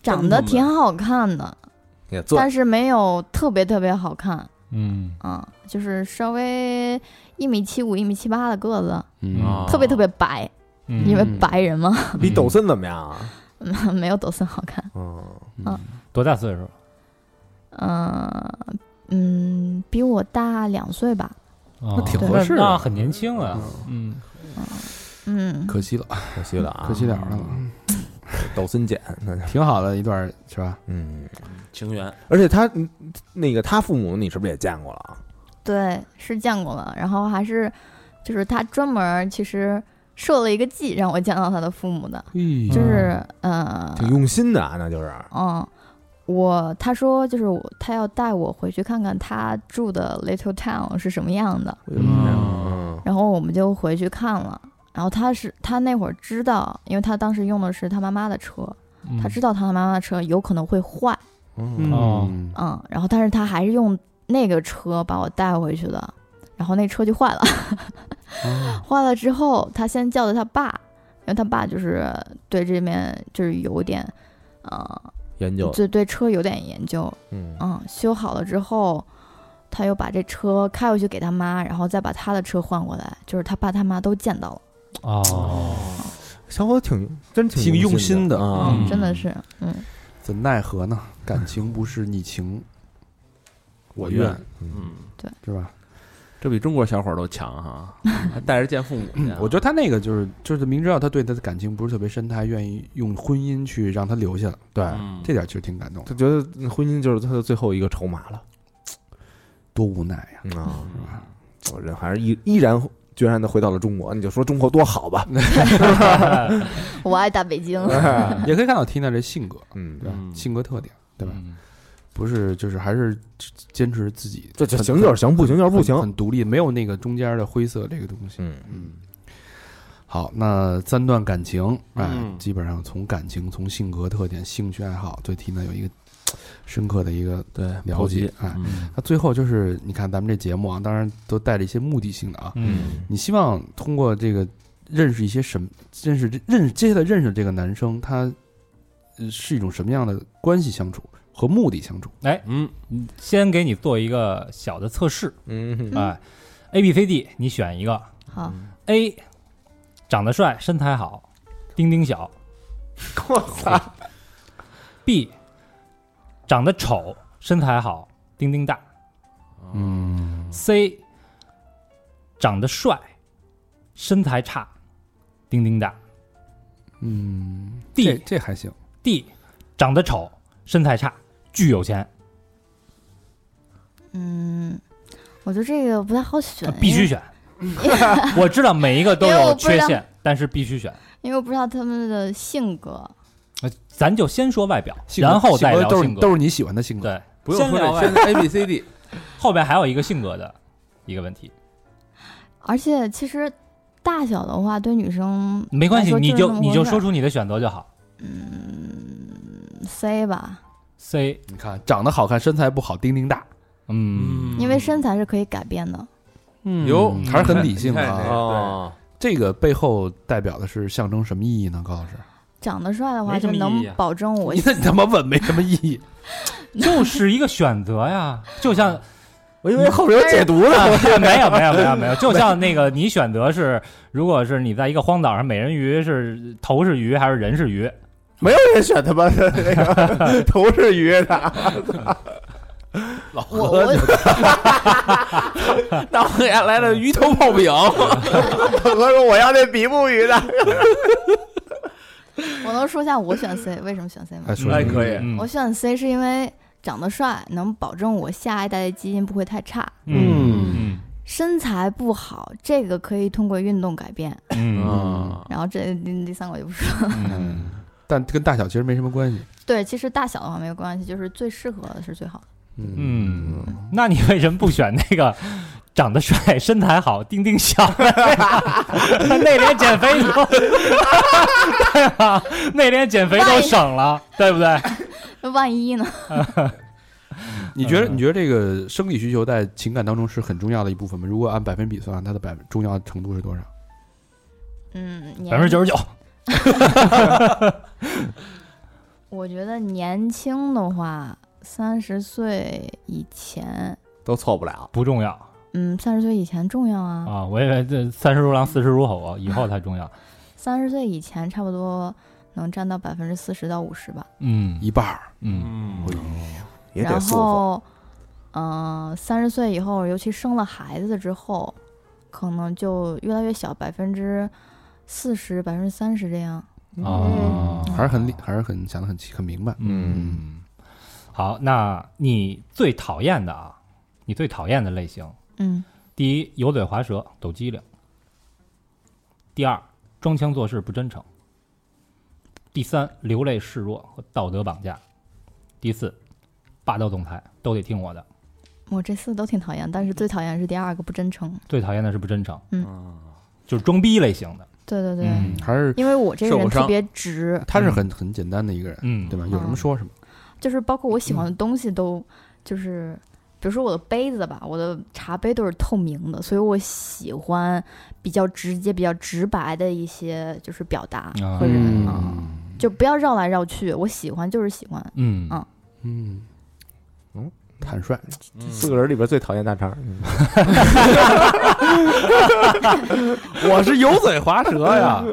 [SPEAKER 5] 长得挺好看的，
[SPEAKER 2] 也做
[SPEAKER 5] 但是没有特别特别好看，
[SPEAKER 4] 嗯，
[SPEAKER 5] 嗯，就是稍微一米七五、一米七八的个子，
[SPEAKER 1] 嗯
[SPEAKER 3] 啊
[SPEAKER 5] 特别特别白，
[SPEAKER 4] 嗯
[SPEAKER 5] 因为白人嘛，
[SPEAKER 2] 比抖森怎么样啊？
[SPEAKER 5] 没有抖森好看。
[SPEAKER 2] 嗯，
[SPEAKER 1] 嗯
[SPEAKER 4] 多大岁数？
[SPEAKER 5] 嗯嗯，比我大两岁吧。
[SPEAKER 4] 那
[SPEAKER 1] 挺合适的
[SPEAKER 4] 哦那很年轻啊。嗯，
[SPEAKER 5] 嗯，
[SPEAKER 1] 可惜了，
[SPEAKER 2] 可惜了啊，
[SPEAKER 1] 可惜了了，
[SPEAKER 2] 抖森姐，那就
[SPEAKER 1] 挺好的一段是吧？
[SPEAKER 2] 嗯，
[SPEAKER 3] 情缘
[SPEAKER 2] 而且他嗯那个他父母你是不是也见过了啊？
[SPEAKER 5] 对，是见过了。然后还是就是他专门儿其实设了一个计让我见到他的父母的，
[SPEAKER 1] 嘿
[SPEAKER 5] 就是呃，
[SPEAKER 2] 挺用心的啊，那就是
[SPEAKER 5] 嗯，我他说就是我他要带我回去看看他住的 Little Town 是什么样的，
[SPEAKER 2] 嗯
[SPEAKER 5] 然后我们就回去看了。然后他是他那会儿知道，因为他当时用的是他妈妈的车，
[SPEAKER 4] 嗯
[SPEAKER 5] 他知道他妈妈的车有可能会坏，
[SPEAKER 2] 嗯
[SPEAKER 1] 嗯
[SPEAKER 4] 嗯，
[SPEAKER 5] 嗯，然后但是他还是用那个车把我带回去的，然后那车就坏了，
[SPEAKER 4] 哦
[SPEAKER 5] 坏了之后他先叫的他爸，因为他爸就是对这面就是有点，呃，
[SPEAKER 2] 研究，
[SPEAKER 5] 对对车有点研究，
[SPEAKER 2] 嗯
[SPEAKER 5] 嗯，修好了之后，他又把这车开回去给他妈，然后再把他的车换过来，就是他爸他妈都见到了，
[SPEAKER 4] 哦，
[SPEAKER 2] 小伙子挺真
[SPEAKER 1] 挺用
[SPEAKER 2] 心
[SPEAKER 1] 心的
[SPEAKER 2] 啊，
[SPEAKER 4] 嗯
[SPEAKER 5] 真的是，嗯，
[SPEAKER 1] 怎奈何呢？感情不是你情我愿，
[SPEAKER 3] 嗯，
[SPEAKER 1] 是吧？
[SPEAKER 3] 这比中国小伙儿都强哈，还带着见父母去啊。
[SPEAKER 1] 嗯我觉得他那个就是就是明知道他对他的感情不是特别深，他还愿意用婚姻去让他留下来，
[SPEAKER 2] 对，
[SPEAKER 3] 嗯
[SPEAKER 1] 这点其实挺感动的，
[SPEAKER 2] 他觉得婚姻就是他的最后一个筹码了
[SPEAKER 1] 多无奈呀！
[SPEAKER 2] 嗯啊，我人还是依依然决然的回到了中国，你就说中国多好吧，
[SPEAKER 5] 我爱大北京，
[SPEAKER 4] 嗯
[SPEAKER 1] 也可以看到 Tina 这性格，
[SPEAKER 2] 嗯
[SPEAKER 1] 对，吧？
[SPEAKER 3] 嗯
[SPEAKER 1] 性格特点，对吧？
[SPEAKER 4] 嗯
[SPEAKER 1] 不是，就是还是坚持自己，
[SPEAKER 2] 这这行就是行，不行就是不
[SPEAKER 1] 很
[SPEAKER 2] 行，
[SPEAKER 1] 很独立，没有那个中间的灰色这个东西。
[SPEAKER 2] 嗯，
[SPEAKER 1] 嗯，好，那三段感情，哎，
[SPEAKER 3] 嗯
[SPEAKER 1] 基本上从感情、从性格特点、兴趣爱好对 Tina 有一个嘖深刻的一个
[SPEAKER 3] 对
[SPEAKER 1] 了解
[SPEAKER 3] 解，
[SPEAKER 1] 哎。
[SPEAKER 4] 嗯
[SPEAKER 1] 那最后就是，你看咱们这节目啊，当然都带着一些目的性的啊。
[SPEAKER 4] 嗯
[SPEAKER 1] 你希望通过这个认识一些什么，认识这认识接下来认识这个男生，他呃是一种什么样的关系相处和目的相处？
[SPEAKER 3] 嗯，
[SPEAKER 4] 先给你做一个小的测试，
[SPEAKER 2] 嗯
[SPEAKER 5] 嗯
[SPEAKER 4] 哎，A、B、C、D，你选一个
[SPEAKER 5] 好，
[SPEAKER 4] A，长得帅，身材好，丁丁小
[SPEAKER 2] 我操，
[SPEAKER 4] ；B，长得丑，身材好，丁丁大
[SPEAKER 1] 嗯，
[SPEAKER 4] ；C，长得帅，身材差，丁丁大
[SPEAKER 1] 嗯，
[SPEAKER 4] D
[SPEAKER 1] 这这还行，
[SPEAKER 4] ；D，长得丑，身材差，巨有钱，
[SPEAKER 5] 嗯，我觉得这个不太好选
[SPEAKER 4] 呃，必须
[SPEAKER 5] 因为
[SPEAKER 4] 选。 我知道每一个都
[SPEAKER 5] 因为我
[SPEAKER 4] 有
[SPEAKER 5] 不知
[SPEAKER 4] 缺
[SPEAKER 5] 道
[SPEAKER 4] 陷，但是必须选。
[SPEAKER 5] 因为我不知道他们的性格，
[SPEAKER 4] 呃咱就先说外表，
[SPEAKER 1] 性格
[SPEAKER 4] 然后
[SPEAKER 1] 性
[SPEAKER 4] 再
[SPEAKER 1] 格
[SPEAKER 4] 聊
[SPEAKER 1] 都
[SPEAKER 4] 性
[SPEAKER 1] 是
[SPEAKER 4] 格。
[SPEAKER 1] 都是你喜欢的性格。
[SPEAKER 4] 对，
[SPEAKER 3] 不用
[SPEAKER 4] 先
[SPEAKER 3] 说
[SPEAKER 4] 聊
[SPEAKER 3] 这，
[SPEAKER 4] 外
[SPEAKER 3] 先 A B C D，
[SPEAKER 4] 后边还有一个性格的一个问题，
[SPEAKER 5] 而且其实大小的话，对女生
[SPEAKER 4] 没关系，
[SPEAKER 5] 来
[SPEAKER 4] 你
[SPEAKER 5] 说
[SPEAKER 4] 就你就说
[SPEAKER 5] 是
[SPEAKER 4] 出你的选择就好。
[SPEAKER 5] 那么回事嗯 C 吧，
[SPEAKER 4] C，
[SPEAKER 1] 你看，长得好看，身材不好，丁丁大，
[SPEAKER 4] 嗯，
[SPEAKER 5] 因为身材是可以改变的。
[SPEAKER 1] 嗯
[SPEAKER 3] 哟
[SPEAKER 1] 还是很理性的
[SPEAKER 3] 你看你看
[SPEAKER 1] 啊
[SPEAKER 3] 这个。
[SPEAKER 2] 哦，
[SPEAKER 1] 这个背后代表的是象征什么意义呢？高老师，
[SPEAKER 5] 长得帅的话，
[SPEAKER 3] 没什
[SPEAKER 5] 就
[SPEAKER 3] 么
[SPEAKER 5] 能
[SPEAKER 3] 意义啊
[SPEAKER 5] 保证我
[SPEAKER 1] 你那你他妈问没什么意义。
[SPEAKER 4] 就是一个选择呀，就像啊
[SPEAKER 2] 我以为后边有解读呢，
[SPEAKER 4] 没有没有没有没有，就像那个你选择是，如果是你在一个荒岛上，美人鱼是头是鱼还是人是鱼？
[SPEAKER 2] 没有人选他妈的那个头是鱼的，
[SPEAKER 5] 我我
[SPEAKER 3] 到下来了鱼头泡饼，
[SPEAKER 2] 我说我要那比目鱼的，
[SPEAKER 5] 我能说一下我选 C 为什么选 C 吗
[SPEAKER 1] 哎，？说
[SPEAKER 3] 哎
[SPEAKER 1] 什么
[SPEAKER 3] 可以
[SPEAKER 1] 意义
[SPEAKER 4] 嗯
[SPEAKER 5] 我选 C 是因为长得帅，能保证我下一代的基因不会太差。
[SPEAKER 1] 嗯
[SPEAKER 4] 嗯
[SPEAKER 5] 身材不好，这个可以通过运动改变。
[SPEAKER 4] 嗯
[SPEAKER 5] 然后这第第三个我就不说了。
[SPEAKER 4] 嗯，
[SPEAKER 1] 但跟大小其实没什么关系。
[SPEAKER 5] 对，其实大小的话没有关系，就是最适合的是最好的。
[SPEAKER 4] 嗯，那你为什么不选那个长得帅、身材好、丁丁小的 那个？那连减肥都， 对吧？那连减肥都省了，对不对？
[SPEAKER 5] 那万一呢？
[SPEAKER 1] 你觉得你觉得这个生理需求在情感当中是很重要的一部分吗？如果按百分比算，它的百分重要程度是多少？
[SPEAKER 5] 嗯，
[SPEAKER 4] 百分之九十
[SPEAKER 5] 十。
[SPEAKER 4] 九，
[SPEAKER 5] 我觉得年轻的话三十岁以前，
[SPEAKER 2] 都凑不了。
[SPEAKER 4] 不重要
[SPEAKER 5] 嗯，三十岁以前重要啊。
[SPEAKER 4] 啊！我以为这三十如狼，四十如虎，以后才重要。
[SPEAKER 5] 三十岁以前差不多能占到百分之四十到五十吧。
[SPEAKER 4] 嗯
[SPEAKER 1] 一半儿，
[SPEAKER 4] 嗯，
[SPEAKER 3] 嗯
[SPEAKER 2] 也得
[SPEAKER 5] 然
[SPEAKER 2] 舒服。
[SPEAKER 5] 后，嗯、三十岁以后，尤其生了孩子之后，可能就越来越小，百分之四十、百分之三十这样。嗯
[SPEAKER 4] 啊，
[SPEAKER 1] 还是很厉还是很想的很清很明白。
[SPEAKER 4] 嗯，好，那你最讨厌的啊，你最讨厌的类型，
[SPEAKER 5] 嗯，
[SPEAKER 4] 第一，油嘴滑舌，抖机灵；第二，装腔作势，不真诚；第三，流泪示弱和道德绑架；第四，霸道总裁，都得听我的。
[SPEAKER 5] 我这四个都挺讨厌，但是最讨厌是第二个不真诚。
[SPEAKER 4] 最讨厌的是不真诚，
[SPEAKER 3] 嗯
[SPEAKER 1] 哦
[SPEAKER 4] 就是装逼类型的。
[SPEAKER 5] 对对对，
[SPEAKER 4] 嗯
[SPEAKER 1] 还是
[SPEAKER 5] 因为我这个
[SPEAKER 3] 受
[SPEAKER 5] 人
[SPEAKER 3] 过伤
[SPEAKER 5] 特别直，
[SPEAKER 1] 他是很很简单的一个人，
[SPEAKER 4] 嗯，
[SPEAKER 1] 对吧？有什么说什么。
[SPEAKER 5] 就是包括我喜欢的东西都就是，比如说我的杯子吧，我的茶杯都是透明的，所以我喜欢比较直接、比较直白的一些就是表达
[SPEAKER 4] 啊
[SPEAKER 5] 和人啊，
[SPEAKER 1] 嗯
[SPEAKER 5] 就不要绕来绕去。我喜欢就是喜欢，
[SPEAKER 4] 嗯
[SPEAKER 5] 啊
[SPEAKER 1] 嗯
[SPEAKER 2] 嗯，
[SPEAKER 1] 坦 率，
[SPEAKER 2] 四个人里边最讨厌大肠。
[SPEAKER 3] 我是油嘴滑舌呀，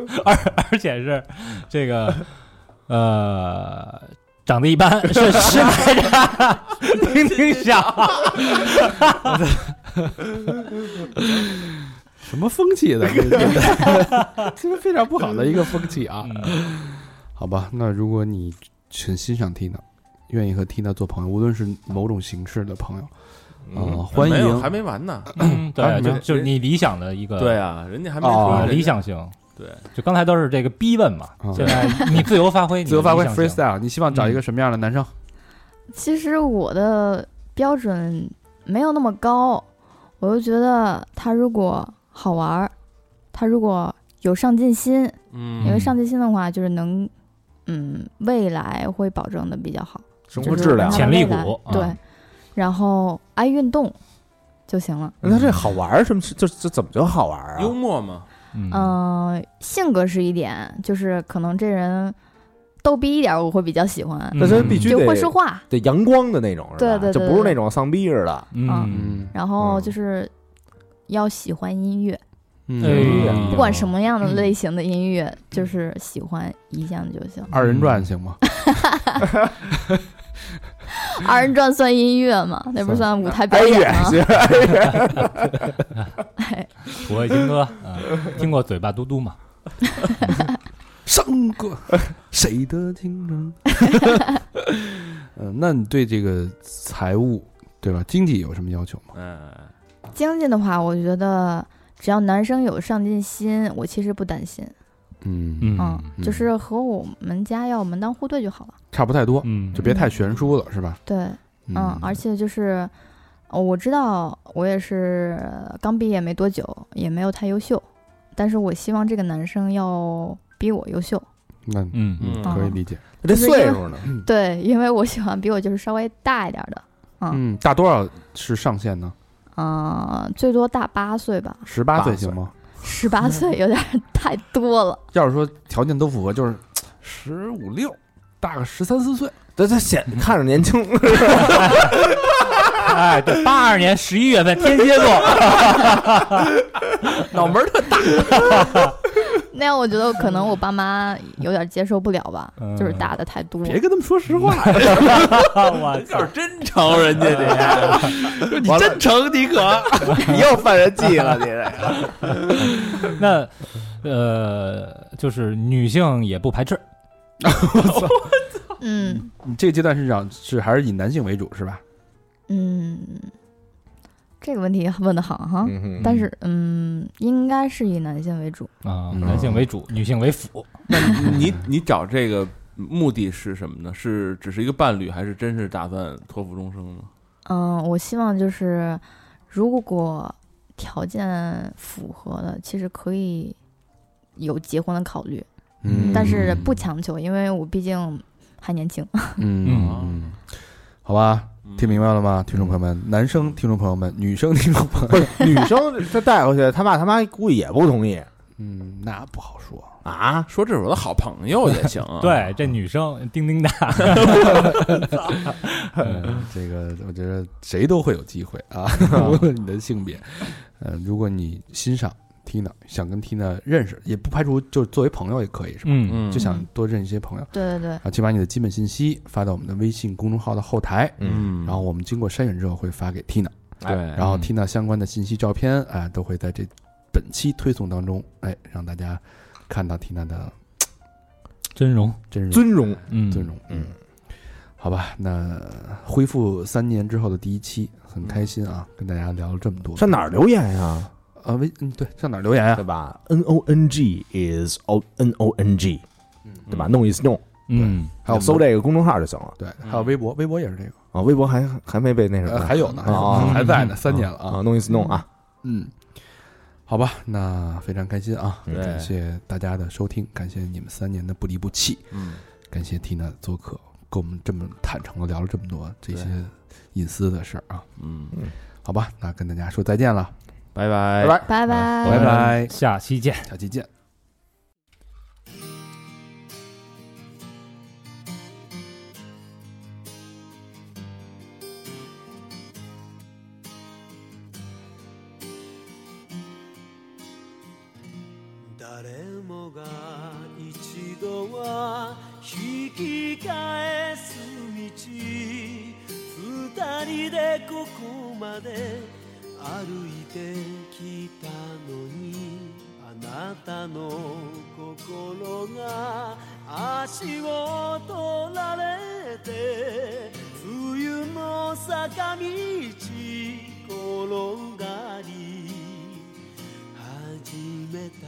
[SPEAKER 4] 而且是这个呃，长得一般，是是白的，听听响。
[SPEAKER 1] 什么风气 的？这这这个非常不好的一个风气啊！
[SPEAKER 4] 嗯
[SPEAKER 1] 好吧，那如果你很欣赏 Tina，愿意和 Tina 做朋友，无论是某种形式的朋友，呃，欢
[SPEAKER 3] 嗯没有
[SPEAKER 1] 迎
[SPEAKER 3] 还没完呢。
[SPEAKER 4] 嗯，
[SPEAKER 1] 还有什么
[SPEAKER 4] 对，就
[SPEAKER 1] 呀
[SPEAKER 4] 就是你理想的一个
[SPEAKER 3] 对啊，人家还没
[SPEAKER 1] 哦
[SPEAKER 3] 说
[SPEAKER 4] 啊
[SPEAKER 3] 人家
[SPEAKER 4] 理想型。
[SPEAKER 3] 对，
[SPEAKER 4] 就刚才都是这个逼问嘛，
[SPEAKER 1] 嗯
[SPEAKER 4] 现在你自由发挥，
[SPEAKER 1] 自由发挥
[SPEAKER 4] 你的理想型
[SPEAKER 1] freestyle。你希嗯望找一个什么样的男生？
[SPEAKER 5] 其实我的标准没有那么高，我就觉得他如果好玩儿，他如果有上进心，因
[SPEAKER 3] 嗯，
[SPEAKER 5] 为上进心的话就是能，嗯，未来会保证的比较好。
[SPEAKER 2] 生
[SPEAKER 5] 就
[SPEAKER 2] 活
[SPEAKER 5] 是
[SPEAKER 2] 质量
[SPEAKER 5] 让。他
[SPEAKER 4] 潜力
[SPEAKER 5] 未来
[SPEAKER 4] 股啊
[SPEAKER 5] 对，然后爱运动就行了。
[SPEAKER 2] 那他这好玩儿什么？这这怎么就好玩儿
[SPEAKER 3] 幽
[SPEAKER 2] 啊？
[SPEAKER 3] 默嘛，
[SPEAKER 4] 嗯
[SPEAKER 5] 嗯、性格是一点，就是可能这人逗逼一点，我会比较喜欢，
[SPEAKER 4] 嗯
[SPEAKER 2] 那他必须
[SPEAKER 5] 就
[SPEAKER 2] 得
[SPEAKER 5] 会说话，
[SPEAKER 2] 得阳光的那种，是吧
[SPEAKER 5] 对对对
[SPEAKER 2] 就
[SPEAKER 5] 对
[SPEAKER 2] 不是
[SPEAKER 5] 对
[SPEAKER 2] 那种丧逼似的。
[SPEAKER 4] 嗯，
[SPEAKER 5] 然后
[SPEAKER 2] 嗯
[SPEAKER 5] 就是要喜欢音乐，
[SPEAKER 1] 嗯，
[SPEAKER 2] 哎呀
[SPEAKER 5] 不管什么样的类型的音乐，
[SPEAKER 2] 嗯
[SPEAKER 5] 就是喜欢一项就行。
[SPEAKER 1] 二人转行
[SPEAKER 2] 嗯
[SPEAKER 1] 吗？
[SPEAKER 5] 二人转算音乐吗？那不是算舞台表
[SPEAKER 2] 哀
[SPEAKER 5] 演
[SPEAKER 2] 乐
[SPEAKER 5] 吗？
[SPEAKER 2] 是
[SPEAKER 4] 我已经哥，嗯听过嘴巴嘟嘟嘛？
[SPEAKER 1] 胜 过谁的青 春？嗯，那你对这个财务对吧？经济有什么要求吗？
[SPEAKER 3] 嗯，
[SPEAKER 5] 经济的话，我觉得只要男生有上进心，我其实不担心。
[SPEAKER 1] 嗯，
[SPEAKER 4] 嗯
[SPEAKER 5] 嗯，就是和我们家要门当户对就好了。
[SPEAKER 1] 差不太多，
[SPEAKER 4] 嗯，
[SPEAKER 1] 就别太悬殊了，是吧？
[SPEAKER 5] 对，嗯，而且就是，呃我知道我也是呃刚毕业没多久，也没有太优秀，但是我希望这个男生要比我优秀。
[SPEAKER 1] 那嗯
[SPEAKER 4] 嗯嗯
[SPEAKER 3] 嗯
[SPEAKER 1] 可以理解。
[SPEAKER 2] 这岁数呢？
[SPEAKER 5] 对，因为我喜欢比我就是稍微大一点的，
[SPEAKER 1] 嗯，大多少是上限呢？
[SPEAKER 5] 嗯、最多大八岁吧，
[SPEAKER 1] 十八岁
[SPEAKER 2] 八岁
[SPEAKER 1] 行吗？
[SPEAKER 5] 十八岁有点儿 太多了。
[SPEAKER 1] 要是说条件都符合，就是十五六，大个十三四岁。
[SPEAKER 2] 这这显看着年轻，
[SPEAKER 4] 哎，对，八二年十一月份，天蝎座，
[SPEAKER 3] 脑门儿特大，
[SPEAKER 5] 那样我觉得可能我爸妈有点儿接受不了吧，就是
[SPEAKER 4] 嗯
[SPEAKER 5] 大的太多。
[SPEAKER 1] 别跟他们说实话，
[SPEAKER 4] 我
[SPEAKER 3] 这
[SPEAKER 4] 操哎
[SPEAKER 3] 儿真成人家这，说你真成你可，
[SPEAKER 2] 你又犯人忌了，你这。
[SPEAKER 4] 那呃，就是女性也不排斥，
[SPEAKER 5] 嗯
[SPEAKER 1] 你这个阶段是让是还是以男性为主是吧？
[SPEAKER 5] 嗯，这个问题问的好哈。
[SPEAKER 2] 嗯哼
[SPEAKER 5] 但是，嗯，应该是以男性为主。
[SPEAKER 4] 啊，
[SPEAKER 1] 嗯
[SPEAKER 4] 男性为主，女性为辅。，
[SPEAKER 3] 那你你找这个目的是什么呢？是只是一个伴侣，还是真是打算托付终生呢？
[SPEAKER 5] 嗯，我希望就是，如果条件符合的，其实可以有结婚的考虑，
[SPEAKER 1] 嗯
[SPEAKER 5] 但是不强求，因为我毕竟还年轻。
[SPEAKER 1] 嗯嗯，好吧，
[SPEAKER 3] 嗯
[SPEAKER 1] 听明白了吗，听众朋友们？男生听众朋友们，女生听众朋友
[SPEAKER 2] 不是女生，她带回去，她爸她妈估计也不同意。
[SPEAKER 1] 嗯，那不好说。
[SPEAKER 2] 啊？
[SPEAKER 3] 说这是我的好朋友也行、 啊
[SPEAKER 4] 对，这女生丁丁大，
[SPEAKER 1] 嗯，这个我觉得谁都会有机会啊， 无论你的性别。嗯，如果你欣赏 Tina，想跟 Tina 认识，也不排除就作为朋友也可以，是吧？
[SPEAKER 4] 嗯，
[SPEAKER 3] 嗯，
[SPEAKER 1] 就想多认识一些朋友
[SPEAKER 5] 对对对，
[SPEAKER 1] 啊，请把你的基本信息发到我们的微信公众号的后台，
[SPEAKER 3] 嗯，
[SPEAKER 1] 然后我们经过筛选之后会发给 Tina，
[SPEAKER 3] 对，
[SPEAKER 1] 然
[SPEAKER 2] 嗯
[SPEAKER 1] 后 Tina 相关的信息、照片啊，都会在这本期推送当中，哎，让大家看到 Tina 的
[SPEAKER 4] 真容，
[SPEAKER 1] 真容。
[SPEAKER 2] 尊荣，
[SPEAKER 4] 嗯，
[SPEAKER 1] 尊重，嗯，好吧，那恢复三年之后的第一期，很开心啊，跟大家聊了这么多。
[SPEAKER 2] 嗯上哪儿留言呀？
[SPEAKER 1] 啊？微嗯，对，上哪儿留言啊
[SPEAKER 2] 对？吧？N O N G is O N O N G，对吧？弄 is 弄，
[SPEAKER 4] 嗯，
[SPEAKER 1] 还有
[SPEAKER 2] 搜
[SPEAKER 1] 这
[SPEAKER 2] 这嗯个公众号就行了
[SPEAKER 1] 对，还有微博，微博也是这个，
[SPEAKER 2] 啊。微博还还没被那什么
[SPEAKER 1] 呃，
[SPEAKER 2] 呢，
[SPEAKER 1] 还有呢，还有
[SPEAKER 2] 哦
[SPEAKER 1] 呢
[SPEAKER 4] 哦
[SPEAKER 1] 还在呢，三年了
[SPEAKER 2] 啊
[SPEAKER 1] 啊，
[SPEAKER 2] 弄 is 弄啊，
[SPEAKER 1] 嗯，好吧，那非常开心啊，
[SPEAKER 2] 嗯
[SPEAKER 1] 感谢大家的收听，感谢你们三年的不离不弃，
[SPEAKER 3] 嗯，
[SPEAKER 1] 感谢 Tina 做客，跟我们这么坦诚的聊了这么多这些隐私的事儿啊，
[SPEAKER 3] 嗯，
[SPEAKER 1] 好吧，那跟大家说再见了，
[SPEAKER 3] 拜拜
[SPEAKER 2] 拜拜
[SPEAKER 5] 拜
[SPEAKER 4] 我
[SPEAKER 1] 拜
[SPEAKER 4] 们
[SPEAKER 1] 拜，
[SPEAKER 4] 嗯下期见。
[SPEAKER 1] 下期见。
[SPEAKER 6] 誰もが一度は引き返す道二人でここまで歩いてきたのにあなたの心が足を取られて冬の坂道転がり始めた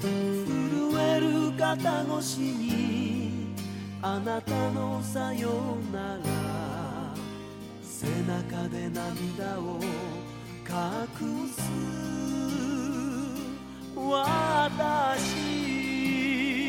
[SPEAKER 6] 震える肩越しにあなたのさよなら背中で涙を隠す私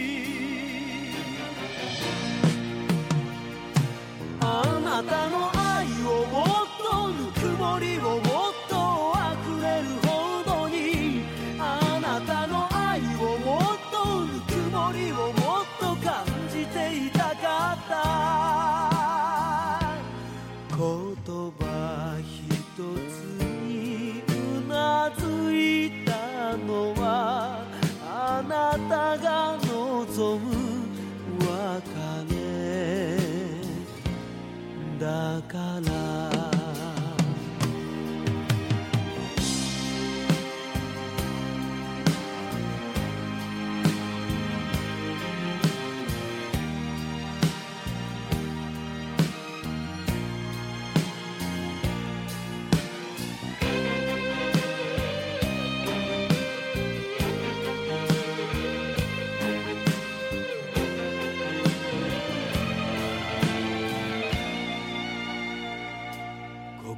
[SPEAKER 6] あなたの愛をもっとぬくもりをもっと溢れるほどにあなたの愛をもっとぬくもりをもっと感じていたかった言葉一つにうなずいたのはあなたが望む別れだから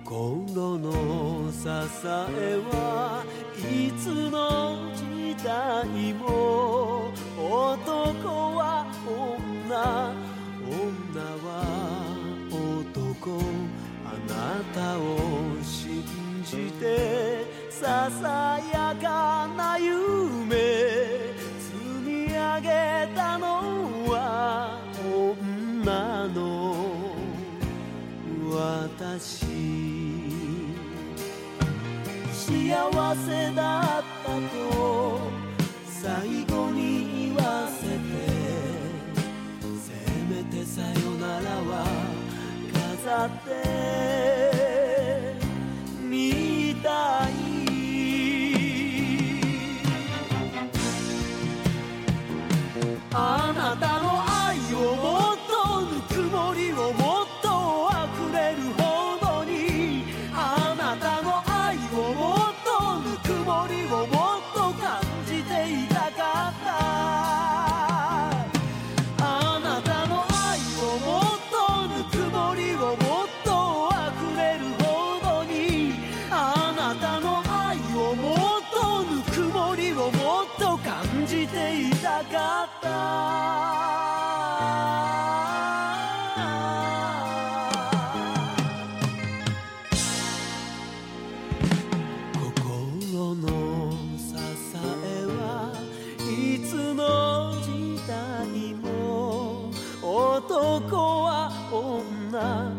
[SPEAKER 6] 心の支えはいつの時代も男は女女は男あなたを信じてささやかな夢積み上げたのは女の私幸せだったと最後に言わせてせめてさよならは飾ってみたいあなたの愛をもっとぬくもりをもっと溢れるほどにあなたの愛をもっとぬくもりをもっと感じていたかったあなたの愛をもっとぬくもりをもっと溢れるほどにあなたの愛をもっとぬくもりをもっと感じていたかった心の女